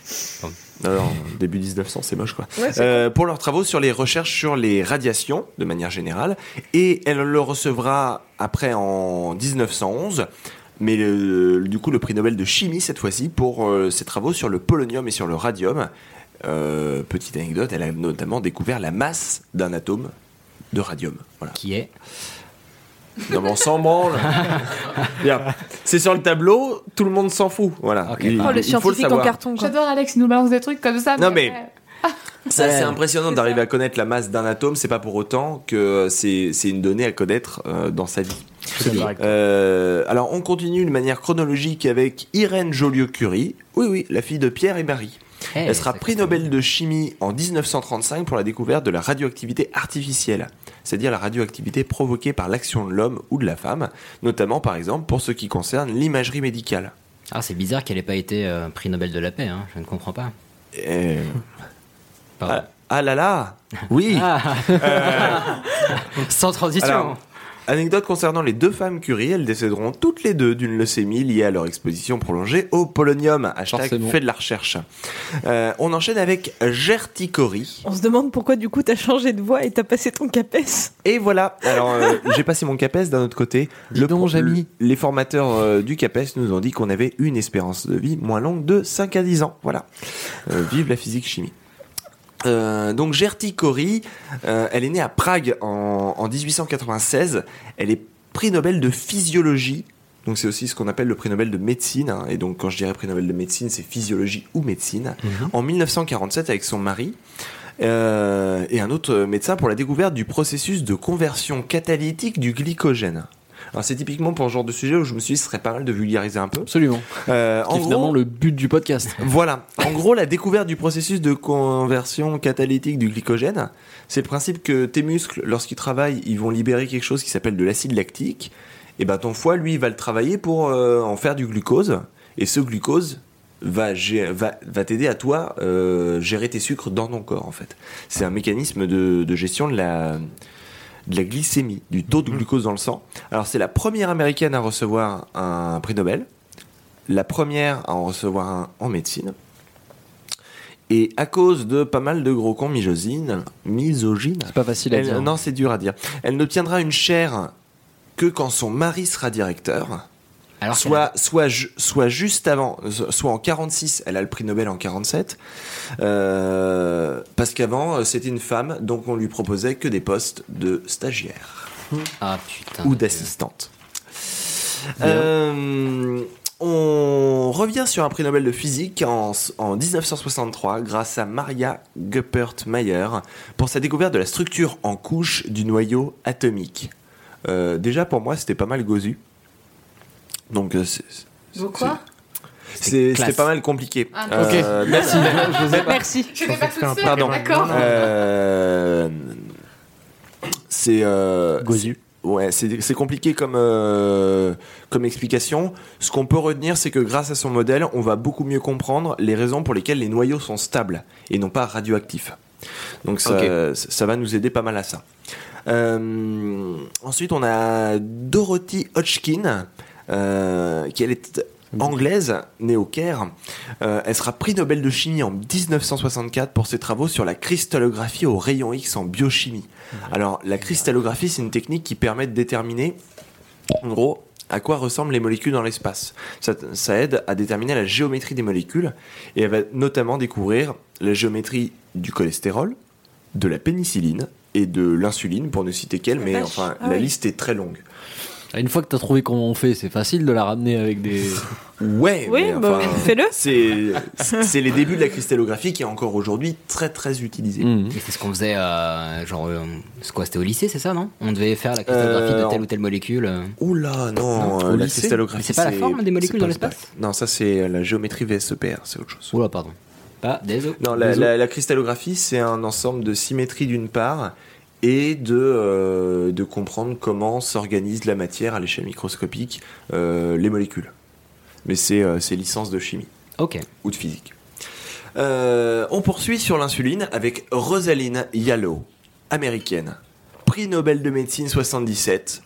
Speaker 10: Non, non, début 1900, c'est moche quoi.
Speaker 1: Ouais, c'est
Speaker 10: Euh, pour leurs travaux sur les recherches sur les radiations, de manière générale, et elle le recevra après en 1911, mais le- du coup le prix Nobel de chimie cette fois-ci pour euh, ses travaux sur le polonium et sur le radium. Euh, petite anecdote, elle a notamment découvert la masse d'un atome de radium. Voilà.
Speaker 3: Qui est
Speaker 10: Non mais on s'en <laughs> branle. Bien. C'est sur le tableau, tout le monde s'en fout. Voilà. Il-
Speaker 2: Oh, le
Speaker 10: il faut
Speaker 2: scientifique en
Speaker 10: savoir.
Speaker 2: J'adore Alex, il nous balance des trucs comme ça. euh,
Speaker 10: Non, mais-
Speaker 2: après-
Speaker 10: Ça,
Speaker 2: Ouais.
Speaker 10: c'est impressionnant d'arriver à connaître la masse d'un atome. C'est pas pour autant que c'est c'est une donnée à connaître euh, dans sa vie.
Speaker 9: Absolument.
Speaker 10: Euh, alors, on continue de manière chronologique avec Irène Joliot-Curie. Oui, oui, la fille de Pierre et Marie.
Speaker 3: Hey,
Speaker 10: Elle sera prix Nobel de chimie en 1935 pour la découverte de la radioactivité artificielle, c'est-à-dire la radioactivité provoquée par l'action de l'homme ou de la femme, notamment par exemple pour ce qui concerne l'imagerie médicale.
Speaker 3: Ah, c'est bizarre qu'elle n'ait pas été euh, prix Nobel de la paix, hein, je ne comprends pas.
Speaker 10: Et-
Speaker 3: Pardon.
Speaker 10: Ah, ah là là Oui Euh.
Speaker 3: Ah. <laughs> Sans transition.
Speaker 10: Alors, anecdote concernant les deux femmes Curie, elles décéderont toutes les deux d'une leucémie liée à leur exposition prolongée au polonium. Hashtag
Speaker 8: Forcément.
Speaker 10: fait de la recherche. Euh, on enchaîne avec Gerticori.
Speaker 1: On se demande pourquoi du coup t'as changé de voix et t'as passé ton capes.
Speaker 10: Et voilà. Alors, euh, j'ai passé mon CAPES d'un autre côté. le pro- le- les formateurs euh, du CAPES nous ont dit qu'on avait une espérance de vie moins longue de 5 à 10 ans. Voilà. Euh, vive la physique chimie. Euh, donc Gerty Cory, euh, elle est née à Prague en, en 1896. Elle est prix Nobel de physiologie. Donc c'est aussi ce qu'on appelle le prix Nobel de médecine. hein. Et donc quand je dirais prix Nobel de médecine, c'est physiologie ou médecine.
Speaker 15: Mhm.
Speaker 10: En 1947 avec son mari. euh, et un autre médecin pour la découverte du processus de conversion catalytique du glycogène. Alors c'est typiquement pour ce genre de sujet où je me suis dit ce serait pas mal de vulgariser un peu.
Speaker 7: Absolument.
Speaker 10: Euh,
Speaker 7: Qui est finalement
Speaker 10: le but du podcast. Voilà. En gros, la découverte du processus de conversion catalytique du glycogène, c'est le principe que tes muscles, lorsqu'ils travaillent, ils vont libérer quelque chose qui s'appelle de l'acide lactique. Et ben ton foie, lui, va le travailler pour euh, en faire du glucose. Et ce glucose va, gé- va, va t'aider à toi euh, gérer tes sucres dans ton corps, en fait. C'est un mécanisme de, de gestion de la, de la glycémie, du taux de glucose dans le sang. Alors c'est la première américaine à recevoir un prix Nobel, la première à en recevoir un en médecine. Et à cause de pas mal de gros cons misogynes, misogynes. C'est pas
Speaker 7: facile à dire.
Speaker 10: euh,
Speaker 8: hein
Speaker 10: Non, c'est dur à dire. Elle n'obtiendra une chaire que quand son mari sera directeur.
Speaker 3: Alors qu'elle
Speaker 10: soit, soit, ju- soit juste avant, so- soit en 46, elle a le prix Nobel en 47, euh, parce qu'avant euh, c'était une femme, donc on lui proposait que des postes de stagiaire
Speaker 3: Ah putain.
Speaker 10: ou d'assistante. Euh, on revient sur un prix Nobel de physique en, en 1963 grâce à Maria Geppert-Mayer pour sa découverte de la structure en couche du noyau atomique. Euh, déjà pour moi c'était pas mal gosu. Donc euh, c'est-
Speaker 2: Pourquoi
Speaker 10: c'est-
Speaker 2: classe.
Speaker 10: c'était pas mal compliqué.
Speaker 2: Ah,
Speaker 10: Euh,
Speaker 2: ok.
Speaker 10: merci.
Speaker 2: <laughs> Je sais pas.
Speaker 1: Ah, Merci.
Speaker 2: Je n'étais pas toute
Speaker 10: <laughs>
Speaker 2: seule,
Speaker 10: Pardon.
Speaker 2: d'accord.
Speaker 10: Euh, c'est. Euh, c'est- Ouais, c'est c'est compliqué comme, euh, comme explication. Ce qu'on peut retenir, c'est que grâce à son modèle, on va beaucoup mieux comprendre les raisons pour lesquelles les noyaux sont stables et non pas radioactifs. Donc ça, ça va nous aider pas mal à ça. Euh, ensuite, on a Dorothy Hodgkin, euh, qui elle est anglaise, née au Caire. Euh, elle sera prix Nobel de chimie en 1964 pour ses travaux sur la cristallographie au rayon X en biochimie. Alors, la cristallographie, c'est une technique qui permet de déterminer, en gros, à quoi ressemblent les molécules dans l'espace. Ça, ça aide à déterminer la géométrie des molécules et elle va notamment découvrir la géométrie du cholestérol, de la pénicilline et de l'insuline, pour ne citer qu'elle, mais
Speaker 7: vache.
Speaker 10: enfin,
Speaker 7: Ah
Speaker 10: la
Speaker 7: oui.
Speaker 10: liste est très longue.
Speaker 7: Une fois que t'as trouvé comment on fait, c'est facile de la ramener avec des.
Speaker 10: Ouais,
Speaker 7: Oui,
Speaker 10: mais
Speaker 7: bah,
Speaker 10: enfin,
Speaker 7: fais-le.
Speaker 10: <laughs> C'est c'est les débuts de la cristallographie qui est encore aujourd'hui très très utilisée.
Speaker 3: Et c'est ce qu'on faisait, euh, genre, euh, c'est quoi, c'était au lycée, c'est ça, non On devait faire la cristallographie
Speaker 10: Euh,
Speaker 3: de telle
Speaker 10: en-
Speaker 3: ou telle molécule. euh.
Speaker 10: Oula, non,
Speaker 3: Non,
Speaker 10: euh,
Speaker 3: au
Speaker 10: la
Speaker 3: lycée.
Speaker 10: cristallographie.
Speaker 3: Mais c'est pas la forme des
Speaker 10: c'est
Speaker 3: molécules
Speaker 10: pas
Speaker 3: dans
Speaker 10: le bac. Non, ça c'est la géométrie VSEPR, c'est autre chose.
Speaker 3: Oula, pardon. Ah, désolé.
Speaker 10: Non, la,
Speaker 3: Désolé.
Speaker 10: la- la cristallographie, c'est un ensemble de symétrie d'une part et de, euh, de comprendre comment s'organise la matière à l'échelle microscopique, euh, les molécules. Mais c'est euh, c'est licence de chimie.
Speaker 3: Ok.
Speaker 10: Ou de physique. Euh, on poursuit sur l'insuline avec Rosaline Yalow, américaine. Prix Nobel de médecine 77.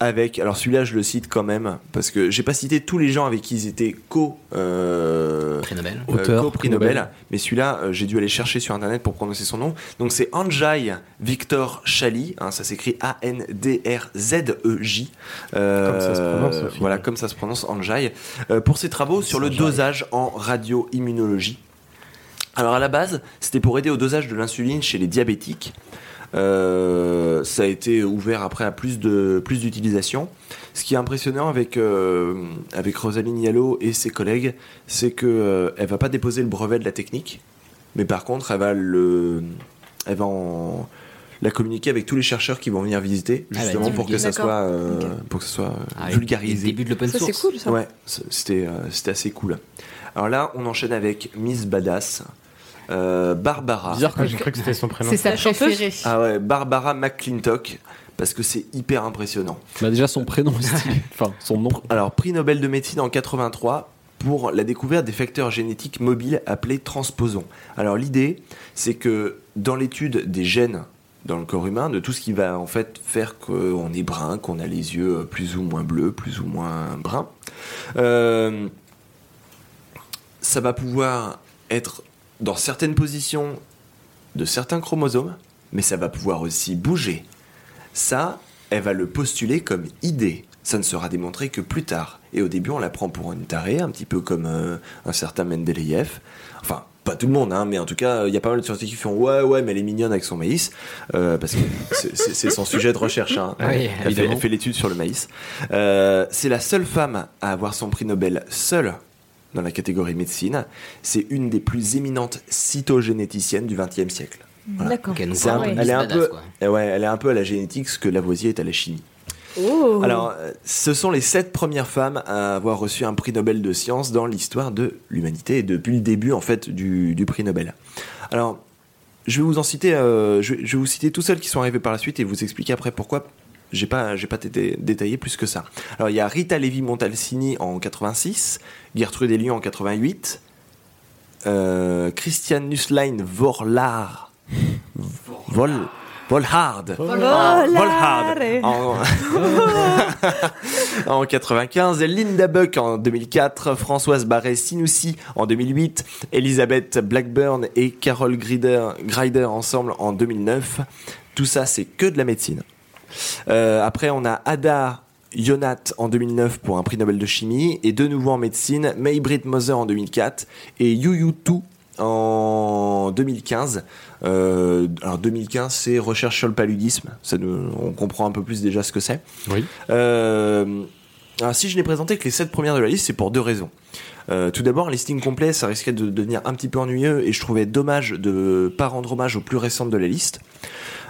Speaker 10: Avec, alors celui-là je le cite quand même, parce que j'ai pas cité tous les gens avec qui ils étaient co... euh,
Speaker 3: Prix Nobel.
Speaker 10: euh,
Speaker 3: Auteur,
Speaker 10: co-prix
Speaker 3: prix
Speaker 10: Nobel.
Speaker 3: Nobel.
Speaker 10: Mais celui-là, euh, j'ai dû aller chercher sur internet pour prononcer son nom. Donc c'est Anjay Victor Chali, hein, ça s'écrit A-N-D-R-Z-E-J. E Euh,
Speaker 9: Comme ça se prononce, au final.
Speaker 10: voilà, comme ça se prononce Anjay, euh, pour ses travaux sur le dosage en radioimmunologie. Alors à la base, c'était pour aider au dosage de l'insuline chez les diabétiques. Euh, ça a été ouvert après à plus de plus d'utilisation. Ce qui est impressionnant avec euh, avec Rosaline Yallo et ses collègues, c'est que euh, elle va pas déposer le brevet de la technique, mais par contre, elle va le elle va en- la communiquer avec tous les chercheurs qui vont venir visiter
Speaker 3: Ah, bah,
Speaker 10: justement pour que ça
Speaker 3: d'accord.
Speaker 10: soit euh, pour que ça soit euh,
Speaker 3: et-
Speaker 10: vulgarisé.
Speaker 3: et début de l'open Ça, c'est source. cool, ça.
Speaker 10: Ouais, c- c'était euh, c'était assez cool. Alors là, on enchaîne avec Miss Badass. euh, Barbara.
Speaker 9: Bizarre quand Ah, j'ai cru que c'était son prénom.
Speaker 2: C'est sa préférée.
Speaker 10: Ah ouais, Barbara McClintock, parce que c'est hyper impressionnant.
Speaker 7: Bah déjà son prénom, est stylé. enfin son nom.
Speaker 10: Alors, prix Nobel de médecine en 83 pour la découverte des facteurs génétiques mobiles appelés transposons. Alors, l'idée, c'est que dans l'étude des gènes dans le corps humain, de tout ce qui va en fait faire qu'on est brun, qu'on a les yeux plus ou moins bleus, plus ou moins bruns, euh, ça va pouvoir être dans certaines positions de certains chromosomes, mais ça va pouvoir aussi bouger. Ça, elle va le postuler comme idée. Ça ne sera démontré que plus tard. Et au début, on la prend pour une tarée, un petit peu comme euh, un certain Mendeleïev. Enfin, pas tout le monde, hein, mais en tout cas, il y a pas mal de scientifiques qui font ouais, ouais, mais elle est mignonne avec son maïs, euh, parce que c'est- c'est c'est son sujet de recherche. Hein.
Speaker 3: Oui,
Speaker 10: elle fait-
Speaker 3: évidemment.
Speaker 10: elle fait l'étude sur le maïs. Euh, c'est la seule femme à avoir son prix Nobel seule dans la catégorie médecine. C'est une des plus éminentes cytogénéticiennes du XXe siècle.
Speaker 1: D'accord.
Speaker 10: C'est
Speaker 1: C'est
Speaker 10: un- elle, est un
Speaker 1: peu-
Speaker 10: peu, eh ouais, elle est un peu à la génétique ce que Lavoisier est à la chimie.
Speaker 1: Oh.
Speaker 10: Alors, euh, ce sont les sept premières femmes à avoir reçu un prix Nobel de science dans l'histoire de l'humanité et depuis le début en fait du, du prix Nobel. Alors, je vais vous en citer, euh, je, vais- je vais vous citer tous celles qui sont arrivées par la suite et vous expliquer après pourquoi. J'ai pas, j'ai pas été détaillé plus que ça. Alors, il y a Rita Levi Montalcini en 86, Gertrude Elion en 88, euh, Christian Nusslein Vorlar. Vol. Volhard.
Speaker 9: Oh.
Speaker 1: Volhard.
Speaker 10: En, en <laughs> 95, Linda Buck en 2004, Françoise Barret Sinoussi en 2008, Elisabeth Blackburn et Carol Grider, Grider ensemble en 2009. Tout ça, c'est que de la médecine. Euh, après, on a Ada Yonat en 2009 pour un prix Nobel de chimie et de nouveau en médecine, Maybrit Moser en 2004 et Yu Yu Tu en 2015. Euh, alors 2015, c'est recherche sur le paludisme. Ça nous, on comprend un peu plus déjà ce que c'est.
Speaker 7: Oui.
Speaker 10: Euh, alors, si je n'ai présenté que les 7 premières de la liste, c'est pour deux raisons. Euh, tout d'abord, un listing complet, ça risquait de devenir un petit peu ennuyeux et je trouvais dommage de pas rendre hommage aux plus récentes de la liste.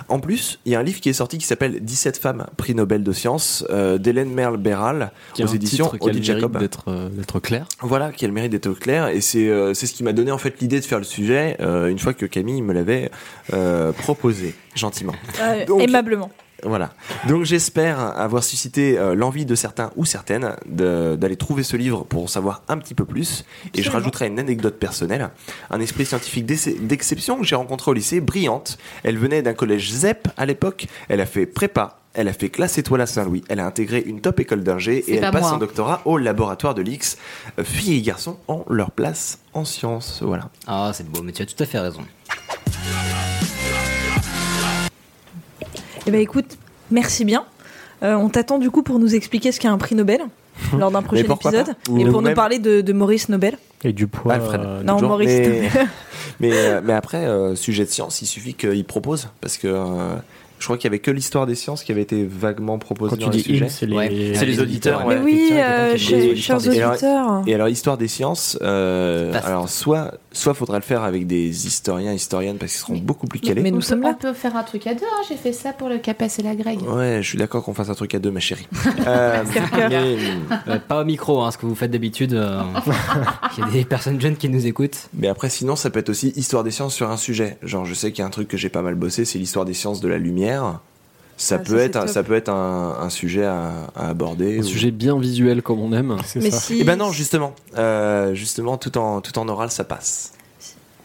Speaker 10: En plus, il y a un livre qui est sorti qui s'appelle 17 femmes prix Nobel de sciences euh, d'Hélène Merle-Béral
Speaker 7: Qui
Speaker 10: aux
Speaker 7: a un
Speaker 10: éditions
Speaker 7: titre qui a le
Speaker 10: Odile
Speaker 7: mérite
Speaker 10: Jacob.
Speaker 7: d'être euh, d'être clair.
Speaker 10: Voilà, qui a le mérite d'être clair et c'est euh, c'est ce qui m'a donné en fait l'idée de faire le sujet euh, une fois que Camille me l'avait euh, proposé gentiment.
Speaker 1: Euh, aimablement.
Speaker 10: Voilà. Donc j'espère avoir suscité euh, l'envie de certains ou certaines de- d'aller trouver ce livre pour en savoir un petit peu plus. Et je
Speaker 1: Absolument.
Speaker 10: rajouterai une anecdote personnelle. Un esprit scientifique d'ex- d'exception que j'ai rencontré au lycée, brillante. Elle venait d'un collège ZEP à l'époque. Elle a fait prépa. Elle a fait classe étoile à Saint-Louis. Elle a intégré une top école d'ingé
Speaker 2: C'est
Speaker 10: et elle
Speaker 2: pas
Speaker 10: passe
Speaker 2: moi.
Speaker 10: son doctorat au laboratoire de l'IX. Euh, Filles et garçons ont leur place en sciences. Voilà.
Speaker 3: Ah, c'est beau, mais tu as tout à fait raison.
Speaker 1: Eh ben écoute, merci bien. Euh, on t'attend du coup pour nous expliquer ce qu'est un prix
Speaker 10: <laughs>
Speaker 1: Nobel lors d'un prochain
Speaker 10: pourquoi pas
Speaker 1: épisode
Speaker 10: Ou
Speaker 1: et pour nous
Speaker 10: nous-mêmes.
Speaker 1: parler de, de Maurice Nobel.
Speaker 10: Et du poids.
Speaker 1: euh, Non, Maurice,
Speaker 10: Mais,
Speaker 1: t'es-
Speaker 10: mais, euh, mais après, euh, sujet de science, il suffit qu'il propose. Parce que euh, je crois qu'il n'y avait que l'histoire des sciences qui avait été vaguement proposée
Speaker 9: Quand tu
Speaker 10: dans
Speaker 9: dis
Speaker 10: le sujet.
Speaker 9: il, c'est les- Ouais, c'est les auditeurs,
Speaker 1: Mais
Speaker 10: <laughs> ouais.
Speaker 1: oui,
Speaker 10: Effectivement,
Speaker 1: euh,
Speaker 10: quelqu'un qui a
Speaker 1: chers-
Speaker 10: dit
Speaker 1: chers
Speaker 10: l'histoire des- et alors-
Speaker 1: auditeurs.
Speaker 10: Et alors, histoire des sciences, euh, alors soit, soit faudra le faire avec des historiens, historiennes, parce qu'ils seront beaucoup plus calés.
Speaker 2: On peut- On peut faire un truc à deux, hein, j'ai fait ça pour le Capes et la Greg.
Speaker 10: Ouais, je suis d'accord qu'on fasse un truc à deux, ma
Speaker 1: <laughs>
Speaker 10: chérie. Euh, mais-
Speaker 3: <laughs> Euh, pas au micro, hein, ce que vous faites d'habitude. euh, <laughs> Il y a des personnes jeunes qui nous écoutent.
Speaker 10: Mais après, sinon, ça peut être aussi histoire des sciences sur un sujet. Genre, je sais qu'il y a un truc que j'ai pas mal bossé, c'est l'histoire des sciences de la lumière. Ça,
Speaker 1: Ah, ça,
Speaker 10: peut,
Speaker 1: c'est
Speaker 10: être, un-
Speaker 1: top.
Speaker 10: ça peut être un, un sujet à, à aborder.
Speaker 7: Un sujet bien visuel comme on aime.
Speaker 1: Mais ça. si-
Speaker 10: Et ben non, justement, Euh, justement, tout en, tout en oral, ça passe.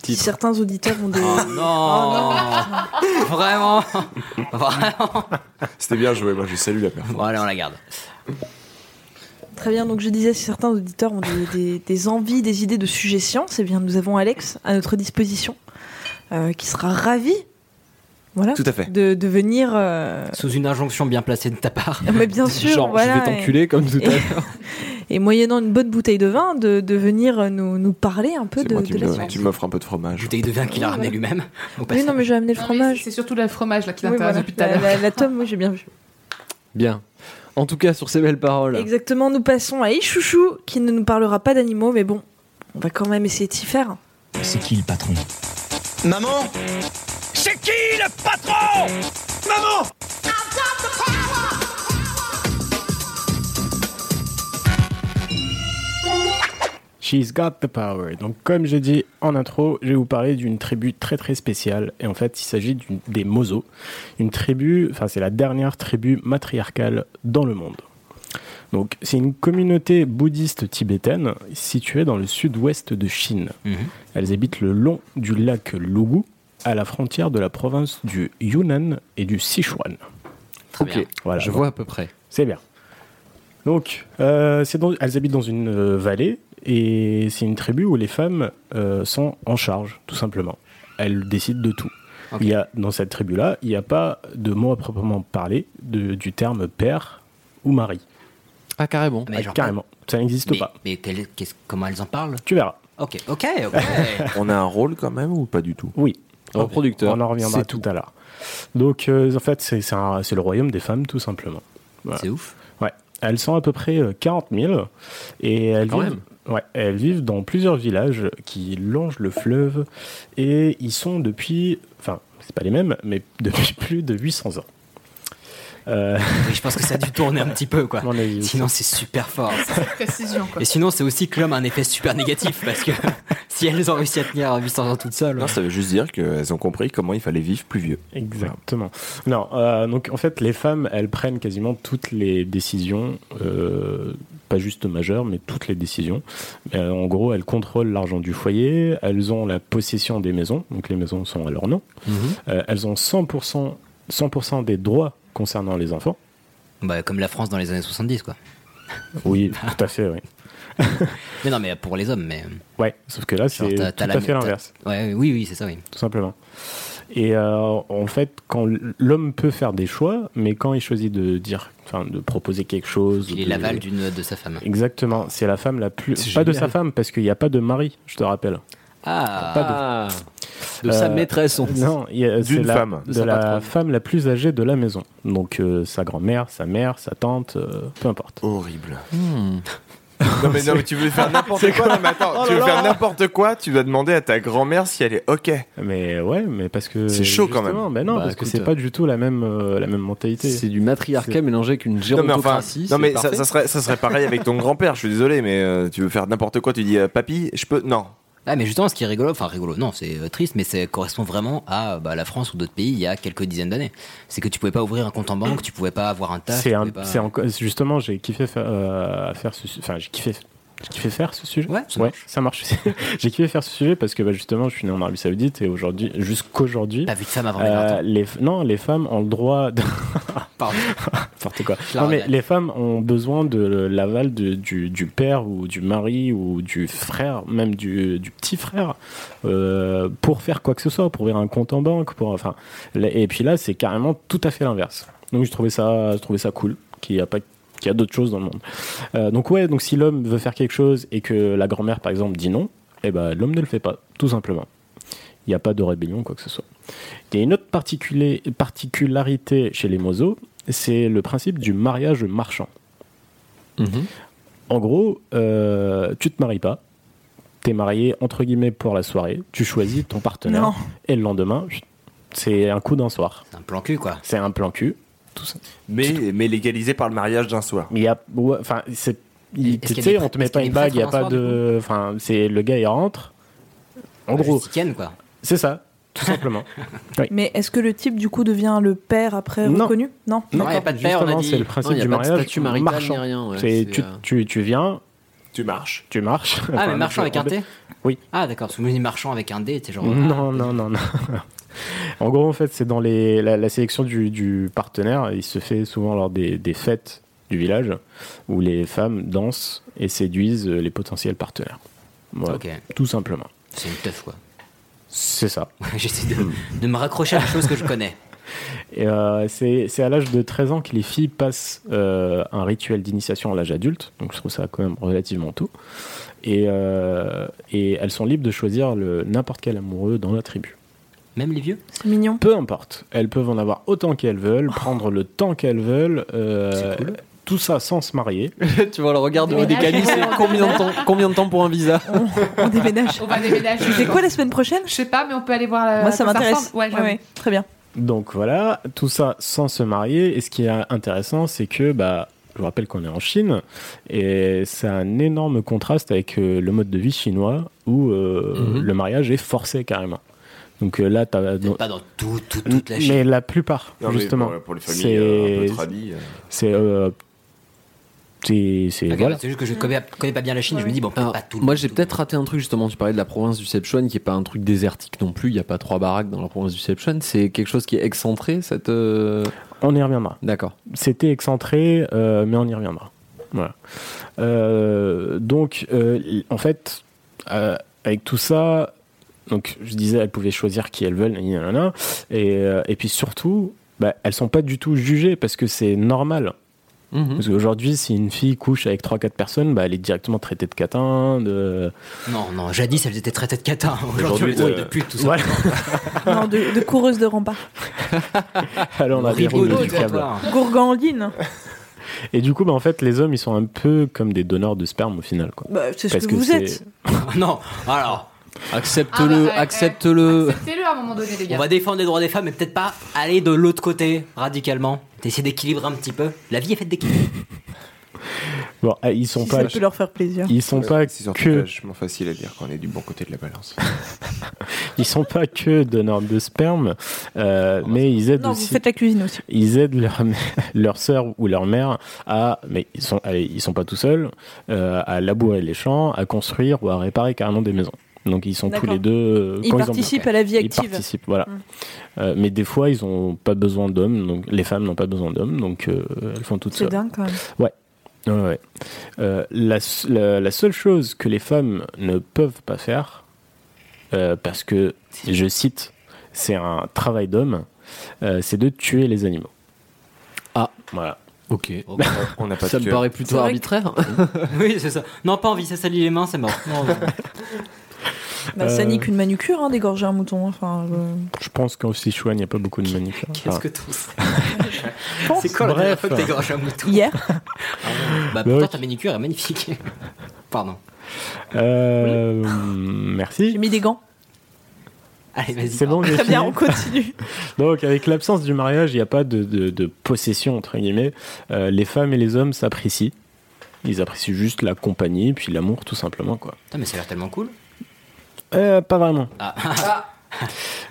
Speaker 1: Si certains auditeurs ont des.
Speaker 3: Oh
Speaker 10: Oh,
Speaker 1: Oh,
Speaker 3: Vraiment
Speaker 10: C'était bien joué, moi je salue la personne.
Speaker 3: Voilà, on la garde.
Speaker 1: <laughs> Très bien, donc je disais, si certains auditeurs ont des, des- des envies, des idées de sujets sciences, eh bien nous avons Alex à notre disposition euh, qui sera ravi voilà,
Speaker 3: Tout à fait.
Speaker 1: De, de venir. euh, <laughs>
Speaker 3: Sous une injonction bien placée de ta part.
Speaker 1: Ah, mais bien sûr,
Speaker 3: Genre,
Speaker 1: voilà,
Speaker 3: je vais t'enculer
Speaker 1: et-
Speaker 3: comme tout à
Speaker 1: et-
Speaker 3: l'heure.
Speaker 1: Et moyennant une bonne bouteille de vin, de, de venir nous, nous parler un peu
Speaker 10: C'est
Speaker 1: de,
Speaker 10: moi,
Speaker 1: de
Speaker 10: tu
Speaker 1: la
Speaker 10: me-
Speaker 1: science.
Speaker 10: tu m'offres un peu de fromage.
Speaker 3: Bouteille de vin qu'il a ramené lui-même.
Speaker 1: Oui, non, mais j'ai amené le fromage.
Speaker 2: Ah C'est surtout le fromage là qui
Speaker 1: Oui,
Speaker 2: l'intéresse
Speaker 1: voilà.
Speaker 2: depuis tout à
Speaker 1: La-
Speaker 2: l'heure.
Speaker 1: La, la tome, oui, j'ai bien vu.
Speaker 7: Bien. En tout cas, sur ces belles paroles.
Speaker 1: Exactement, nous passons à Ichouchou, qui ne nous parlera pas d'animaux, mais bon, on va quand même essayer d'y faire.
Speaker 4: C'est qui le patron
Speaker 14: Maman C'est qui le patron Maman
Speaker 9: She's got the power. Donc, comme j'ai dit en intro, je vais vous parler d'une tribu très très spéciale. Et en fait, il s'agit d'une- des Mozo. Une tribu, enfin, c'est la dernière tribu matriarcale dans le monde. Donc, c'est une communauté bouddhiste tibétaine située dans le sud-ouest de Chine. Elles habitent le long du lac Lugu, à la frontière de la province du Yunnan et du Sichuan.
Speaker 7: ok, Ah, je
Speaker 9: donc,
Speaker 7: vois à peu près.
Speaker 9: C'est bien. Donc, euh, c'est dans- elles habitent dans une euh, vallée et c'est une tribu où les femmes euh, sont en charge, tout simplement. Elles décident de tout. Il y a, dans cette tribu-là, il n'y a pas de mot à proprement parler de- du terme père ou mari.
Speaker 7: Ah, carrément.
Speaker 9: carrément. Ça n'existe
Speaker 3: Mais-
Speaker 9: pas.
Speaker 3: Mais quel- qu'est-ce- comment elles en parlent
Speaker 9: Tu verras.
Speaker 3: Ok, ok, ok.
Speaker 7: <laughs>
Speaker 10: On a un rôle quand même ou pas du tout
Speaker 9: Oui.
Speaker 8: Au producteur.
Speaker 9: On en reviendra
Speaker 8: C'est
Speaker 9: tout à l'heure. Donc, euh, en fait, c'est c'est un- c'est le royaume des femmes, tout simplement.
Speaker 3: C'est ouf.
Speaker 9: Ouais. Elles sont à peu près euh, 40 000 et elles
Speaker 8: Quand
Speaker 9: vivent, ouais, elles vivent dans plusieurs villages qui longent le fleuve et ils sont depuis, enfin, c'est pas les mêmes, mais <laughs> depuis plus de 800 ans. Euh,
Speaker 3: Oui, je pense que ça a dû tourner un petit peu, quoi. Bah, Sinon, c'est super fort.
Speaker 2: Précision, quoi.
Speaker 3: Et sinon, c'est aussi que l'homme a un effet super négatif parce que <laughs> si elles ont réussi à tenir 800 ans toutes seules.
Speaker 10: Non, ça veut juste dire qu'elles ont compris comment il fallait vivre plus vieux.
Speaker 9: Exactement. Non, euh, donc en fait, les femmes, elles prennent quasiment toutes les décisions, euh, pas juste majeures, mais toutes les décisions. Euh, en gros, elles contrôlent l'argent du foyer, elles ont la possession des maisons, donc les maisons sont à leur nom.
Speaker 3: Mhm.
Speaker 9: Euh, elles ont 100%, 100 des droits concernant les enfants.
Speaker 3: Bah, comme la France dans les années 70, quoi.
Speaker 9: Oui,
Speaker 3: Ah.
Speaker 9: tout à fait, oui.
Speaker 3: Mais non, mais pour les hommes, mais.
Speaker 9: Ouais, sauf que là, c'est
Speaker 3: Genre,
Speaker 9: tout
Speaker 3: t'as- t'as la-
Speaker 9: à fait
Speaker 3: t'as-
Speaker 9: l'inverse.
Speaker 3: Ouais, oui, oui, c'est ça, oui.
Speaker 9: tout simplement. Et euh, en fait, quand l'homme peut faire des choix, mais quand il choisit de dire, enfin, de proposer quelque chose,
Speaker 3: Il est
Speaker 9: de-
Speaker 3: l'aval d'une de sa femme.
Speaker 9: Exactement, c'est la femme la plus. Pas
Speaker 3: C'est
Speaker 9: de
Speaker 3: génial.
Speaker 9: sa femme, parce qu'il n'y a pas de mari, je te rappelle.
Speaker 3: Ah.
Speaker 9: Pas
Speaker 8: de sa maîtresse, on-
Speaker 9: Non, il y a- c'est
Speaker 8: D'une
Speaker 9: la-
Speaker 8: femme.
Speaker 9: De
Speaker 8: Sa
Speaker 9: la
Speaker 8: patronne.
Speaker 9: femme la plus âgée de la maison. Donc euh, sa grand-mère, sa mère, sa tante, euh, peu importe.
Speaker 10: Horrible.
Speaker 9: Non,
Speaker 10: Non mais, non, mais tu veux <laughs> faire n'importe Hmm. quoi. Non, mais attends,
Speaker 9: Oh
Speaker 10: tu
Speaker 9: là
Speaker 10: veux
Speaker 9: là.
Speaker 10: faire n'importe quoi, tu dois demander à ta grand-mère si elle est OK.
Speaker 9: Mais ouais, mais parce que.
Speaker 10: C'est chaud quand
Speaker 9: Justement,
Speaker 10: même.
Speaker 9: ben non, parce que c'est pas du tout la même, euh, la même mentalité.
Speaker 8: C'est du matriarcat
Speaker 9: C'est-
Speaker 8: mélangé avec une
Speaker 10: Non mais enfin,
Speaker 8: gérontocratie.
Speaker 10: non, mais
Speaker 8: c'est
Speaker 10: ça,
Speaker 8: parfait.
Speaker 10: ça serait, ça serait pareil avec ton grand-père, je suis désolé, mais euh, tu veux faire n'importe quoi, tu dis euh, papy, je peux. Non.
Speaker 3: Ah, mais justement, ce qui est rigolo, enfin rigolo, non, c'est euh, triste, mais ça correspond vraiment à euh, bah, la France ou d'autres pays il y a quelques dizaines d'années. C'est que tu pouvais pas ouvrir un compte en banque, tu pouvais pas avoir un taf. eh ben.
Speaker 9: C'est
Speaker 3: tu
Speaker 9: un-
Speaker 3: pouvais pas-
Speaker 9: c'est encore- justement, j'ai kiffé faire, euh, faire ce, su- enfin, j'ai kiffé, j'ai kiffé faire ce sujet. Ouais,
Speaker 3: ça
Speaker 9: marche. <laughs> j'ai kiffé faire ce sujet parce que bah, justement, je suis né en Arabie Saoudite et aujourd'hui, jusqu'aujourd'hui,
Speaker 3: T'as vu de femmes avant
Speaker 9: euh,
Speaker 3: les 20 ans.
Speaker 9: les f- non, les femmes ont le droit. De...
Speaker 3: Pardon.
Speaker 9: N'importe quoi.
Speaker 3: Je la
Speaker 9: Non, mais
Speaker 3: regrette.
Speaker 9: les femmes ont besoin de l'aval de- du, du père ou du mari ou du frère, même du, du petit frère, euh, pour faire quoi que ce soit, pour ouvrir un compte en banque. Pour, enfin, là- et puis là, c'est carrément tout à fait l'inverse. Donc, je trouvais ça, je trouvais ça cool qu'il y a pas qu'il y a d'autres choses dans le monde. Euh, donc ouais, donc si l'homme veut faire quelque chose et que la grand-mère par exemple dit non, eh ben l'homme ne le fait pas, tout simplement. Il n'y a pas de rébellion, quoi que ce soit. Il y a une autre particulé- particularité chez les mozos, c'est le principe du mariage marchand. En gros, euh, tu te maries pas, t'es marié entre guillemets pour la soirée, tu choisis ton partenaire,
Speaker 1: Non.
Speaker 9: et le lendemain, c'est un coup d'un soir.
Speaker 3: C'est un plan cul, quoi.
Speaker 9: C'est un plan cul, tout ça.
Speaker 10: Mais, mais légalisé par le mariage d'un soir.
Speaker 9: Il y a, ouais, enfin, c'est, il-
Speaker 10: Est-ce
Speaker 9: tu
Speaker 10: qu'il y a
Speaker 9: sais,
Speaker 10: des
Speaker 9: on
Speaker 10: pr-
Speaker 9: te met
Speaker 10: est-ce
Speaker 9: pas
Speaker 10: qu'il y a
Speaker 9: une
Speaker 10: des
Speaker 9: bague, il y a pas
Speaker 10: préférences noires,
Speaker 9: de, enfin, c'est le gars il rentre. En gros,
Speaker 3: quoi. Ah,
Speaker 9: c'est ça,
Speaker 3: <laughs>
Speaker 9: tout simplement. Oui.
Speaker 1: Mais est-ce que le type du coup devient le père après
Speaker 9: Non.
Speaker 1: reconnu Non.
Speaker 9: Non,
Speaker 1: D'accord.
Speaker 3: pas de père,
Speaker 9: justement,
Speaker 3: Eh, on a dit.
Speaker 9: c'est le
Speaker 3: Non,
Speaker 9: principe
Speaker 3: il y a
Speaker 9: du
Speaker 3: pas de
Speaker 9: mariage
Speaker 3: statut marital ni
Speaker 9: marchand.
Speaker 3: rien, ouais,
Speaker 9: C'est-
Speaker 3: c'est,
Speaker 9: tu,
Speaker 3: euh,
Speaker 9: tu, tu viens,
Speaker 10: Tu marches.
Speaker 9: tu marches.
Speaker 3: Ah, mais
Speaker 9: Enfin,
Speaker 3: marchand avec un
Speaker 9: on-
Speaker 3: T
Speaker 9: Oui. Mhm.
Speaker 3: Ah, d'accord, parce que vous dites marchand avec un D, t'es genre.
Speaker 9: Non, non, non, <laughs> non. en gros, en fait, c'est dans les, la, la sélection du, du partenaire. Il se fait souvent lors des, des fêtes du village où les femmes dansent et séduisent les potentiels partenaires. Voilà,
Speaker 3: euh, Ok.
Speaker 9: tout simplement.
Speaker 3: C'est une teuf, quoi. <laughs>
Speaker 9: C'est ça.
Speaker 3: J'essaie de, de me raccrocher à la chose que je connais.
Speaker 9: Et, euh, c'est c'est à l'âge de 13 ans que les filles passent euh, un rituel d'initiation à l'âge adulte, donc je trouve ça quand même relativement tôt. Et, euh, et elles sont libres de choisir le- n'importe quel amoureux dans la tribu.
Speaker 3: Même les vieux
Speaker 1: C'est mignon.
Speaker 9: Peu importe, elles peuvent en avoir autant qu'elles veulent, prendre le temps qu'elles veulent, euh, tout ça sans se marier.
Speaker 8: tu vois le regard de Odekali, c'est combien de temps, combien de temps pour un visa
Speaker 1: On déménage.
Speaker 2: On va déménager.
Speaker 1: C'est quoi la semaine prochaine
Speaker 2: Je sais pas, mais on peut aller voir la.
Speaker 1: Moi, ça
Speaker 2: comment
Speaker 1: m'intéresse.
Speaker 2: ressemble. Ouais, j'avoue.
Speaker 1: Très
Speaker 2: <laughs>
Speaker 1: bien.
Speaker 9: Donc voilà, tout ça sans se marier. Et ce qui est intéressant, c'est que, bah, je vous rappelle qu'on est en Chine, et c'est un énorme contraste avec euh, le mode de vie chinois où euh,
Speaker 3: Mhm.
Speaker 9: le mariage est forcé carrément. Donc euh, là, t'as.
Speaker 3: Peut-être pas dans tout, tout, toute la Chine.
Speaker 9: Mais la plupart,
Speaker 10: Non, mais
Speaker 9: justement.
Speaker 10: pour- pour les familles,
Speaker 9: C'est-
Speaker 10: euh, un peu tradis, euh.
Speaker 9: C'est. euh, c'est. c'est-
Speaker 3: Ok,
Speaker 9: Voilà.
Speaker 3: Ah, C'est juste que je connais, connais pas bien la Chine, je me dis, bon, peut-être
Speaker 8: Alors,
Speaker 3: Ah, pas tout le
Speaker 8: moi j'ai peut-être raté un truc justement, tu parlais de la province du Sepchuan qui est pas un truc désertique non plus, il n'y a pas trois baraques dans la province du Sepchuan, c'est quelque chose qui est excentré cette... euh,
Speaker 9: On y reviendra.
Speaker 8: D'accord.
Speaker 9: C'était excentré, euh, mais on y reviendra. Voilà. Euh, donc, euh, en fait, euh, avec tout ça, donc je disais, elles pouvaient choisir qui elles veulent, gna gna gna, et, euh, et puis surtout, bah, elles sont pas du tout jugées parce que c'est normal. Mmh. Parce qu'aujourd'hui, si une fille couche avec 3-4 personnes, bah, elle est directement traitée de catin. De...
Speaker 3: Non, non, jadis, elle était traitée de catin. Aujourd'hui,
Speaker 8: euh,
Speaker 3: elle est de... de pute, tout ça.
Speaker 9: <laughs>
Speaker 1: Voilà. non, de, de, coureuse de rempart.
Speaker 9: Alors, on a des du câble.
Speaker 1: Gourgandine.
Speaker 9: Et du coup, bah, en fait, les hommes, ils sont un peu comme des donneurs de sperme au final. Quoi.
Speaker 1: Bah, c'est ce que, que vous êtes.
Speaker 3: Ah non, alors.
Speaker 8: Accepte-le, ah, accepte-le.
Speaker 2: Acceptez-le à un moment donné, les gars.
Speaker 3: On va défendre les droits des femmes, mais peut-être pas aller de l'autre côté radicalement. T'essaies d'équilibrer un petit peu. La vie est faite d'équilibre. <laughs>
Speaker 9: Bon, ah, ils sont
Speaker 1: si
Speaker 9: pas.
Speaker 1: Ça peut leur faire plaisir.
Speaker 9: Ils sont
Speaker 10: ouais,
Speaker 9: pas que.
Speaker 10: vachement facile à dire quand on est du bon côté de la <laughs> balance.
Speaker 9: ils sont pas que donneurs de sperme, euh, non, mais ils aident
Speaker 1: non,
Speaker 9: aussi.
Speaker 1: vous faites la cuisine aussi.
Speaker 9: Ils aident leur, <laughs> leur soeur ou leur mère à. Mais ils sont, allez, ils sont pas tout seuls, euh, à labourer les champs, à construire ou à réparer carrément des maisons. Donc ils sont tous les deux. euh,
Speaker 1: Ils participent ils ont... à Hum. la vie active.
Speaker 9: Ils participent, voilà. Mm. Euh, mais des fois, ils n'ont pas besoin d'hommes. Donc les femmes n'ont pas besoin d'hommes, donc euh, elles font toutes seules.
Speaker 1: C'est dingue quand même.
Speaker 9: Ouais. ouais, ouais. Euh, la, la, la, seule chose que les femmes ne peuvent pas faire, euh, parce que je cite, c'est un travail d'homme, euh, c'est de tuer les animaux.
Speaker 8: Ah,
Speaker 9: voilà.
Speaker 8: Ok.
Speaker 7: Oh,
Speaker 9: Bah,
Speaker 10: On a pas
Speaker 8: ça me paraît plutôt arbitraire.
Speaker 3: oui, c'est ça. Non, pas envie, ça salit les mains, c'est mort. Non, non.
Speaker 1: Bah,
Speaker 9: Euh.
Speaker 1: ça nique une manucure, hein, d'égorger un mouton. Enfin, euh...
Speaker 9: Je pense qu'en Sichuan, il n'y a pas beaucoup de hein. manucures.
Speaker 3: <laughs> Qu'est-ce que t'en sais Ah. C'est quand la dernière fois que t'égorges un mouton
Speaker 1: Hier.
Speaker 3: Ah, bah, pourtant, okay. ta manucure est magnifique. <laughs> Pardon.
Speaker 9: Euh, oui. Merci.
Speaker 1: J'ai mis des gants.
Speaker 3: Allez, vas-y. Ah,
Speaker 9: C'est bon,
Speaker 1: Très bien, on <laughs> continue.
Speaker 9: Donc, avec l'absence du mariage, il n'y a pas de, de, de, possession, entre guillemets. Euh, les femmes et les hommes s'apprécient. Ils apprécient juste la compagnie, puis l'amour, tout simplement. quoi.
Speaker 3: Putain, mais ça a l'air tellement cool.
Speaker 9: Euh, pas vraiment.
Speaker 3: Ah. Ah.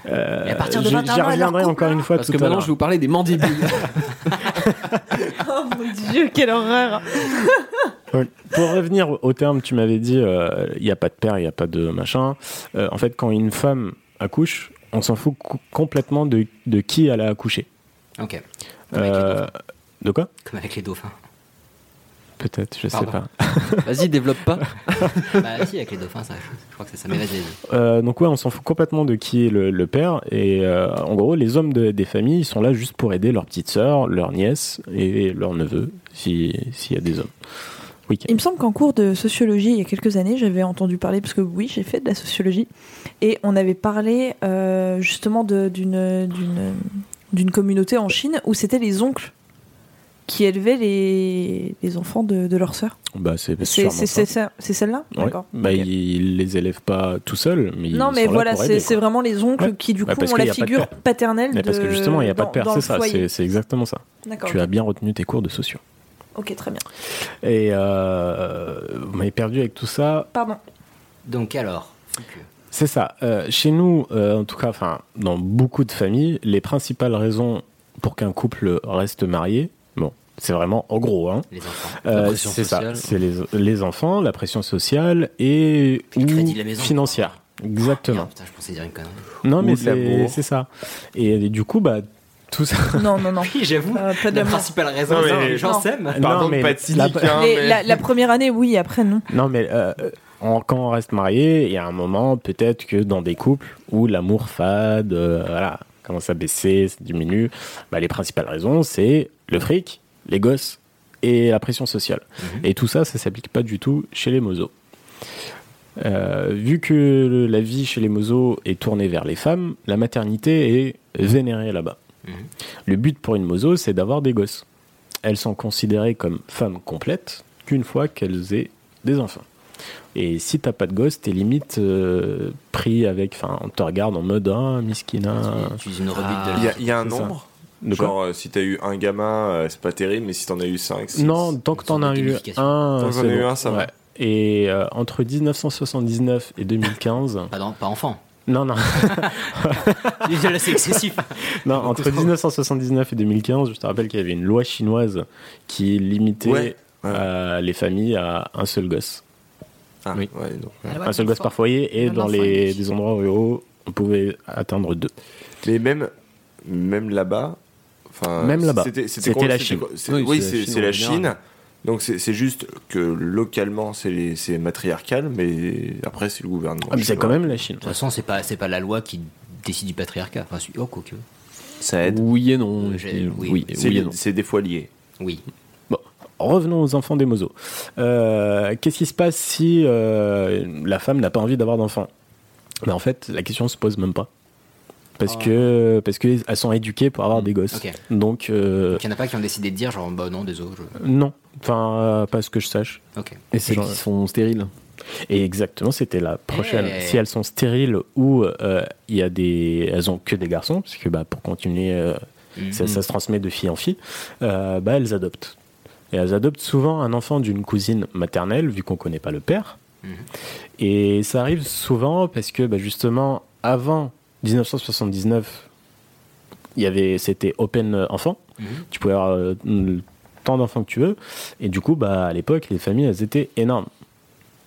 Speaker 9: Euh, Et à partir de 21 J'y reviendrai encore une fois
Speaker 8: Parce que maintenant, je vais vous parler des mandibules.
Speaker 7: <laughs>
Speaker 1: oh mon dieu, quelle horreur
Speaker 9: Donc, Pour revenir au terme, tu m'avais dit, il euh, n'y a pas de père, il n'y a pas de machin. Euh, en fait, quand une femme accouche, on s'en fout complètement de, de, qui elle a accouché. Euh,
Speaker 3: Ok.
Speaker 9: de quoi
Speaker 3: Comme avec les dauphins. <laughs>
Speaker 9: Peut-être, je Pardon.
Speaker 8: sais pas. vas-y, développe pas.
Speaker 3: bah si, avec les dauphins, ça, je crois que c'est ça. Mais vas-y,
Speaker 9: euh, donc ouais, on s'en fout complètement de qui est le, le père. Et euh, en gros, les hommes de, des familles, ils sont là juste pour aider leur petite sœur, leur nièce et leur neveu, s'il si y a des hommes.
Speaker 1: Weekend. Il me semble qu'en cours de sociologie, il y a quelques années, j'avais entendu parler, parce que oui, j'ai fait de la sociologie, et on avait parlé euh, justement d'une communauté en Chine où c'était les oncles qui élevaient les, les enfants de, de leur sœur.
Speaker 9: Bah, c'est
Speaker 1: celle-là
Speaker 9: ouais. bah, okay. Ils les élèvent pas tout seuls, mais
Speaker 1: Non,
Speaker 9: ils
Speaker 1: mais
Speaker 9: sont
Speaker 1: voilà,
Speaker 9: c'est
Speaker 1: vraiment les oncles ouais. qui, du coup, ouais, ont la figure
Speaker 9: de
Speaker 1: paternelle.
Speaker 9: Mais
Speaker 1: de...
Speaker 9: parce que justement, il n'y a pas de père, c'est ça, c'est exactement ça. Tu okay. as bien retenu tes cours de sociaux.
Speaker 1: Ok, très bien.
Speaker 9: Et euh, vous m'avez perdu avec tout ça.
Speaker 1: Pardon.
Speaker 3: Donc alors okay.
Speaker 9: C'est ça. Euh, chez nous, euh, en tout cas, dans beaucoup de familles, les principales raisons pour qu'un couple reste marié, bon, c'est vraiment en gros. Hein.
Speaker 3: Les enfants. Euh,
Speaker 9: c'est ça. C'est les, les, enfants, la pression sociale et
Speaker 3: Puis le crédit de la maison,
Speaker 9: financière. Exactement.
Speaker 3: Oh, putain, je pensais dire une connerie.
Speaker 9: Non, mais c'est ça. Et, et, du coup, bah. Tout ça.
Speaker 1: Non, <laughs> non, non.
Speaker 3: Oui, j'avoue. Euh,
Speaker 1: pas
Speaker 3: de la principale raison, les gens s'aiment.
Speaker 10: <laughs> Pardon mais, de pas être cynique,
Speaker 1: la,
Speaker 10: hein,
Speaker 1: mais... la, <laughs> la, première année, oui, après, non.
Speaker 9: Non, mais euh, on, quand on reste marié, il y a un moment, peut-être que dans des couples où l'amour fade, euh, voilà, commence à baisser, ça diminue, bah, les principales raisons, c'est le fric, les gosses et la pression sociale. Mmh. Et tout ça, ça s'applique pas du tout chez les mozos. Euh, vu que le, la vie chez les mozos est tournée vers les femmes, la maternité est vénérée là-bas. Mmh. Le but pour une mozo, c'est d'avoir des gosses. Elles sont considérées comme femmes complètes qu'une fois qu'elles aient des enfants. Et si t'as pas de gosse, t'es limite euh, pris avec. Enfin, on te regarde en mode ah, miskina.
Speaker 3: Tu, tu une
Speaker 10: ah, de. Il y, y, a un nombre. Ça. De Genre, euh, si t'as eu un gamin, euh, c'est pas terrible, mais si t'en as eu cinq,
Speaker 9: Non, tant que t'en as eu un.
Speaker 10: Tant que t'en as eu un, ça va. Ouais.
Speaker 9: Et euh, entre 1979 et
Speaker 10: <laughs>
Speaker 9: 2015.
Speaker 3: pas, dans, pas <laughs> enfant.
Speaker 9: Non, non.
Speaker 3: c'est excessif.
Speaker 9: Non, entre 1979 et 2015, je te rappelle qu'il y avait une loi chinoise qui limitait ouais, ouais. les familles à un seul gosse.
Speaker 10: Ah, oui. Donc,
Speaker 9: un seul gosse par foyer et dans les des endroits ruraux, on pouvait atteindre deux.
Speaker 10: Mais même, même là-bas, Enfin,
Speaker 9: même là-bas.
Speaker 10: C'était
Speaker 9: la Chine.
Speaker 10: Oui, c'est la Chine. Donc c'est juste que localement c'est matriarcal, mais après c'est le gouvernement.
Speaker 9: Ah, c'est quand même la Chine.
Speaker 3: De toute façon, c'est pas c'est pas la loi qui décide du patriarcat. Enfin, oh, quoi que.
Speaker 10: Ça aide.
Speaker 8: Oui et non.
Speaker 10: Oui, oui, c'est des fois lié.
Speaker 3: Oui.
Speaker 10: Bon.
Speaker 9: Revenons aux enfants des mozos. Euh, Qu'est-ce qui se passe si euh, la femme n'a pas envie d'avoir d'enfants ben En fait, la question se pose même pas. Parce
Speaker 3: Ah. Mm.
Speaker 9: que parce que elles sont éduquées pour avoir des gosses.
Speaker 3: Ok.
Speaker 9: Donc, euh,
Speaker 3: Donc il y en a pas qui ont décidé de dire genre bah non désolé. je-
Speaker 9: non, enfin euh, pas ce que je sache.
Speaker 3: Ok.
Speaker 9: Et c'est
Speaker 3: qui
Speaker 9: sont stériles. Et exactement, c'était la prochaine.
Speaker 3: Hey.
Speaker 9: Si elles sont stériles ou euh, il y a des, elles ont que des garçons, parce que bah, pour continuer, euh, ça,
Speaker 3: Mhm.
Speaker 9: ça se transmet de fille en fille. euh, bah, elles adoptent. Et elles adoptent souvent un enfant d'une cousine maternelle, vu qu'on connaît pas le père. Et ça arrive souvent parce que bah, justement, avant 1979, il y avait c'était open euh, enfant tu pouvais avoir euh, le tant d'enfants que tu veux et du coup bah à l'époque les familles elles étaient énormes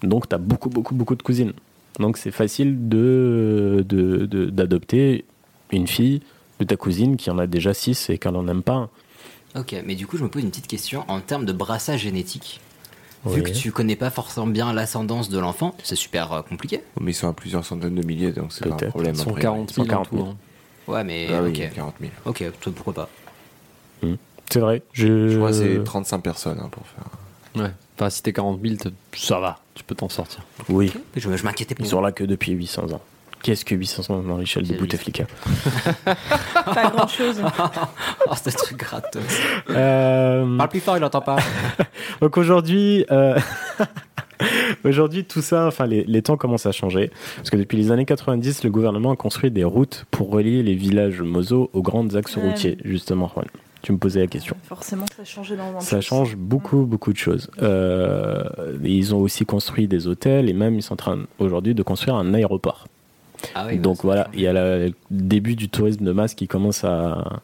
Speaker 9: donc tu as beaucoup beaucoup beaucoup de cousines donc c'est facile de de- de- d'adopter une fille de ta cousine qui en a déjà 6 et qu'elle en aime pas un.
Speaker 3: Ok, mais du coup, je me pose une petite question en termes de brassage génétique.
Speaker 9: Oui.
Speaker 3: Vu que tu connais pas forcément bien l'ascendance de l'enfant, c'est super euh, compliqué.
Speaker 10: Mais ils sont à plusieurs centaines de milliers, donc c'est pas un problème.
Speaker 3: Ils sont
Speaker 10: après.
Speaker 3: 40 000 en
Speaker 10: 140
Speaker 3: tout, hein. Ouais, mais
Speaker 10: Ah oui,
Speaker 3: ok.
Speaker 10: 40 000.
Speaker 3: Ok, toi, pourquoi pas
Speaker 9: C'est vrai. Je,
Speaker 10: Je crois que c'est 35 personnes hein, pour faire.
Speaker 7: Ouais. Enfin, si t'es 40 000, t'es-
Speaker 9: ça va,
Speaker 7: tu peux t'en sortir.
Speaker 9: oui
Speaker 3: je, m'inquiétais
Speaker 9: ils sont là que depuis 800 ans qu'est-ce que 800 ans dans l'échelle de Bouteflika
Speaker 1: Pas <laughs> grand chose.
Speaker 3: <laughs> oh, ce truc gratos.
Speaker 9: Parle
Speaker 3: plus fort, il n'entend pas.
Speaker 9: Euh, Donc aujourd'hui, euh, <laughs> aujourd'hui tout ça, enfin les, les temps commencent à changer parce que depuis les années 90, le gouvernement a construit des routes pour relier les villages mozo aux grands axes
Speaker 1: Ouais.
Speaker 9: routiers. Justement, Juan, tu me posais la question.
Speaker 1: Forcément, ça a changé dans
Speaker 9: Ça change beaucoup, beaucoup de choses. Euh, et ils ont aussi construit des hôtels et même ils sont en train aujourd'hui de construire un aéroport.
Speaker 3: Ah oui,
Speaker 9: Donc voilà, il y a la- le début du tourisme de masse qui commence à,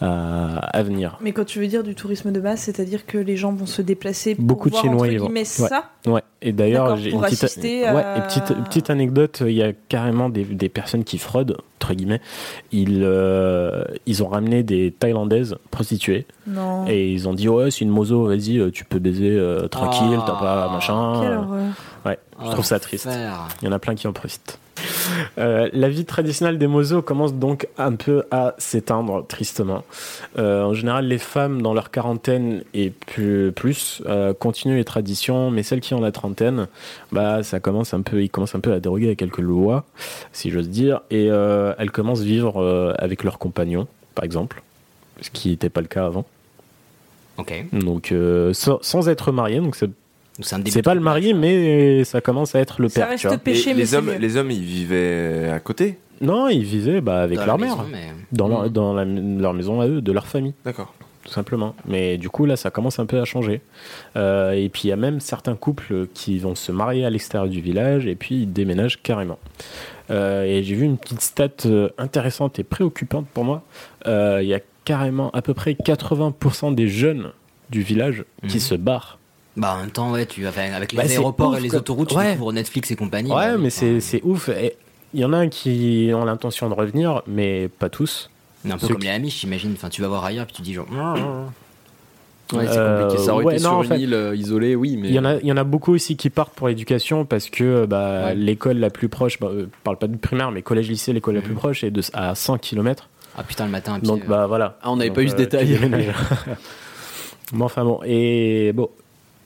Speaker 9: à, à venir.
Speaker 1: Mais quand tu veux dire du tourisme de base, c'est-à-dire que les gens vont se déplacer pour
Speaker 9: Beaucoup de
Speaker 1: voir,
Speaker 9: Chinois
Speaker 1: entre
Speaker 9: y vont.
Speaker 1: guillemets,
Speaker 9: Ouais.
Speaker 1: ça.
Speaker 9: Ouais. Et d'ailleurs,
Speaker 1: D'accord,
Speaker 9: j'ai
Speaker 1: pour
Speaker 9: une petite,
Speaker 1: assister,
Speaker 9: ouais,
Speaker 1: euh,
Speaker 9: et petite, petite anecdote, il y a carrément des, des personnes qui fraudent, entre guillemets. Ils, euh, ils ont ramené des Thaïlandaises prostituées.
Speaker 1: Non.
Speaker 9: Et ils ont dit, ouais, c'est une mozo, vas-y, euh, tu peux baiser euh, tranquille,
Speaker 3: Ah.
Speaker 9: t'as pas machin.
Speaker 1: Quelle
Speaker 9: Euh,
Speaker 1: horreur.
Speaker 9: Ouais, je
Speaker 3: Ah,
Speaker 9: trouve ça triste.
Speaker 3: l'enfer.
Speaker 9: Il y en a plein qui en profitent. Euh, la vie traditionnelle des mozos commence donc un peu à s'éteindre tristement. Euh, en général, les femmes dans leur quarantaine et plus, plus euh, continuent les traditions, mais celles qui ont la trentaine, bah ça commence un peu, ils commencent un peu à déroger à quelques lois, si j'ose dire, et euh, elles commencent à vivre euh, avec leurs compagnons, par exemple, ce qui n'était pas le cas avant.
Speaker 3: Ok.
Speaker 9: Donc euh, sans, sans être mariées, donc c'est
Speaker 3: c'est un début
Speaker 9: c'est pas le mari, mais ça commence à être le père. tu vois.
Speaker 10: les, les hommes, les hommes, ils vivaient euh, à côté.
Speaker 9: Non, ils vivaient bah, avec
Speaker 10: Dans
Speaker 9: leur
Speaker 10: la
Speaker 9: mère,
Speaker 10: maison, mais-
Speaker 9: dans, leur, dans la- leur maison à eux, de leur famille.
Speaker 10: D'accord.
Speaker 9: Tout simplement. Mais du coup, là, ça commence un peu à changer. Euh, et puis, il y a même certains couples qui vont se marier à l'extérieur du village et puis ils déménagent carrément. Euh, et j'ai vu une petite stat euh, intéressante et préoccupante pour moi. Euh, Il y a carrément à peu près 80% des jeunes du village qui se barrent.
Speaker 3: Bah en même temps, ouais, tu, enfin, avec les
Speaker 9: Bah, c'est
Speaker 3: aéroports
Speaker 9: ouf,
Speaker 3: et les
Speaker 9: quoi.
Speaker 3: autoroutes,
Speaker 9: Ouais.
Speaker 3: tu découvres Netflix et compagnie. bah,
Speaker 9: Ouais, mais c'est c'est ouf. Et Il y en a qui ont l'intention de revenir, mais pas tous.
Speaker 3: C'est un peu
Speaker 9: Ceux
Speaker 3: comme les Amish, j'imagine. Enfin, tu vas voir ailleurs, puis tu dis genre.
Speaker 7: Ouais, c'est
Speaker 9: Euh,
Speaker 7: compliqué. Ça aurait
Speaker 9: ouais,
Speaker 7: été
Speaker 9: non,
Speaker 7: sur
Speaker 9: en
Speaker 7: une
Speaker 9: fait-
Speaker 7: île euh, isolée, oui, mais.
Speaker 9: Il y, en a, il y en a beaucoup aussi qui partent pour l'éducation parce que euh, bah, l'école la plus proche, bah, euh, je parle pas de primaire, mais collège-lycée, l'école la plus proche est de, à 100 km.
Speaker 3: Ah putain, le matin.
Speaker 9: Donc bah voilà.
Speaker 7: Ah, on n'avait
Speaker 9: Donc,
Speaker 7: pas eu ce
Speaker 9: euh,
Speaker 7: détail.
Speaker 9: tu déménages.
Speaker 7: <laughs>
Speaker 9: Mais enfin bon, et bon,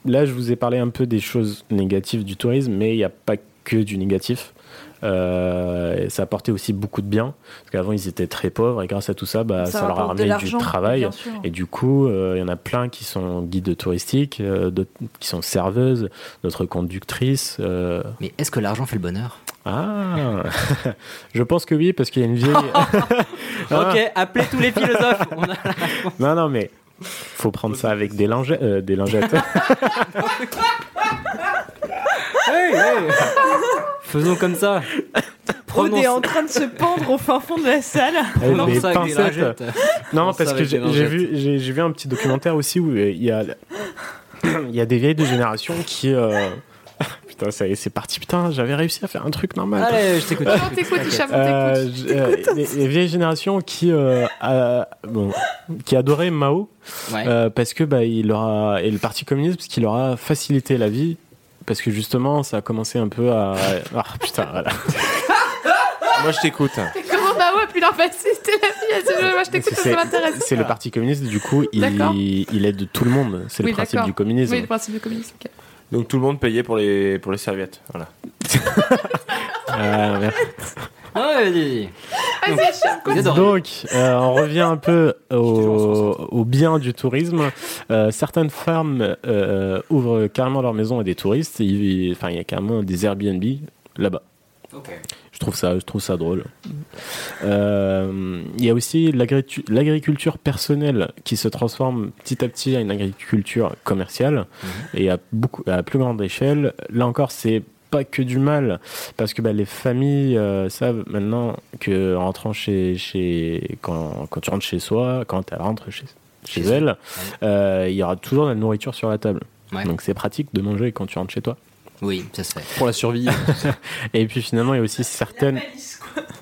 Speaker 9: là je vous ai parlé un peu des choses négatives du tourisme, mais il n'y a pas que du négatif. Euh, et ça apportait aussi beaucoup de bien parce qu'avant ils étaient très pauvres et grâce à tout ça, bah,
Speaker 1: Ça
Speaker 9: ça, leur a
Speaker 1: rapporte de
Speaker 9: ramené du
Speaker 1: l'argent,
Speaker 9: travail
Speaker 1: bien sûr.
Speaker 9: et du coup euh, il y en a plein qui sont guides touristiques, euh, d'autres qui sont serveuses, d'autres conductrices. euh,
Speaker 3: Mais est-ce que l'argent fait le bonheur
Speaker 9: Ah, <laughs> je pense que oui parce qu'il y a une <laughs> vieille. <laughs> Ah.
Speaker 3: Ok, appelez tous les philosophes.
Speaker 9: Non, non, mais faut prendre ça avec des, linge- euh, des <laughs> lingettes.
Speaker 3: <laughs> Faisons comme
Speaker 9: <laughs>
Speaker 3: ça.
Speaker 1: Aude est en train de se pendre au fin fond de la
Speaker 9: <laughs>
Speaker 1: salle.
Speaker 9: Avec des pincettes. Non, parce que j'ai j'ai vu, j'ai- j'ai vu un petit documentaire aussi où euh, il y a, <coughs> il y a des vieilles de génération qui. euh, <laughs> Putain, ça y est, c'est parti. Putain, j'avais réussi à faire un truc normal.
Speaker 3: Allez, je t'écoute.
Speaker 2: Non, Ah, t'écoutes, Hicham, on
Speaker 9: Euh,
Speaker 2: t'écoute.
Speaker 9: je- euh, les, les vieilles générations qui, euh, a- bon, qui adoraient Mao
Speaker 3: Ouais.
Speaker 9: euh, parce que bah, il leur a- et le Parti communiste parce qu'il leur a facilité la vie parce que justement
Speaker 2: <laughs>
Speaker 9: ça a commencé un peu à ah putain voilà
Speaker 10: Moi, je t'écoute.
Speaker 2: Comment Mao a plus leur faciliter la vie. Elle dit, je- moi, je t'écoute, ça m'intéresse.
Speaker 9: C'est le Parti communiste, du coup,
Speaker 2: D'accord.
Speaker 9: il, il aide tout le monde. C'est
Speaker 2: Oui,
Speaker 9: le principe
Speaker 2: d'accord.
Speaker 9: du communisme.
Speaker 2: Oui, le principe du communisme. ok.
Speaker 10: Donc tout le monde payait pour les, pour les serviettes. Voilà.
Speaker 9: Ah, merde.
Speaker 2: Vas-y, Hacham, continue.
Speaker 9: Donc, euh, on revient un peu au, au bien du tourisme. Euh, certaines femmes euh, ouvrent carrément leur maison à des touristes. Et ils- Enfin, il y a carrément des Airbnb là-bas. Je trouve ça, je trouve ça drôle. Euh, Il y a aussi l'agritu- l'agriculture personnelle qui se transforme petit à petit à une agriculture commerciale et à beaucoup à plus grande échelle. Là encore, c'est pas que du mal parce que bah, les familles euh, savent maintenant que en rentrant chez chez quand, quand tu rentres chez soi, quand elle rentre chez chez elle, euh, il y aura toujours de la nourriture sur la table.
Speaker 3: Ouais.
Speaker 9: Donc c'est pratique de manger quand tu rentres chez toi.
Speaker 3: Oui, ça se fait.
Speaker 9: Pour la <laughs> survie. et puis finalement, il y a aussi certaines.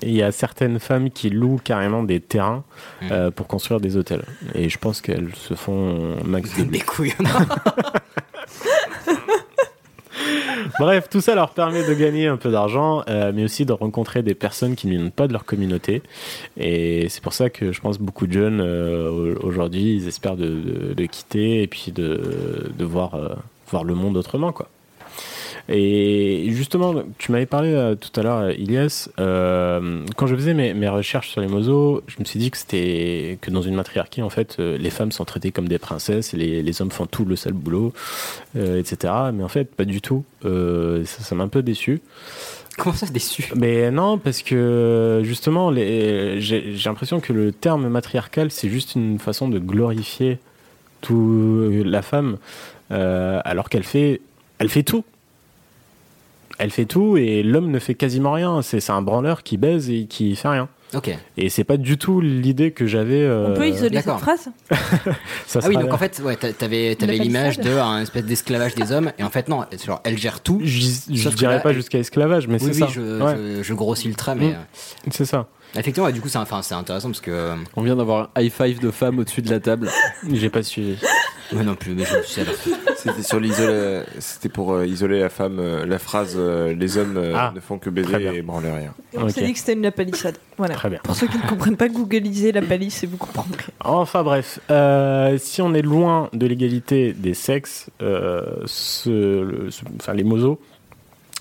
Speaker 9: Il y a certaines femmes qui louent carrément des terrains euh, pour construire des hôtels. Et je pense qu'elles se font un
Speaker 3: <laughs>
Speaker 9: max de blé. Bref, tout ça leur permet de gagner un peu d'argent, euh, mais aussi de rencontrer des personnes qui ne viennent pas de leur communauté. Et c'est pour ça que je pense beaucoup de jeunes euh, au- aujourd'hui, ils espèrent de, de- de quitter et puis de, de voir, euh, voir le monde autrement, quoi. Et justement, tu m'avais parlé euh, tout à l'heure, euh, Ilias. euh, quand je faisais mes, mes recherches sur les mozos, je me suis dit que c'était que dans une matriarchie, en fait, euh, les femmes sont traitées comme des princesses, et les, les hommes font tout le sale boulot, euh, etc. Mais en fait, pas du tout. Euh, ça ça m'a un peu déçu.
Speaker 3: Comment ça déçu
Speaker 9: Mais non, parce que justement, les- j'ai j'ai l'impression que le terme matriarcal, c'est juste une façon de glorifier tout la femme, euh, alors qu'elle fait, elle fait tout. Elle fait tout et l'homme ne fait quasiment rien. C'est c'est un branleur qui baise et qui fait rien.
Speaker 3: Ok.
Speaker 9: Et c'est pas du tout l'idée que j'avais. euh,
Speaker 1: On peut isoler cette
Speaker 3: d'accord.
Speaker 1: phrase
Speaker 3: ah oui, donc en fait, ouais, t'a- t'avais, t'avais
Speaker 1: La
Speaker 3: l'image
Speaker 1: palissade.
Speaker 3: de un espèce d'esclavage des hommes, et en fait, non, genre, elle gère tout.
Speaker 9: Je,
Speaker 3: Sauf que
Speaker 9: dirais
Speaker 3: là,
Speaker 9: pas
Speaker 3: elle-
Speaker 9: jusqu'à esclavage, mais
Speaker 3: oui,
Speaker 9: c'est
Speaker 3: oui,
Speaker 9: ça.
Speaker 3: Je,
Speaker 9: Ouais.
Speaker 3: je- je grossis le trait, mais.
Speaker 9: Mm.
Speaker 3: euh,
Speaker 9: C'est ça.
Speaker 3: Effectivement, ouais, du coup, c'est, enfin, c'est intéressant parce que. euh,
Speaker 7: On vient d'avoir un high five de femme au-dessus de la table.
Speaker 9: J'ai pas suivi.
Speaker 3: Moi non plus, mais je suis alors.
Speaker 9: <laughs>
Speaker 10: C'était sur l'isole- C'était pour euh, isoler la femme. euh, la phrase euh, les hommes euh,
Speaker 1: Ah,
Speaker 10: ne font que
Speaker 1: très
Speaker 10: baiser
Speaker 1: bien.
Speaker 10: et branler rien.
Speaker 1: Et on s'est dit que c'était une la palissade. Voilà.
Speaker 9: Très bien.
Speaker 1: Pour ceux qui ne comprennent pas, googlisez la palisse et vous comprendrez.
Speaker 9: Enfin bref, euh, si on est loin de l'égalité des sexes, euh, ce- le- ce- enfin, les mozos,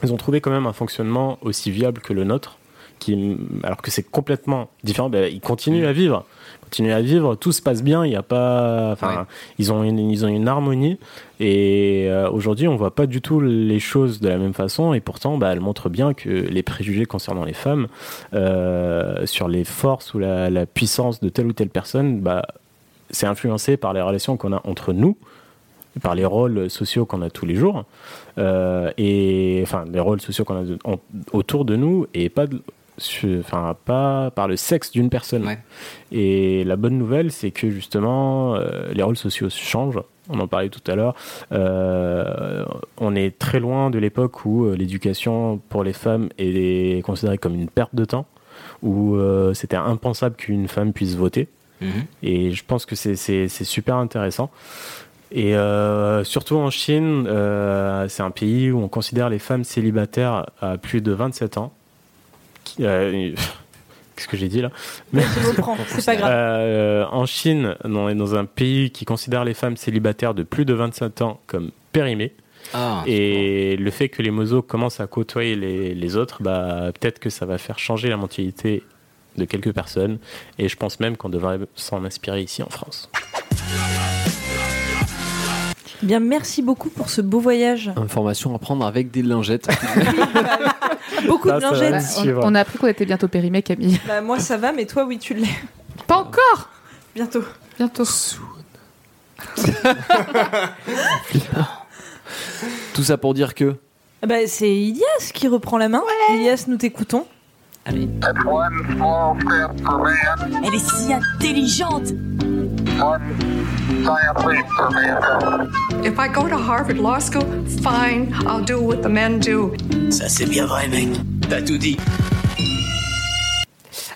Speaker 9: ils ont trouvé quand même un fonctionnement aussi viable que le nôtre, qui, alors que c'est complètement différent. ben, ils continuent à vivre, ils continuent à vivre, tout se passe bien, il y a pas, enfin, ils ont une, ils ont une harmonie. Et euh, aujourd'hui, on voit pas du tout les choses de la même façon, et pourtant, bah, elle montre bien que les préjugés concernant les femmes, euh, sur les forces ou la, la puissance de telle ou telle personne, bah, c'est influencé par les relations qu'on a entre nous, par les rôles sociaux qu'on a tous les jours, euh, et enfin les rôles sociaux qu'on a de- en- autour de nous, et pas, de- su- enfin pas par le sexe d'une personne. Et la bonne nouvelle, c'est que justement, euh, les rôles sociaux changent. On en parlait tout à l'heure. Euh, on est très loin de l'époque où euh, l'éducation pour les femmes est considérée comme une perte de temps, où euh, c'était impensable qu'une femme puisse voter.
Speaker 1: Mm-hmm.
Speaker 3: Mhm.
Speaker 9: Et je pense que c'est- c'est c'est super intéressant. Et euh, surtout en Chine, euh, c'est un pays où on considère les femmes célibataires à plus de 27 ans. Qui- euh, <laughs> Qu'est-ce que j'ai dit là Mais-
Speaker 1: Je reprends, c'est pas grave.
Speaker 9: Euh, en Chine, on est dans un pays qui considère les femmes célibataires de plus de 25 ans comme périmées.
Speaker 3: Ah,
Speaker 9: et le fait que les mozos commencent à côtoyer les, les autres, bah, peut-être que ça va faire changer la mentalité de quelques personnes. Et je pense même qu'on devrait s'en inspirer ici en France.
Speaker 1: Eh Bien, merci beaucoup pour ce beau voyage.
Speaker 7: Information à prendre avec des lingettes.
Speaker 1: Ah, Beaucoup
Speaker 3: Ah,
Speaker 7: Ça,
Speaker 1: de
Speaker 7: ça va
Speaker 1: lingettes.
Speaker 7: nous suivre.
Speaker 2: Bah, On a appris qu'on était bientôt périmé, Camille.
Speaker 1: Bah, moi ça va, mais toi oui, tu l'es.
Speaker 2: <laughs>
Speaker 1: <laughs>
Speaker 2: Pas encore
Speaker 1: Bientôt.
Speaker 2: Bientôt.
Speaker 7: Tout ça pour dire que.
Speaker 1: Ah Bah, c'est Ilias qui reprend la main. Ilias, nous t'écoutons.
Speaker 15: Elle est si intelligente.
Speaker 16: If I go to Harvard Law School, fine, I'll do what the men do.
Speaker 17: Ça, c'est bien vrai, mec. T'as tout dit.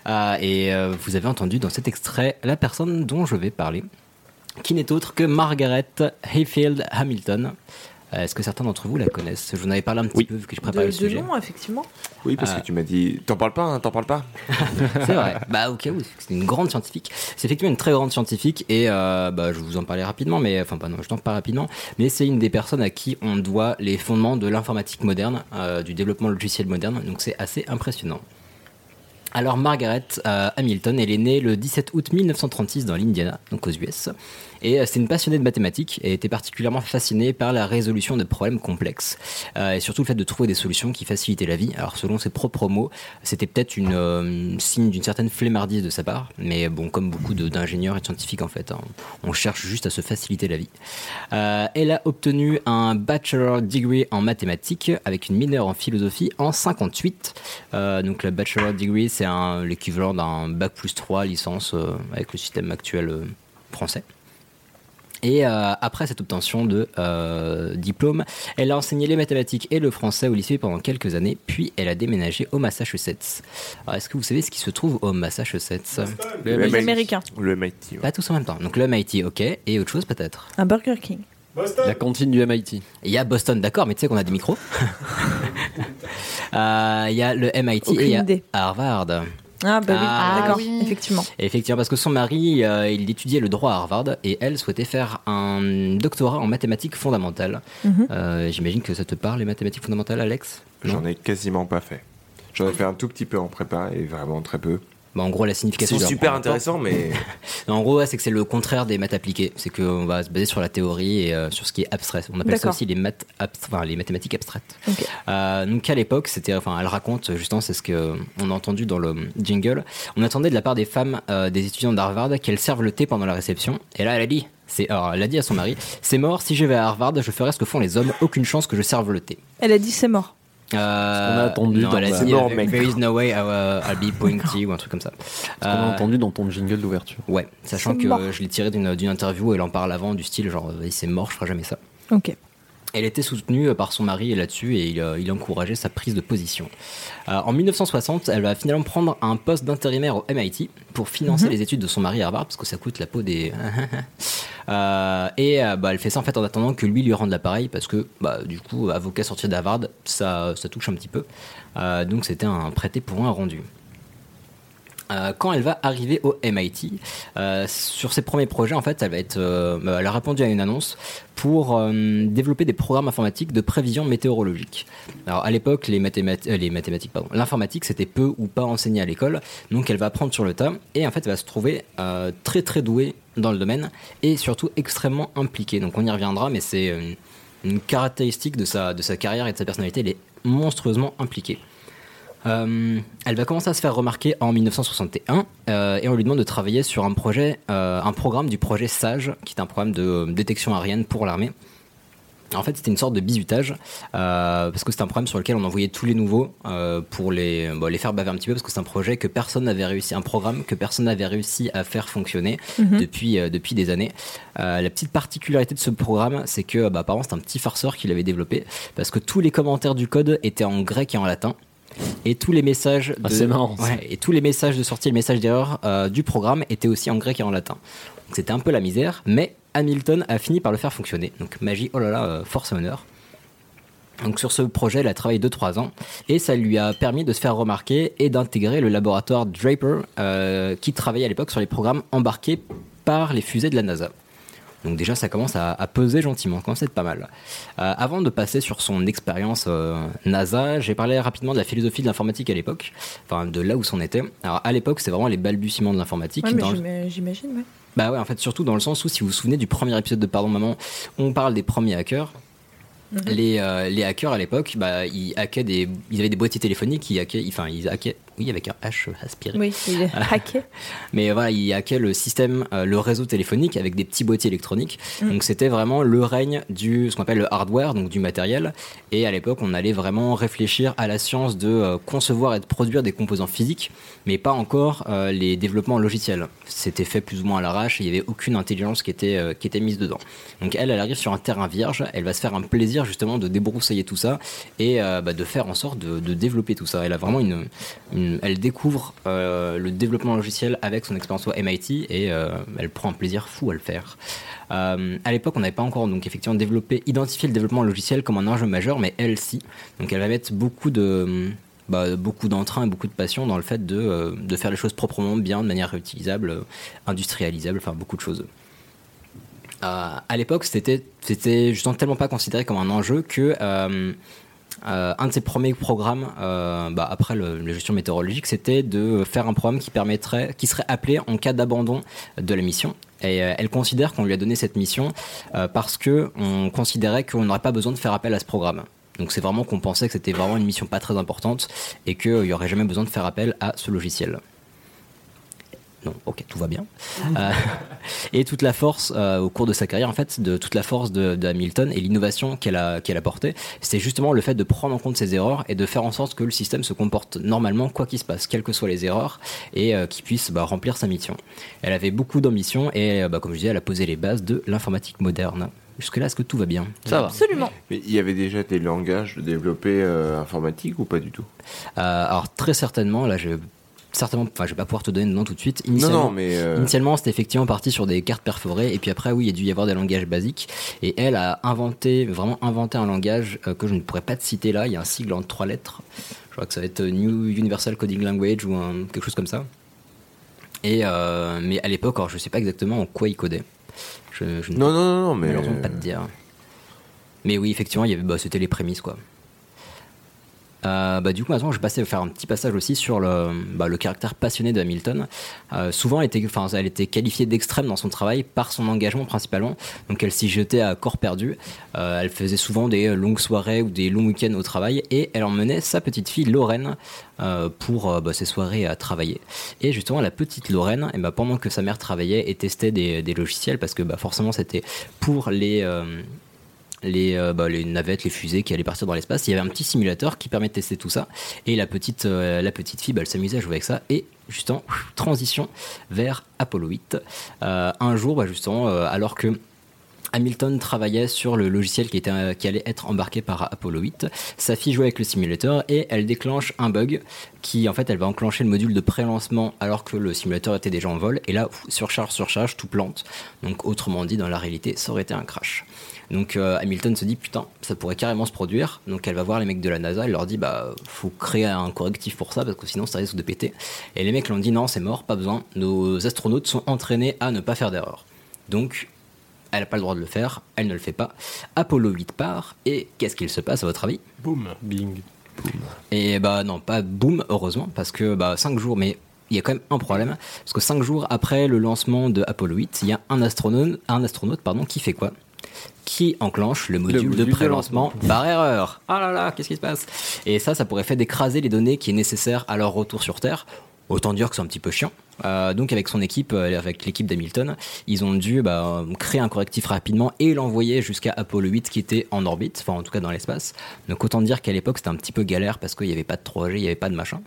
Speaker 3: Ah, et euh, vous avez entendu dans cet extrait la personne dont je vais parler, qui n'est autre que Margaret Hayfield Hamilton, Euh, Est-ce que certains d'entre vous la connaissent Je vous en avais parlé un petit
Speaker 10: Oui.
Speaker 3: peu vu que je préparais
Speaker 1: de,
Speaker 3: le
Speaker 1: de
Speaker 3: sujet.
Speaker 1: nom, effectivement.
Speaker 10: Oui, parce
Speaker 3: Euh,
Speaker 1: Ah.
Speaker 10: que tu m'as dit. T'en parles pas, hein, t'en parles pas
Speaker 3: c'est vrai. Bah ok, oui, c'est une grande scientifique. C'est effectivement une très grande scientifique et euh, bah, je vais vous en parler rapidement, mais enfin bah non, je t'en parle rapidement. Mais c'est une des personnes à qui on doit les fondements de l'informatique moderne, euh, du développement logiciel moderne. Donc c'est assez impressionnant. Alors Margaret euh, Hamilton, elle est née le 17 août 1936 dans l'Indiana, donc aux US. Et euh, c'est une passionnée de mathématiques et était particulièrement fascinée par la résolution de problèmes complexes euh, et surtout le fait de trouver des solutions qui facilitaient la vie. Alors selon ses propres mots, c'était peut-être une euh, signe d'une certaine flemmardise de sa part, mais bon, comme beaucoup de- d'ingénieurs et de scientifiques en fait, hein, on cherche juste à se faciliter la vie. Euh, elle a obtenu un bachelor degree en mathématiques avec une mineure en philosophie en 58. Euh, donc le bachelor degree, c'est un- l'équivalent d'un bac plus 3 licence euh, avec le système actuel euh, français. Et euh, après cette obtention de euh, diplôme, elle a enseigné les mathématiques et le français au lycée pendant quelques années, puis elle a déménagé au Massachusetts. Alors, est-ce que vous savez ce qui se trouve au Massachusetts
Speaker 1: Le
Speaker 10: ben,
Speaker 1: Les MIT. Américains.
Speaker 10: Le MIT.
Speaker 3: Pas tous en même temps. Donc le MIT, ok. Et autre chose peut-être
Speaker 1: Un Burger King.
Speaker 3: la cantine du MIT. Il y a Boston, d'accord, mais tu sais qu'on a des micros. <laughs> Euh, Il y a le MIT et il y a
Speaker 1: Aucune idée.
Speaker 3: Harvard.
Speaker 1: Ah, bah oui,
Speaker 3: Ah,
Speaker 1: d'accord,
Speaker 3: oui.
Speaker 1: effectivement.
Speaker 3: Effectivement, parce que son mari, euh, il étudiait le droit à Harvard et elle souhaitait faire un doctorat en mathématiques fondamentales.
Speaker 10: Mhm.
Speaker 3: Euh, J'imagine que ça te parle, les mathématiques fondamentales, Alex
Speaker 10: J'en ai quasiment pas fait. J'en ai fait un tout petit peu en prépa et vraiment très peu.
Speaker 3: Bah, en gros, la signification.
Speaker 10: C'est
Speaker 3: je la
Speaker 10: super
Speaker 3: reprends
Speaker 1: <laughs>
Speaker 3: pas.
Speaker 10: intéressant, mais-
Speaker 3: Non, en gros, ouais, c'est que c'est le contraire des maths appliquées. C'est qu'on va se baser sur la théorie et euh, sur ce qui est abstrait. On appelle ça
Speaker 1: D'accord.
Speaker 3: aussi les, maths abst- enfin, les mathématiques abstraites. Euh, donc, à l'époque, c'était. Enfin, elle raconte, justement, c'est ce qu'on a entendu dans le jingle. On attendait de la part des femmes, euh, des étudiants d'Harvard, qu'elles servent le thé pendant la réception. Et là, elle a dit. C'est, alors, elle a dit à son mari C'est mort, si je vais à Harvard, je ferai ce que font les hommes, aucune chance que je serve le thé.
Speaker 1: Elle a dit c'est mort.
Speaker 3: Euh,
Speaker 7: qu'on a attendu
Speaker 3: non,
Speaker 7: dans
Speaker 3: elle a
Speaker 7: la-
Speaker 3: dit,
Speaker 7: C'est mort,
Speaker 3: euh,
Speaker 7: mec.
Speaker 3: There is no way I, uh, I'll be pointy ou un truc comme ça. Euh,
Speaker 7: qu'on a entendu dans ton jingle d'ouverture.
Speaker 3: Ouais, sachant
Speaker 1: C'est
Speaker 3: que
Speaker 1: mort.
Speaker 3: euh, je l'ai tiré d'une d'une interview elle en parle avant, du style genre Vas-y, c'est mort, je ferai jamais ça.
Speaker 1: Ok.
Speaker 3: Elle était soutenue euh, par son mari et là-dessus et il, euh, il encourageait sa prise de position. Euh, en 1960, elle va finalement prendre un poste d'intérimaire au MIT pour financer
Speaker 1: Mhm.
Speaker 3: les études de son mari à Harvard parce que ça coûte la peau des. <laughs> Euh, et euh, bah, elle fait ça en fait en attendant que lui lui rende l'appareil parce que bah, du coup, avocat sorti d'Harvard, ça, ça touche un petit peu. Euh, donc c'était un prêté pour un rendu. Euh, quand elle va arriver au MIT, euh, sur ses premiers projets, en fait, elle, va être, euh, elle a répondu à une annonce pour euh, développer des programmes informatiques de prévision météorologique. Alors, à l'époque, les, mathémati- euh, les mathématiques, pardon, l'informatique, c'était peu ou pas enseigné à l'école, donc elle va apprendre sur le tas et en fait, elle va se trouver euh, très très douée dans le domaine et surtout extrêmement impliquée. Donc, on y reviendra, mais c'est une, une caractéristique de sa, de sa carrière et de sa personnalité. Elle est monstrueusement impliquée. Euh, elle va commencer à se faire remarquer en 1961 euh, et on lui demande de travailler sur un projet, euh, un programme du projet SAGE, qui est un programme de euh, détection aérienne pour l'armée. En fait, c'était une sorte de bizutage, euh, parce que c'était un programme sur lequel on envoyait tous les nouveaux euh, pour les, bon, les faire baver un petit peu, parce que c'est un projet que personne n'avait réussi, un programme que personne n'avait réussi à faire fonctionner
Speaker 1: Mhm.
Speaker 3: depuis, euh, depuis des années. Euh, la petite particularité de ce programme, c'est que, bah, apparemment, c'est un petit farceur qui l'avait développé, parce que tous les commentaires du code étaient en grec et en latin. Et tous les messages de,
Speaker 7: Ah, c'est marrant, ça.
Speaker 3: Ouais, et tous les messages de sortie, le message d'erreur euh, du programme étaient aussi en grec et en latin. Donc c'était un peu la misère, mais Hamilton a fini par le faire fonctionner. Donc magie, oh là là, euh, force et honneur. Donc sur ce projet, elle a travaillé 2-3 ans et ça lui a permis de se faire remarquer et d'intégrer le laboratoire Draper euh, qui travaillait à l'époque sur les programmes embarqués par les fusées de la NASA. Donc déjà, ça commence à, à peser gentiment, ça commence à être pas mal. Euh, avant de passer sur son expérience euh, NASA, j'ai parlé rapidement de la philosophie de l'informatique à l'époque, enfin de là où c'en était. Alors à l'époque, c'est vraiment les balbutiements de l'informatique.
Speaker 1: Ouais, mais
Speaker 3: dans le-
Speaker 1: j'ima- j'imagine, ouais.
Speaker 3: bah ouais, en fait, surtout dans le sens où, si vous vous souvenez du premier épisode de Pardon Maman, on parle des premiers hackers.
Speaker 1: Mhm.
Speaker 3: Les, euh, les hackers à l'époque, bah, ils hackaient des, ils avaient des boîtiers téléphoniques, ils hackaient, ils- enfin ils hackaient, oui avec un H euh, aspiré.
Speaker 1: Oui, il est
Speaker 3: Ah.
Speaker 1: hacké.
Speaker 3: Mais voilà, il hackait le système, euh, le réseau téléphonique avec des petits boîtiers électroniques.
Speaker 1: Mm.
Speaker 3: Donc c'était vraiment le règne du ce qu'on appelle le hardware, donc du matériel. Et à l'époque, on allait vraiment réfléchir à la science de euh, concevoir et de produire des composants physiques, mais pas encore euh, les développements logiciels. C'était fait plus ou moins à l'arrache. et Il n'y avait aucune intelligence qui était euh, qui était mise dedans. Donc elle, elle arrive sur un terrain vierge. Elle va se faire un plaisir justement de débroussailler tout ça et euh, bah, de faire en sorte de, de développer tout ça. Elle a vraiment une, une, une, elle découvre euh, le développement logiciel avec son expérience au MIT et euh, elle prend un plaisir fou à le faire. Euh, à l'époque, on n'avait pas encore donc effectivement développé, identifié le développement logiciel comme un enjeu majeur, mais elle si. Donc elle va mettre beaucoup de bah, beaucoup d'entrain et beaucoup de passion dans le fait de, euh, de, faire les choses proprement bien, de manière réutilisable, euh, industrialisable, enfin beaucoup de choses. Euh, à l'époque, c'était justement tellement pas considéré comme un enjeu que euh, un de ses premiers programmes euh, bah, après le, la gestion météorologique, c'était de faire un programme qui permettrait, qui serait appelé en cas d'abandon de la mission. Et euh, elle considère qu'on lui a donné cette mission euh, parce que on considérait qu'on n'aurait pas besoin de faire appel à ce programme. Donc c'est vraiment qu'on pensait que c'était vraiment une mission pas très importante et qu'il n'y aurait jamais besoin de faire appel à ce logiciel. Non, ok, tout va bien. Euh, et toute la force, euh, au cours de sa carrière, en fait, de toute la force de, de Hamilton et l'innovation qu'elle a, qu'elle apportée, c'est justement le fait de prendre en compte ses erreurs et de faire en sorte que le système se comporte normalement, quoi qu'il se passe, quelles que soient les erreurs, et euh, qu'il puisse bah, remplir sa mission. Elle avait beaucoup d'ambition et, bah, comme je disais, elle a posé les bases de l'informatique moderne. Jusque-là, est-ce que tout va bien
Speaker 10: Ça
Speaker 1: va. Absolument.
Speaker 10: Mais il y avait déjà des langages développés euh, informatiques ou pas du tout
Speaker 3: Euh, Alors, très certainement, là, je certainement, enfin, je vais pas pouvoir te donner de nom tout de suite.
Speaker 10: Initialement, non, non, mais euh...
Speaker 3: initialement, c'était effectivement parti sur des cartes perforées, et puis après, oui, il y a dû y avoir des langages basiques. Et elle a inventé, vraiment inventé un langage euh, que je ne pourrais pas te citer là. Il y a un sigle en trois lettres. Je crois que ça va être New Universal Coding Language ou un, quelque chose comme ça. Et euh, mais à l'époque, je sais pas exactement en quoi il codait. Je, je ne
Speaker 10: non, non, non, mais euh,
Speaker 3: malheureusement pas te dire. Mais oui, effectivement, il y avait, bah, c'était les prémices, quoi. Euh, bah, du coup, maintenant, je vais passer faire un petit passage aussi sur le, bah, le caractère passionné de Hamilton. Euh, souvent, elle était, elle était qualifiée d'extrême dans son travail par son engagement principalement. Donc, elle s'y jetait à corps perdu. Euh, elle faisait souvent des longues soirées ou des longs week-ends au travail et elle emmenait sa petite fille Lorraine pour bah, ses soirées à travailler. Et justement, la petite Lorraine, et pendant que sa mère travaillait et testait des, des logiciels, parce que bah, forcément, c'était pour les. euh, Les, euh, bah, les, navettes, les fusées qui allaient partir dans l'espace. Il y avait un petit simulateur qui permet de tester tout ça. Et la petite, euh, la petite fille, bah, elle s'amusait à jouer avec ça. Et justement, <laughs> transition vers Apollo 8. Euh, un jour, bah, justement, alors que Hamilton travaillait sur le logiciel qui, était, euh, qui allait être embarqué par Apollo 8. Sa fille joue avec le simulateur et elle déclenche un bug qui, en fait, elle va enclencher le module de pré-lancement alors que le simulateur était déjà en vol. Et là, surcharge, surcharge, tout plante. Donc, autrement dit, dans la réalité, ça aurait été un crash. Donc, euh, Hamilton se dit, putain, ça pourrait carrément se produire. Donc, elle va voir les mecs de la NASA. Elle leur dit, bah, faut créer un correctif pour ça parce que sinon, ça risque de péter. Et les mecs l'ont dit, non, c'est mort, pas besoin. Nos astronautes sont entraînés à ne pas faire d'erreur. Donc, elle n'a pas le droit de le faire, elle ne le fait pas. Apollo 8 part, et qu'est-ce qu'il se passe à votre avis
Speaker 9: Boum, bing.
Speaker 3: Boom. Et bah non, pas boum, heureusement, parce que bah, 5 jours, mais il y a quand même un problème, parce que 5 jours après le lancement de Apollo 8, il y a un astronaute, un astronaute pardon, qui fait quoi qui enclenche le module, le module de pré-lancement par erreur. Ah là là, qu'est-ce qui se passe Et ça, ça pourrait faire d'écraser les données qui est nécessaire à leur retour sur Terre. Autant dire que c'est un petit peu chiant. Euh, donc avec son équipe, euh, avec l'équipe d'Hamilton, ils ont dû bah, créer un correctif rapidement et l'envoyer jusqu'à Apollo 8 qui était en orbite, enfin en tout cas dans l'espace. Donc autant dire qu'à l'époque c'était un petit peu galère parce qu'il n'y avait pas de 3G, il n'y avait pas de machin.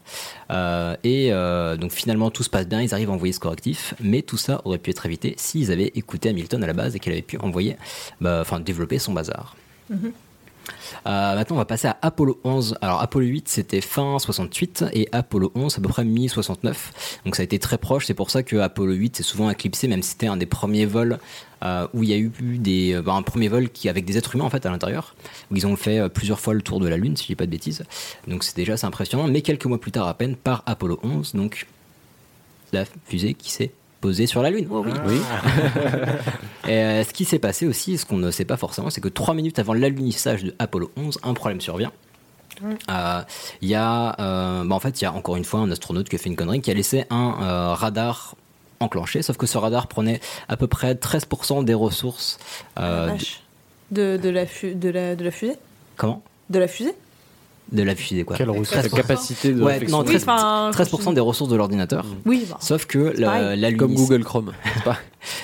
Speaker 3: Euh, et donc finalement tout se passe bien, ils arrivent à envoyer ce correctif, mais tout ça aurait pu être évité s'ils avaient écouté Hamilton à la base et qu'elle avait pu envoyer, enfin bah, développer son bazar. Mm -hmm. Euh, maintenant, on va passer à Apollo 11. Alors, Apollo 8, c'était fin 68 et Apollo 11, à peu près mi-69. Donc, ça a été très proche. C'est pour ça que Apollo 8 est souvent éclipsé, même si c'était un des premiers vols euh, où il y a eu des, bah, un premier vol qui, avec des êtres humains en fait à l'intérieur, où ils ont fait euh, plusieurs fois le tour de la Lune, si je dis pas de bêtises. Donc, c'est déjà assez impressionnant. Mais quelques mois plus tard, à peine, par Apollo 11, donc la fusée qui s'est posé sur la Lune. Oh oui. oui. <laughs> et, euh, ce qui s'est passé aussi, ce qu'on ne sait pas forcément, c'est que trois minutes avant l'alunissage de Apollo 11, un problème survient. Il euh, y a, euh, bah en fait, il y a encore une fois un astronaute qui a fait une connerie, qui a laissé un euh, radar enclenché, sauf que ce radar prenait à peu près 13% des ressources euh,
Speaker 1: ah, de, de, la de, la, de la fusée.
Speaker 3: Comment
Speaker 1: De la fusée
Speaker 3: de la fusée quoi.
Speaker 9: Bah, Quelle ressource capacité de
Speaker 3: ouais, non, 13, 13 des ressources de l'ordinateur.
Speaker 1: Oui. Bah.
Speaker 3: Sauf que la
Speaker 8: Mm. comme Google Chrome.
Speaker 3: Pas...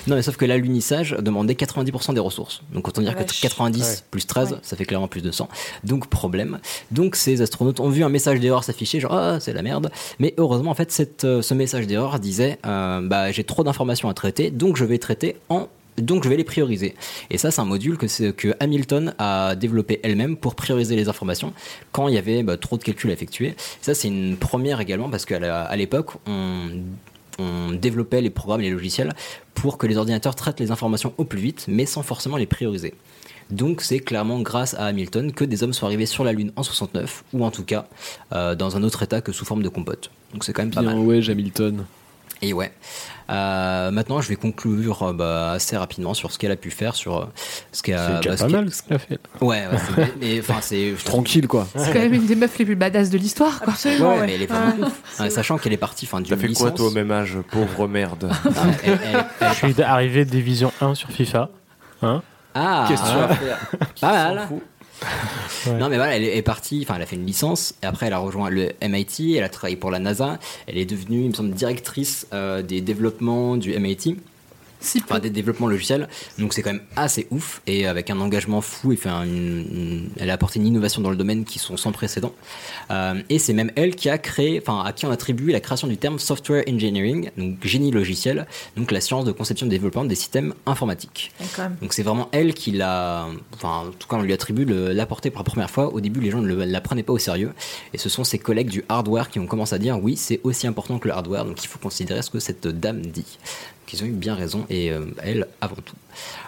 Speaker 3: non mais sauf que l'alunissage demandait 90% des ressources. Donc autant dire ouais, que 90 ouais. plus 13, ça fait clairement plus de 100. Donc problème. Donc ces astronautes ont vu un message d'erreur s'afficher genre ah oh, c'est la merde. Mais heureusement euh, en fait cette, ce message d'erreur disait euh, bah j'ai trop d'informations à traiter donc je vais traiter en donc je vais les prioriser. Et ça, c'est un module que, c'est- que Hamilton a développé elle-même pour prioriser les informations quand il y avait bah, trop de calculs à effectuer. Ça, c'est une première également parce qu'à la- à l'époque, on, on développait les programmes et les logiciels pour que les ordinateurs traitent les informations au plus vite, mais sans forcément les prioriser. Donc c'est clairement grâce à Hamilton que des hommes sont arrivés sur la Lune en 69, ou en tout cas euh, dans un autre état que sous forme de compote. Donc c'est quand même pas
Speaker 7: Bien,
Speaker 3: mal.
Speaker 7: ouais, Hamilton.
Speaker 3: Et ouais. Euh, maintenant, je vais conclure euh, bah, assez rapidement sur ce qu'elle a pu faire, sur euh, ce qu'elle
Speaker 9: C'est déjà
Speaker 3: bah, ce
Speaker 9: pas
Speaker 3: qu'elle-
Speaker 9: mal ce qu'elle a fait.
Speaker 3: Ouais, ouais, c'est- mais enfin, c'est
Speaker 8: tranquille quoi.
Speaker 2: C'est quand même une des meufs les plus badass de l'histoire. quoi.
Speaker 3: Absolument, ouais, mais elle est vraiment
Speaker 2: Ouais.
Speaker 3: ouf. Ouais, sachant qu'elle est partie, enfin, d'une
Speaker 10: T'as fait
Speaker 3: licence.
Speaker 10: quoi toi au même âge, pauvre merde
Speaker 3: ah,
Speaker 9: Je suis arrivé division 1 sur FIFA. Hein
Speaker 3: Ah,
Speaker 9: Qu'est-ce que tu vas
Speaker 10: faire
Speaker 3: Pas mal.
Speaker 9: Ouais.
Speaker 3: Non mais voilà, elle est partie, enfin elle a fait une licence, et après elle a rejoint le MIT, elle a travaillé pour la NASA, elle est devenue, il me semble, directrice euh, des développements du MIT. Enfin, des développements logiciels, donc c'est quand même assez ouf et avec un engagement fou. Et fait un- une- elle a apporté une innovation dans le domaine qui sont sans précédent. Euh, et c'est même elle qui a créé, enfin à qui on attribue la création du terme software engineering, donc génie logiciel, donc la science de conception et de développement des systèmes informatiques.
Speaker 1: D'accord.
Speaker 3: Donc c'est vraiment elle qui l'a, enfin en tout cas on lui attribue le- la portée pour la première fois. Au début les gens ne le- la prenaient pas au sérieux et ce sont ses collègues du hardware qui ont commencé à dire oui c'est aussi important que le hardware donc il faut considérer ce que cette dame dit. Qu'ils ont eu bien raison et euh, elle avant tout.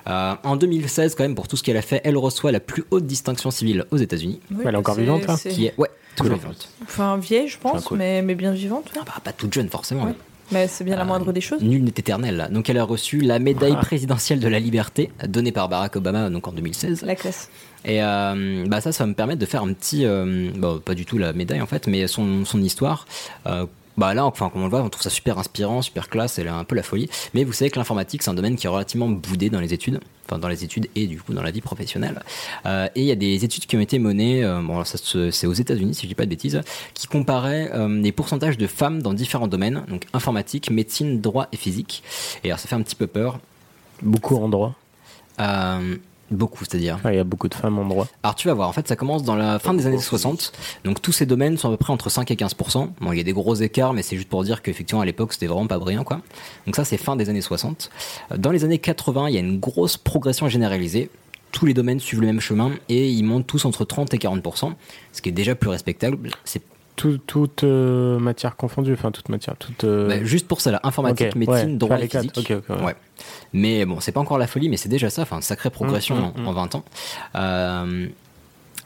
Speaker 3: Euh, en 2016 quand même pour tout ce qu'elle a fait elle reçoit la plus haute distinction civile aux États-Unis.
Speaker 1: Oui, Elle est encore c'est- vivante, hein. là c'est-
Speaker 3: Qui est ouais toujours
Speaker 1: Cool.
Speaker 3: vivante.
Speaker 1: Enfin, vieille, je pense,
Speaker 3: Enfin, cool.
Speaker 1: mais, mais bien vivante. ouais.
Speaker 3: Ah, pas toute jeune forcément. mais-
Speaker 1: Mais c'est bien
Speaker 3: Ah.
Speaker 1: la moindre des choses.
Speaker 3: Nul n'est éternel. là. Donc elle a reçu la médaille présidentielle de la liberté donnée par Barack Obama donc en 2016.
Speaker 1: La classe.
Speaker 3: Et euh, bah ça, ça va me permettre de faire un petit, euh, bah, pas du tout la médaille en fait, mais son, son histoire. Euh, bah là, enfin, comme on le voit, on trouve ça super inspirant, super classe, elle a un peu la folie. Mais vous savez que l'informatique, c'est un domaine qui est relativement boudé dans les études, enfin dans les études et du coup dans la vie professionnelle. Euh, et il y a des études qui ont été menées, euh, bon, ça se- c'est aux États-Unis si je dis pas de bêtises, qui comparaient euh, les pourcentages de femmes dans différents domaines, donc informatique, médecine, droit et physique. Et alors ça fait un petit peu peur.
Speaker 9: Beaucoup en droit.
Speaker 3: Euh, beaucoup, c'est-à-dire.
Speaker 9: Ah, Il y a beaucoup de femmes en droit.
Speaker 3: Alors tu vas voir, en fait ça commence dans la fin des années 60, donc tous ces domaines sont à peu près entre 5 et 15%. Bon, il y a des gros écarts, mais c'est juste pour dire qu'effectivement à l'époque c'était vraiment pas brillant quoi. Donc ça c'est fin des années 60. Euh, Dans les années 80, il y a une grosse progression généralisée. Tous les domaines suivent le même chemin et ils montent tous entre 30 et 40%, ce qui est déjà plus respectable. C'est
Speaker 9: Tout- toute euh, matière confondue, enfin toute matière, toute. euh,
Speaker 3: bah, juste pour ça, là, informatique,
Speaker 9: Ok,
Speaker 3: médecine,
Speaker 9: ouais,
Speaker 3: droit
Speaker 9: faire
Speaker 3: et
Speaker 9: les
Speaker 3: physique.
Speaker 9: quatre, ok, ok, ouais.
Speaker 3: Ouais. Mais bon, c'est pas encore la folie, mais c'est déjà ça, enfin, sacrée progression
Speaker 9: Mm,
Speaker 3: en-
Speaker 9: mm,
Speaker 3: en, 20 ans. Euh,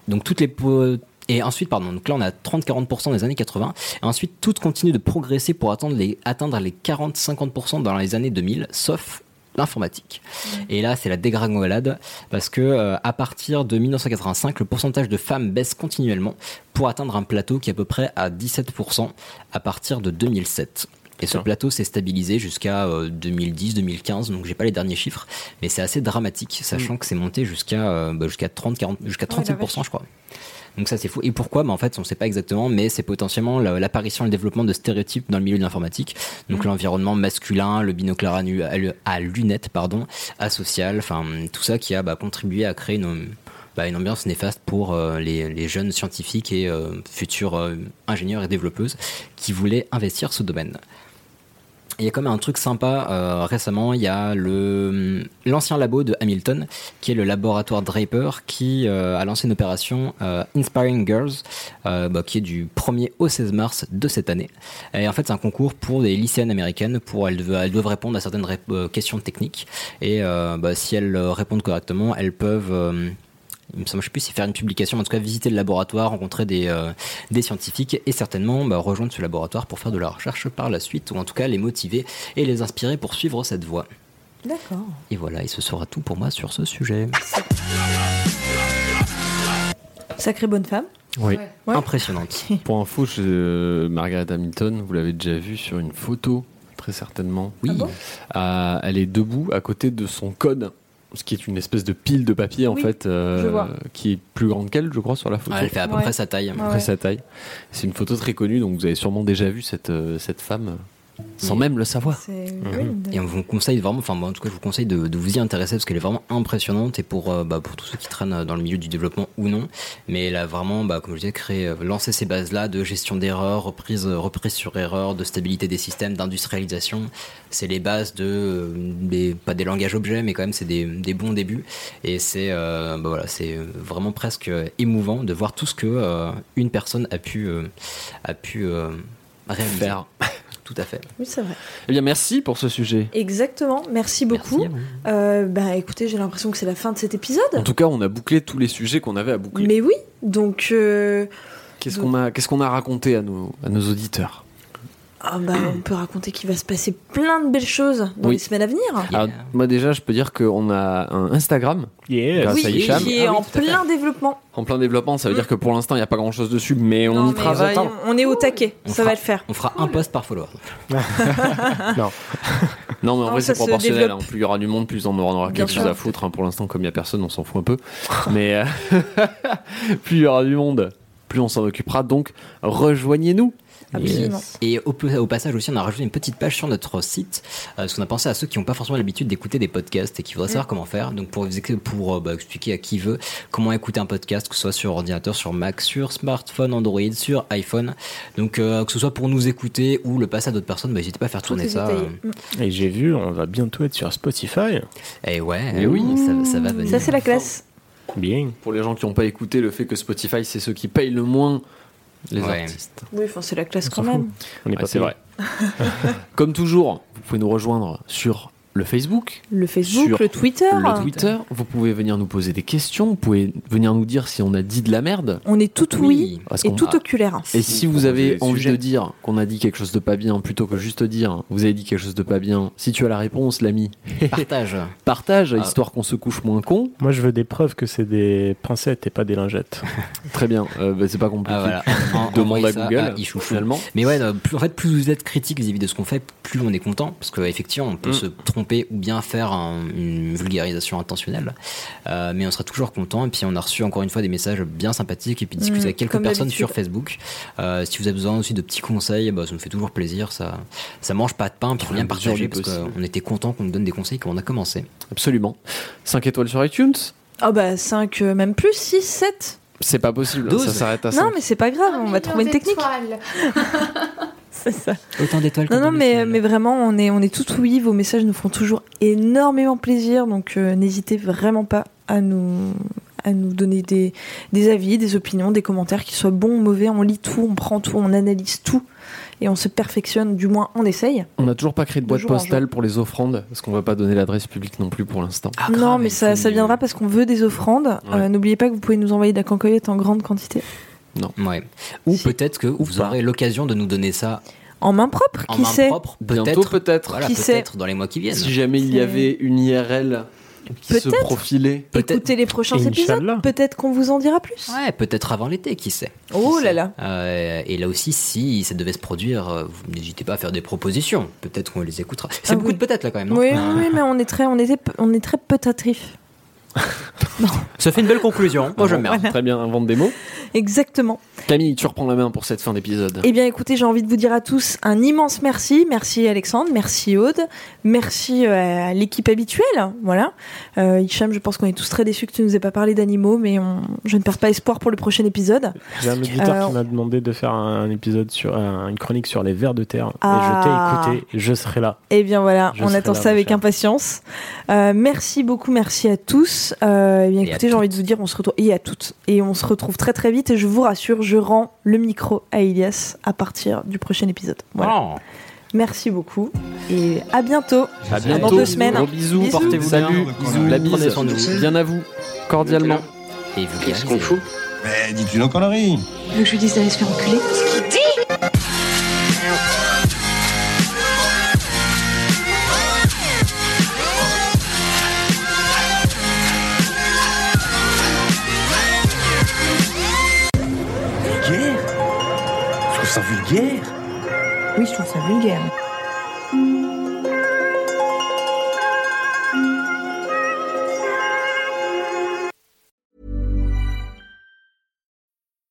Speaker 3: donc toutes les po- et ensuite, pardon, donc là on a 30-40% des années 80, et ensuite tout continue de progresser pour atteindre les, atteindre les 40-50% dans les années 2000, sauf l'informatique.
Speaker 9: Mm.
Speaker 3: Et là, c'est la dégringolade parce que euh, à partir de 1985, le pourcentage de femmes baisse continuellement pour atteindre un plateau qui est à peu près à 17% à partir de 2007. Et ce plateau s'est stabilisé jusqu'à euh, 2010-2015, donc j'ai pas les derniers chiffres, mais c'est assez dramatique, sachant que c'est monté jusqu'à euh, bah, jusqu'à 30, 40, jusqu'à
Speaker 1: Ah Mm. ouais, la
Speaker 3: 35%, je crois. Donc ça c'est fou. Et pourquoi bah, En fait on sait pas exactement, mais c'est potentiellement la- l'apparition et le développement de stéréotypes dans le milieu de l'informatique. Donc
Speaker 1: Mhm.
Speaker 3: l'environnement masculin, le binoculaire à, nu- à lu- à lunettes, pardon, asocial, enfin tout ça qui a bah, contribué à créer une, bah, une ambiance néfaste pour euh, les, les jeunes scientifiques et euh, futurs euh, ingénieurs et développeuses qui voulaient investir ce domaine. Il y a quand même un truc sympa euh, récemment. Il y a le hum, l'ancien labo de Hamilton, qui est le laboratoire Draper, qui euh, a lancé une opération euh, Inspiring Girls, euh, bah, qui est du 1er au 16 mars de cette année. Et en fait, c'est un concours pour des lycéennes américaines. Pour elles, dev- elles doivent répondre à certaines ré- euh, questions techniques. Et euh, bah, si elles euh, répondent correctement, elles peuvent euh, il me semble, je sais plus si faire une publication, mais en tout cas visiter le laboratoire, rencontrer des, euh, des scientifiques et certainement bah, rejoindre ce laboratoire pour faire de la recherche par la suite, ou en tout cas les motiver et les inspirer pour suivre cette voie.
Speaker 1: D'accord.
Speaker 3: Et voilà, et ce sera tout pour moi sur ce sujet.
Speaker 1: Sacrée bonne femme.
Speaker 7: Oui.
Speaker 1: Ouais.
Speaker 3: Impressionnante.
Speaker 7: Pour info, je- euh, Margaret Hamilton, vous l'avez déjà vue sur une photo, très certainement.
Speaker 3: Oui.
Speaker 7: Euh, elle est debout à côté de son code, ce qui est une espèce de pile de papier en
Speaker 1: Oui,
Speaker 7: fait,
Speaker 8: euh,
Speaker 1: je vois.
Speaker 7: qui est plus grande qu'elle, je crois, sur la photo.
Speaker 3: Ouais, Ah, elle fait à peu Ouais. près sa taille.
Speaker 1: Ah
Speaker 7: À peu
Speaker 3: Ouais,
Speaker 7: près
Speaker 3: ouais.
Speaker 7: sa taille. C'est une photo très connue, donc vous avez sûrement déjà vu cette, euh, cette femme.
Speaker 8: sans même le savoir.
Speaker 1: Mhm.
Speaker 3: Et on vous conseille vraiment, enfin moi en tout cas je vous conseille de, de vous y intéresser parce qu'elle est vraiment impressionnante et pour, euh, bah, pour tous ceux qui traînent euh, dans le milieu du développement ou non, mais elle a vraiment, bah, comme je disais, créé, euh, lancé ces bases-là de gestion d'erreurs, reprise, euh, reprise sur erreur, de stabilité des systèmes, d'industrialisation. C'est les bases de, euh, des- pas des langages objets, mais quand même c'est des, des bons débuts. Et c'est euh, bah, voilà, c'est vraiment presque euh, émouvant de voir tout ce que euh, une personne a pu, euh, a pu euh, réaliser.
Speaker 8: Faire.
Speaker 3: Tout à fait.
Speaker 1: Oui, c'est vrai.
Speaker 8: Eh bien, merci pour ce sujet.
Speaker 1: Exactement, merci beaucoup. Euh, bah écoutez, j'ai l'impression que c'est la fin de cet épisode.
Speaker 8: En tout cas, on a bouclé tous les sujets qu'on avait à boucler.
Speaker 1: Mais oui, donc. euh,
Speaker 8: Qu'est-ce qu'on a, qu'est-ce qu'on a raconté à nos, à nos auditeurs
Speaker 1: ah bah, on peut raconter qu'il va se passer plein de belles choses dans
Speaker 8: Oui.
Speaker 1: les semaines à venir.
Speaker 3: Ah,
Speaker 8: Alors, Ah, Moi, déjà, je peux dire qu'on a un Instagram. grâce à
Speaker 1: oui,
Speaker 8: Hicham.
Speaker 1: qui
Speaker 3: Ah
Speaker 1: est en plein développement.
Speaker 8: En plein développement, ça veut dire que pour l'instant, il n'y a pas grand-chose dessus, mais on y
Speaker 1: Mais
Speaker 8: travaille.
Speaker 1: on, on est au taquet,
Speaker 3: On
Speaker 1: ça
Speaker 3: fera-
Speaker 1: va le faire.
Speaker 3: On fera un post par follower.
Speaker 8: non. non, mais en
Speaker 1: Non,
Speaker 8: vrai,
Speaker 1: ça
Speaker 8: c'est
Speaker 1: se
Speaker 8: proportionnel. hein.
Speaker 1: développe.
Speaker 8: Plus il y aura du monde, plus on aura, on aura
Speaker 1: Bien
Speaker 8: quelque
Speaker 1: sûr.
Speaker 8: chose à foutre. hein. Pour l'instant, comme il n'y a personne, on s'en fout un peu. <laughs> mais euh, plus il y aura du monde, plus on s'en occupera. Donc, rejoignez-nous.
Speaker 1: Absolument.
Speaker 3: Et au, au passage aussi, on a rajouté une petite page sur notre site, euh, parce qu'on a pensé à ceux qui n'ont pas forcément l'habitude d'écouter des podcasts et qui voudraient savoir
Speaker 1: Mm.
Speaker 3: comment faire. Donc pour, vous ex- pour euh, bah, expliquer à qui veut comment écouter un podcast, que ce soit sur ordinateur, sur Mac, sur smartphone, Android, sur iPhone. Donc euh, que ce soit pour nous écouter ou le passer à d'autres personnes, bah, n'hésitez pas à faire tourner
Speaker 1: est
Speaker 3: ça.
Speaker 1: détaillé.
Speaker 3: euh.
Speaker 9: Et j'ai vu, on va bientôt être sur Spotify.
Speaker 3: Et ouais,
Speaker 8: Eh oui.
Speaker 3: ça, ça va venir.
Speaker 1: Ça, c'est la classe.
Speaker 9: Bien.
Speaker 8: Pour les gens qui n'ont pas écouté, le fait que Spotify, c'est ceux qui payent le moins les
Speaker 3: Ouais.
Speaker 8: artistes.
Speaker 1: Oui, enfin, c'est la classe quand même.
Speaker 9: On est
Speaker 8: Ouais,
Speaker 9: pas
Speaker 8: c'est
Speaker 9: payé.
Speaker 8: vrai. Comme toujours, vous pouvez nous rejoindre sur le Facebook.
Speaker 1: Le Facebook,
Speaker 8: Sur
Speaker 1: le Twitter.
Speaker 8: Le Twitter, vous pouvez venir nous poser des questions, vous pouvez venir nous dire si on a dit de la merde.
Speaker 1: On est tout
Speaker 8: Oui.
Speaker 1: oui,
Speaker 8: Parce
Speaker 1: et
Speaker 8: qu'on
Speaker 1: tout
Speaker 8: a-
Speaker 1: oculaire.
Speaker 8: Et si vous avez
Speaker 1: des
Speaker 8: envie
Speaker 1: sujets.
Speaker 8: de dire qu'on a dit quelque chose de pas bien, plutôt que juste dire vous avez dit quelque chose de pas bien, si tu as la réponse, l'ami,
Speaker 3: Partage.
Speaker 8: partage,
Speaker 3: Ah.
Speaker 8: histoire qu'on se couche moins con.
Speaker 9: Moi, je veux des preuves que c'est des pincettes et pas des lingettes.
Speaker 8: Très bien, Euh, bah, c'est pas compliqué.
Speaker 3: <laughs> Ah, voilà. En-
Speaker 8: Demande
Speaker 3: envoyez
Speaker 8: à
Speaker 3: ça
Speaker 8: Google,
Speaker 3: Ichouchou.
Speaker 8: finalement.
Speaker 3: Mais ouais, euh, plus, en fait, plus vous êtes critique vis-à-vis de ce qu'on fait, plus on est content. Parce qu'effectivement, on peut
Speaker 8: Mm.
Speaker 3: se tromper ou bien faire un- une vulgarisation intentionnelle. Euh, mais on sera toujours content. Et puis, on a reçu encore une fois des messages bien sympathiques. Et puis, discuter
Speaker 1: Mm,
Speaker 3: avec quelques
Speaker 1: comme
Speaker 3: personnes
Speaker 1: d'habitude.
Speaker 3: sur Facebook. Euh, si vous avez besoin aussi de petits conseils, bah, ça nous fait toujours plaisir. Ça, ça mange pas de pain. Puis, on vient
Speaker 8: mesure
Speaker 3: partager
Speaker 8: Ah, du
Speaker 3: parce
Speaker 8: possible.
Speaker 3: qu'on était content qu'on nous donne des conseils quand on a commencé.
Speaker 8: Absolument. 5 étoiles sur iTunes,
Speaker 1: Ah bah 5, même plus, 6, 7.
Speaker 8: c'est pas possible, hein,
Speaker 3: Douze.
Speaker 8: ça s'arrête à 5.
Speaker 1: Non, mais c'est pas
Speaker 2: Ah,
Speaker 1: grave, on va trouver une technique. <laughs> c'est ça.
Speaker 3: Autant d'étoiles que
Speaker 1: Non, non,
Speaker 3: de
Speaker 1: mais, mais vraiment, on est, on est tout oui. Vos messages nous font toujours énormément plaisir. Donc, euh, n'hésitez vraiment pas à nous, à nous donner des, des avis, des opinions, des commentaires, qu'ils soient bons ou mauvais. On lit tout, on prend tout, on analyse tout. Et on se perfectionne, du moins, on essaye.
Speaker 8: On n'a toujours pas créé de
Speaker 1: De
Speaker 8: boîte
Speaker 1: jour en
Speaker 8: postale pour les offrandes, parce qu'on va pas donner l'adresse publique non plus pour l'instant.
Speaker 3: Ah,
Speaker 1: non,
Speaker 3: grave,
Speaker 1: mais
Speaker 3: il
Speaker 1: ça,
Speaker 3: faut
Speaker 1: ça
Speaker 3: une-
Speaker 1: viendra parce qu'on veut des offrandes.
Speaker 8: Ouais.
Speaker 1: Euh, N'oubliez pas que vous pouvez nous envoyer de la cancoyote en grande quantité.
Speaker 3: Ouais. Ou peut-être que vous aurez l'occasion de nous donner ça
Speaker 1: En main propre,
Speaker 3: en
Speaker 1: qui
Speaker 3: main
Speaker 1: sait
Speaker 3: propre.
Speaker 8: Bientôt peut-être.
Speaker 3: Voilà,
Speaker 1: Qui sait
Speaker 3: peut-être dans les mois qui viennent.
Speaker 8: Si jamais il y
Speaker 1: C'est-
Speaker 8: avait une IRL qui se
Speaker 1: Peut-être.
Speaker 8: profilait.
Speaker 1: Écoutez les prochains épisodes. Peut-être qu'on vous en dira plus.
Speaker 3: Ouais, peut-être avant l'été, qui sait.
Speaker 1: Oh là là.
Speaker 3: Euh, et là aussi, si ça devait se produire, euh, vous n'hésitez pas à faire des propositions. Peut-être qu'on les écoutera. C'est
Speaker 1: Ah
Speaker 3: beaucoup
Speaker 1: oui.
Speaker 3: de peut-être là quand même. non
Speaker 1: Oui, oui, mais on est très, on était, on est très petatrif.
Speaker 3: Ça fait une belle conclusion. Moi, j'aime bien.
Speaker 8: Très bien, invente des mots.
Speaker 1: Exactement.
Speaker 8: Camille, tu reprends la main pour cette fin d'épisode.
Speaker 1: Eh bien, écoutez, j'ai envie de vous dire à tous un immense merci. Merci Alexandre, merci Aude, merci euh, à l'équipe habituelle. hein, Voilà. Euh, Hicham, je pense qu'on est tous très déçus que tu nous aies pas parlé d'animaux, mais on- je ne perds pas espoir pour le prochain épisode.
Speaker 9: J'ai un auditeur
Speaker 1: Euh,
Speaker 9: qui m'a demandé de faire un épisode sur un- une chronique sur les vers de terre.
Speaker 1: Ah.
Speaker 9: Et je t'ai écouté, je serai là.
Speaker 1: Eh bien voilà,
Speaker 9: Je
Speaker 1: on
Speaker 9: serai
Speaker 1: attend
Speaker 9: là,
Speaker 1: ça
Speaker 9: mon
Speaker 1: avec
Speaker 9: cher.
Speaker 1: impatience. Euh, merci beaucoup, merci à tous. Euh, eh bien
Speaker 3: Et à
Speaker 1: écoutez, j'ai envie de vous dire, on se retrouve et à toutes et on se retrouve très très vite. Et je vous rassure, je rends le micro à Elias à partir du prochain épisode. Voilà.
Speaker 3: Oh.
Speaker 1: Merci beaucoup et à bientôt.
Speaker 8: À bientôt.
Speaker 1: Dans deux semaines.
Speaker 8: Gros bisous, portez-vous
Speaker 7: Salut,
Speaker 8: bien.
Speaker 7: bisous.
Speaker 8: La bise.
Speaker 7: Prenez soin de vous.
Speaker 8: Bien à vous, cordialement.
Speaker 3: Et vous euh,
Speaker 7: Qu'est-ce qu'on fout Mais dis-tu nos conneries
Speaker 18: Tu veux que je lui dise d'aller se faire enculer
Speaker 5: Vulgaire Je trouve ça vulgaire
Speaker 1: Oui, je trouve ça vulgaire.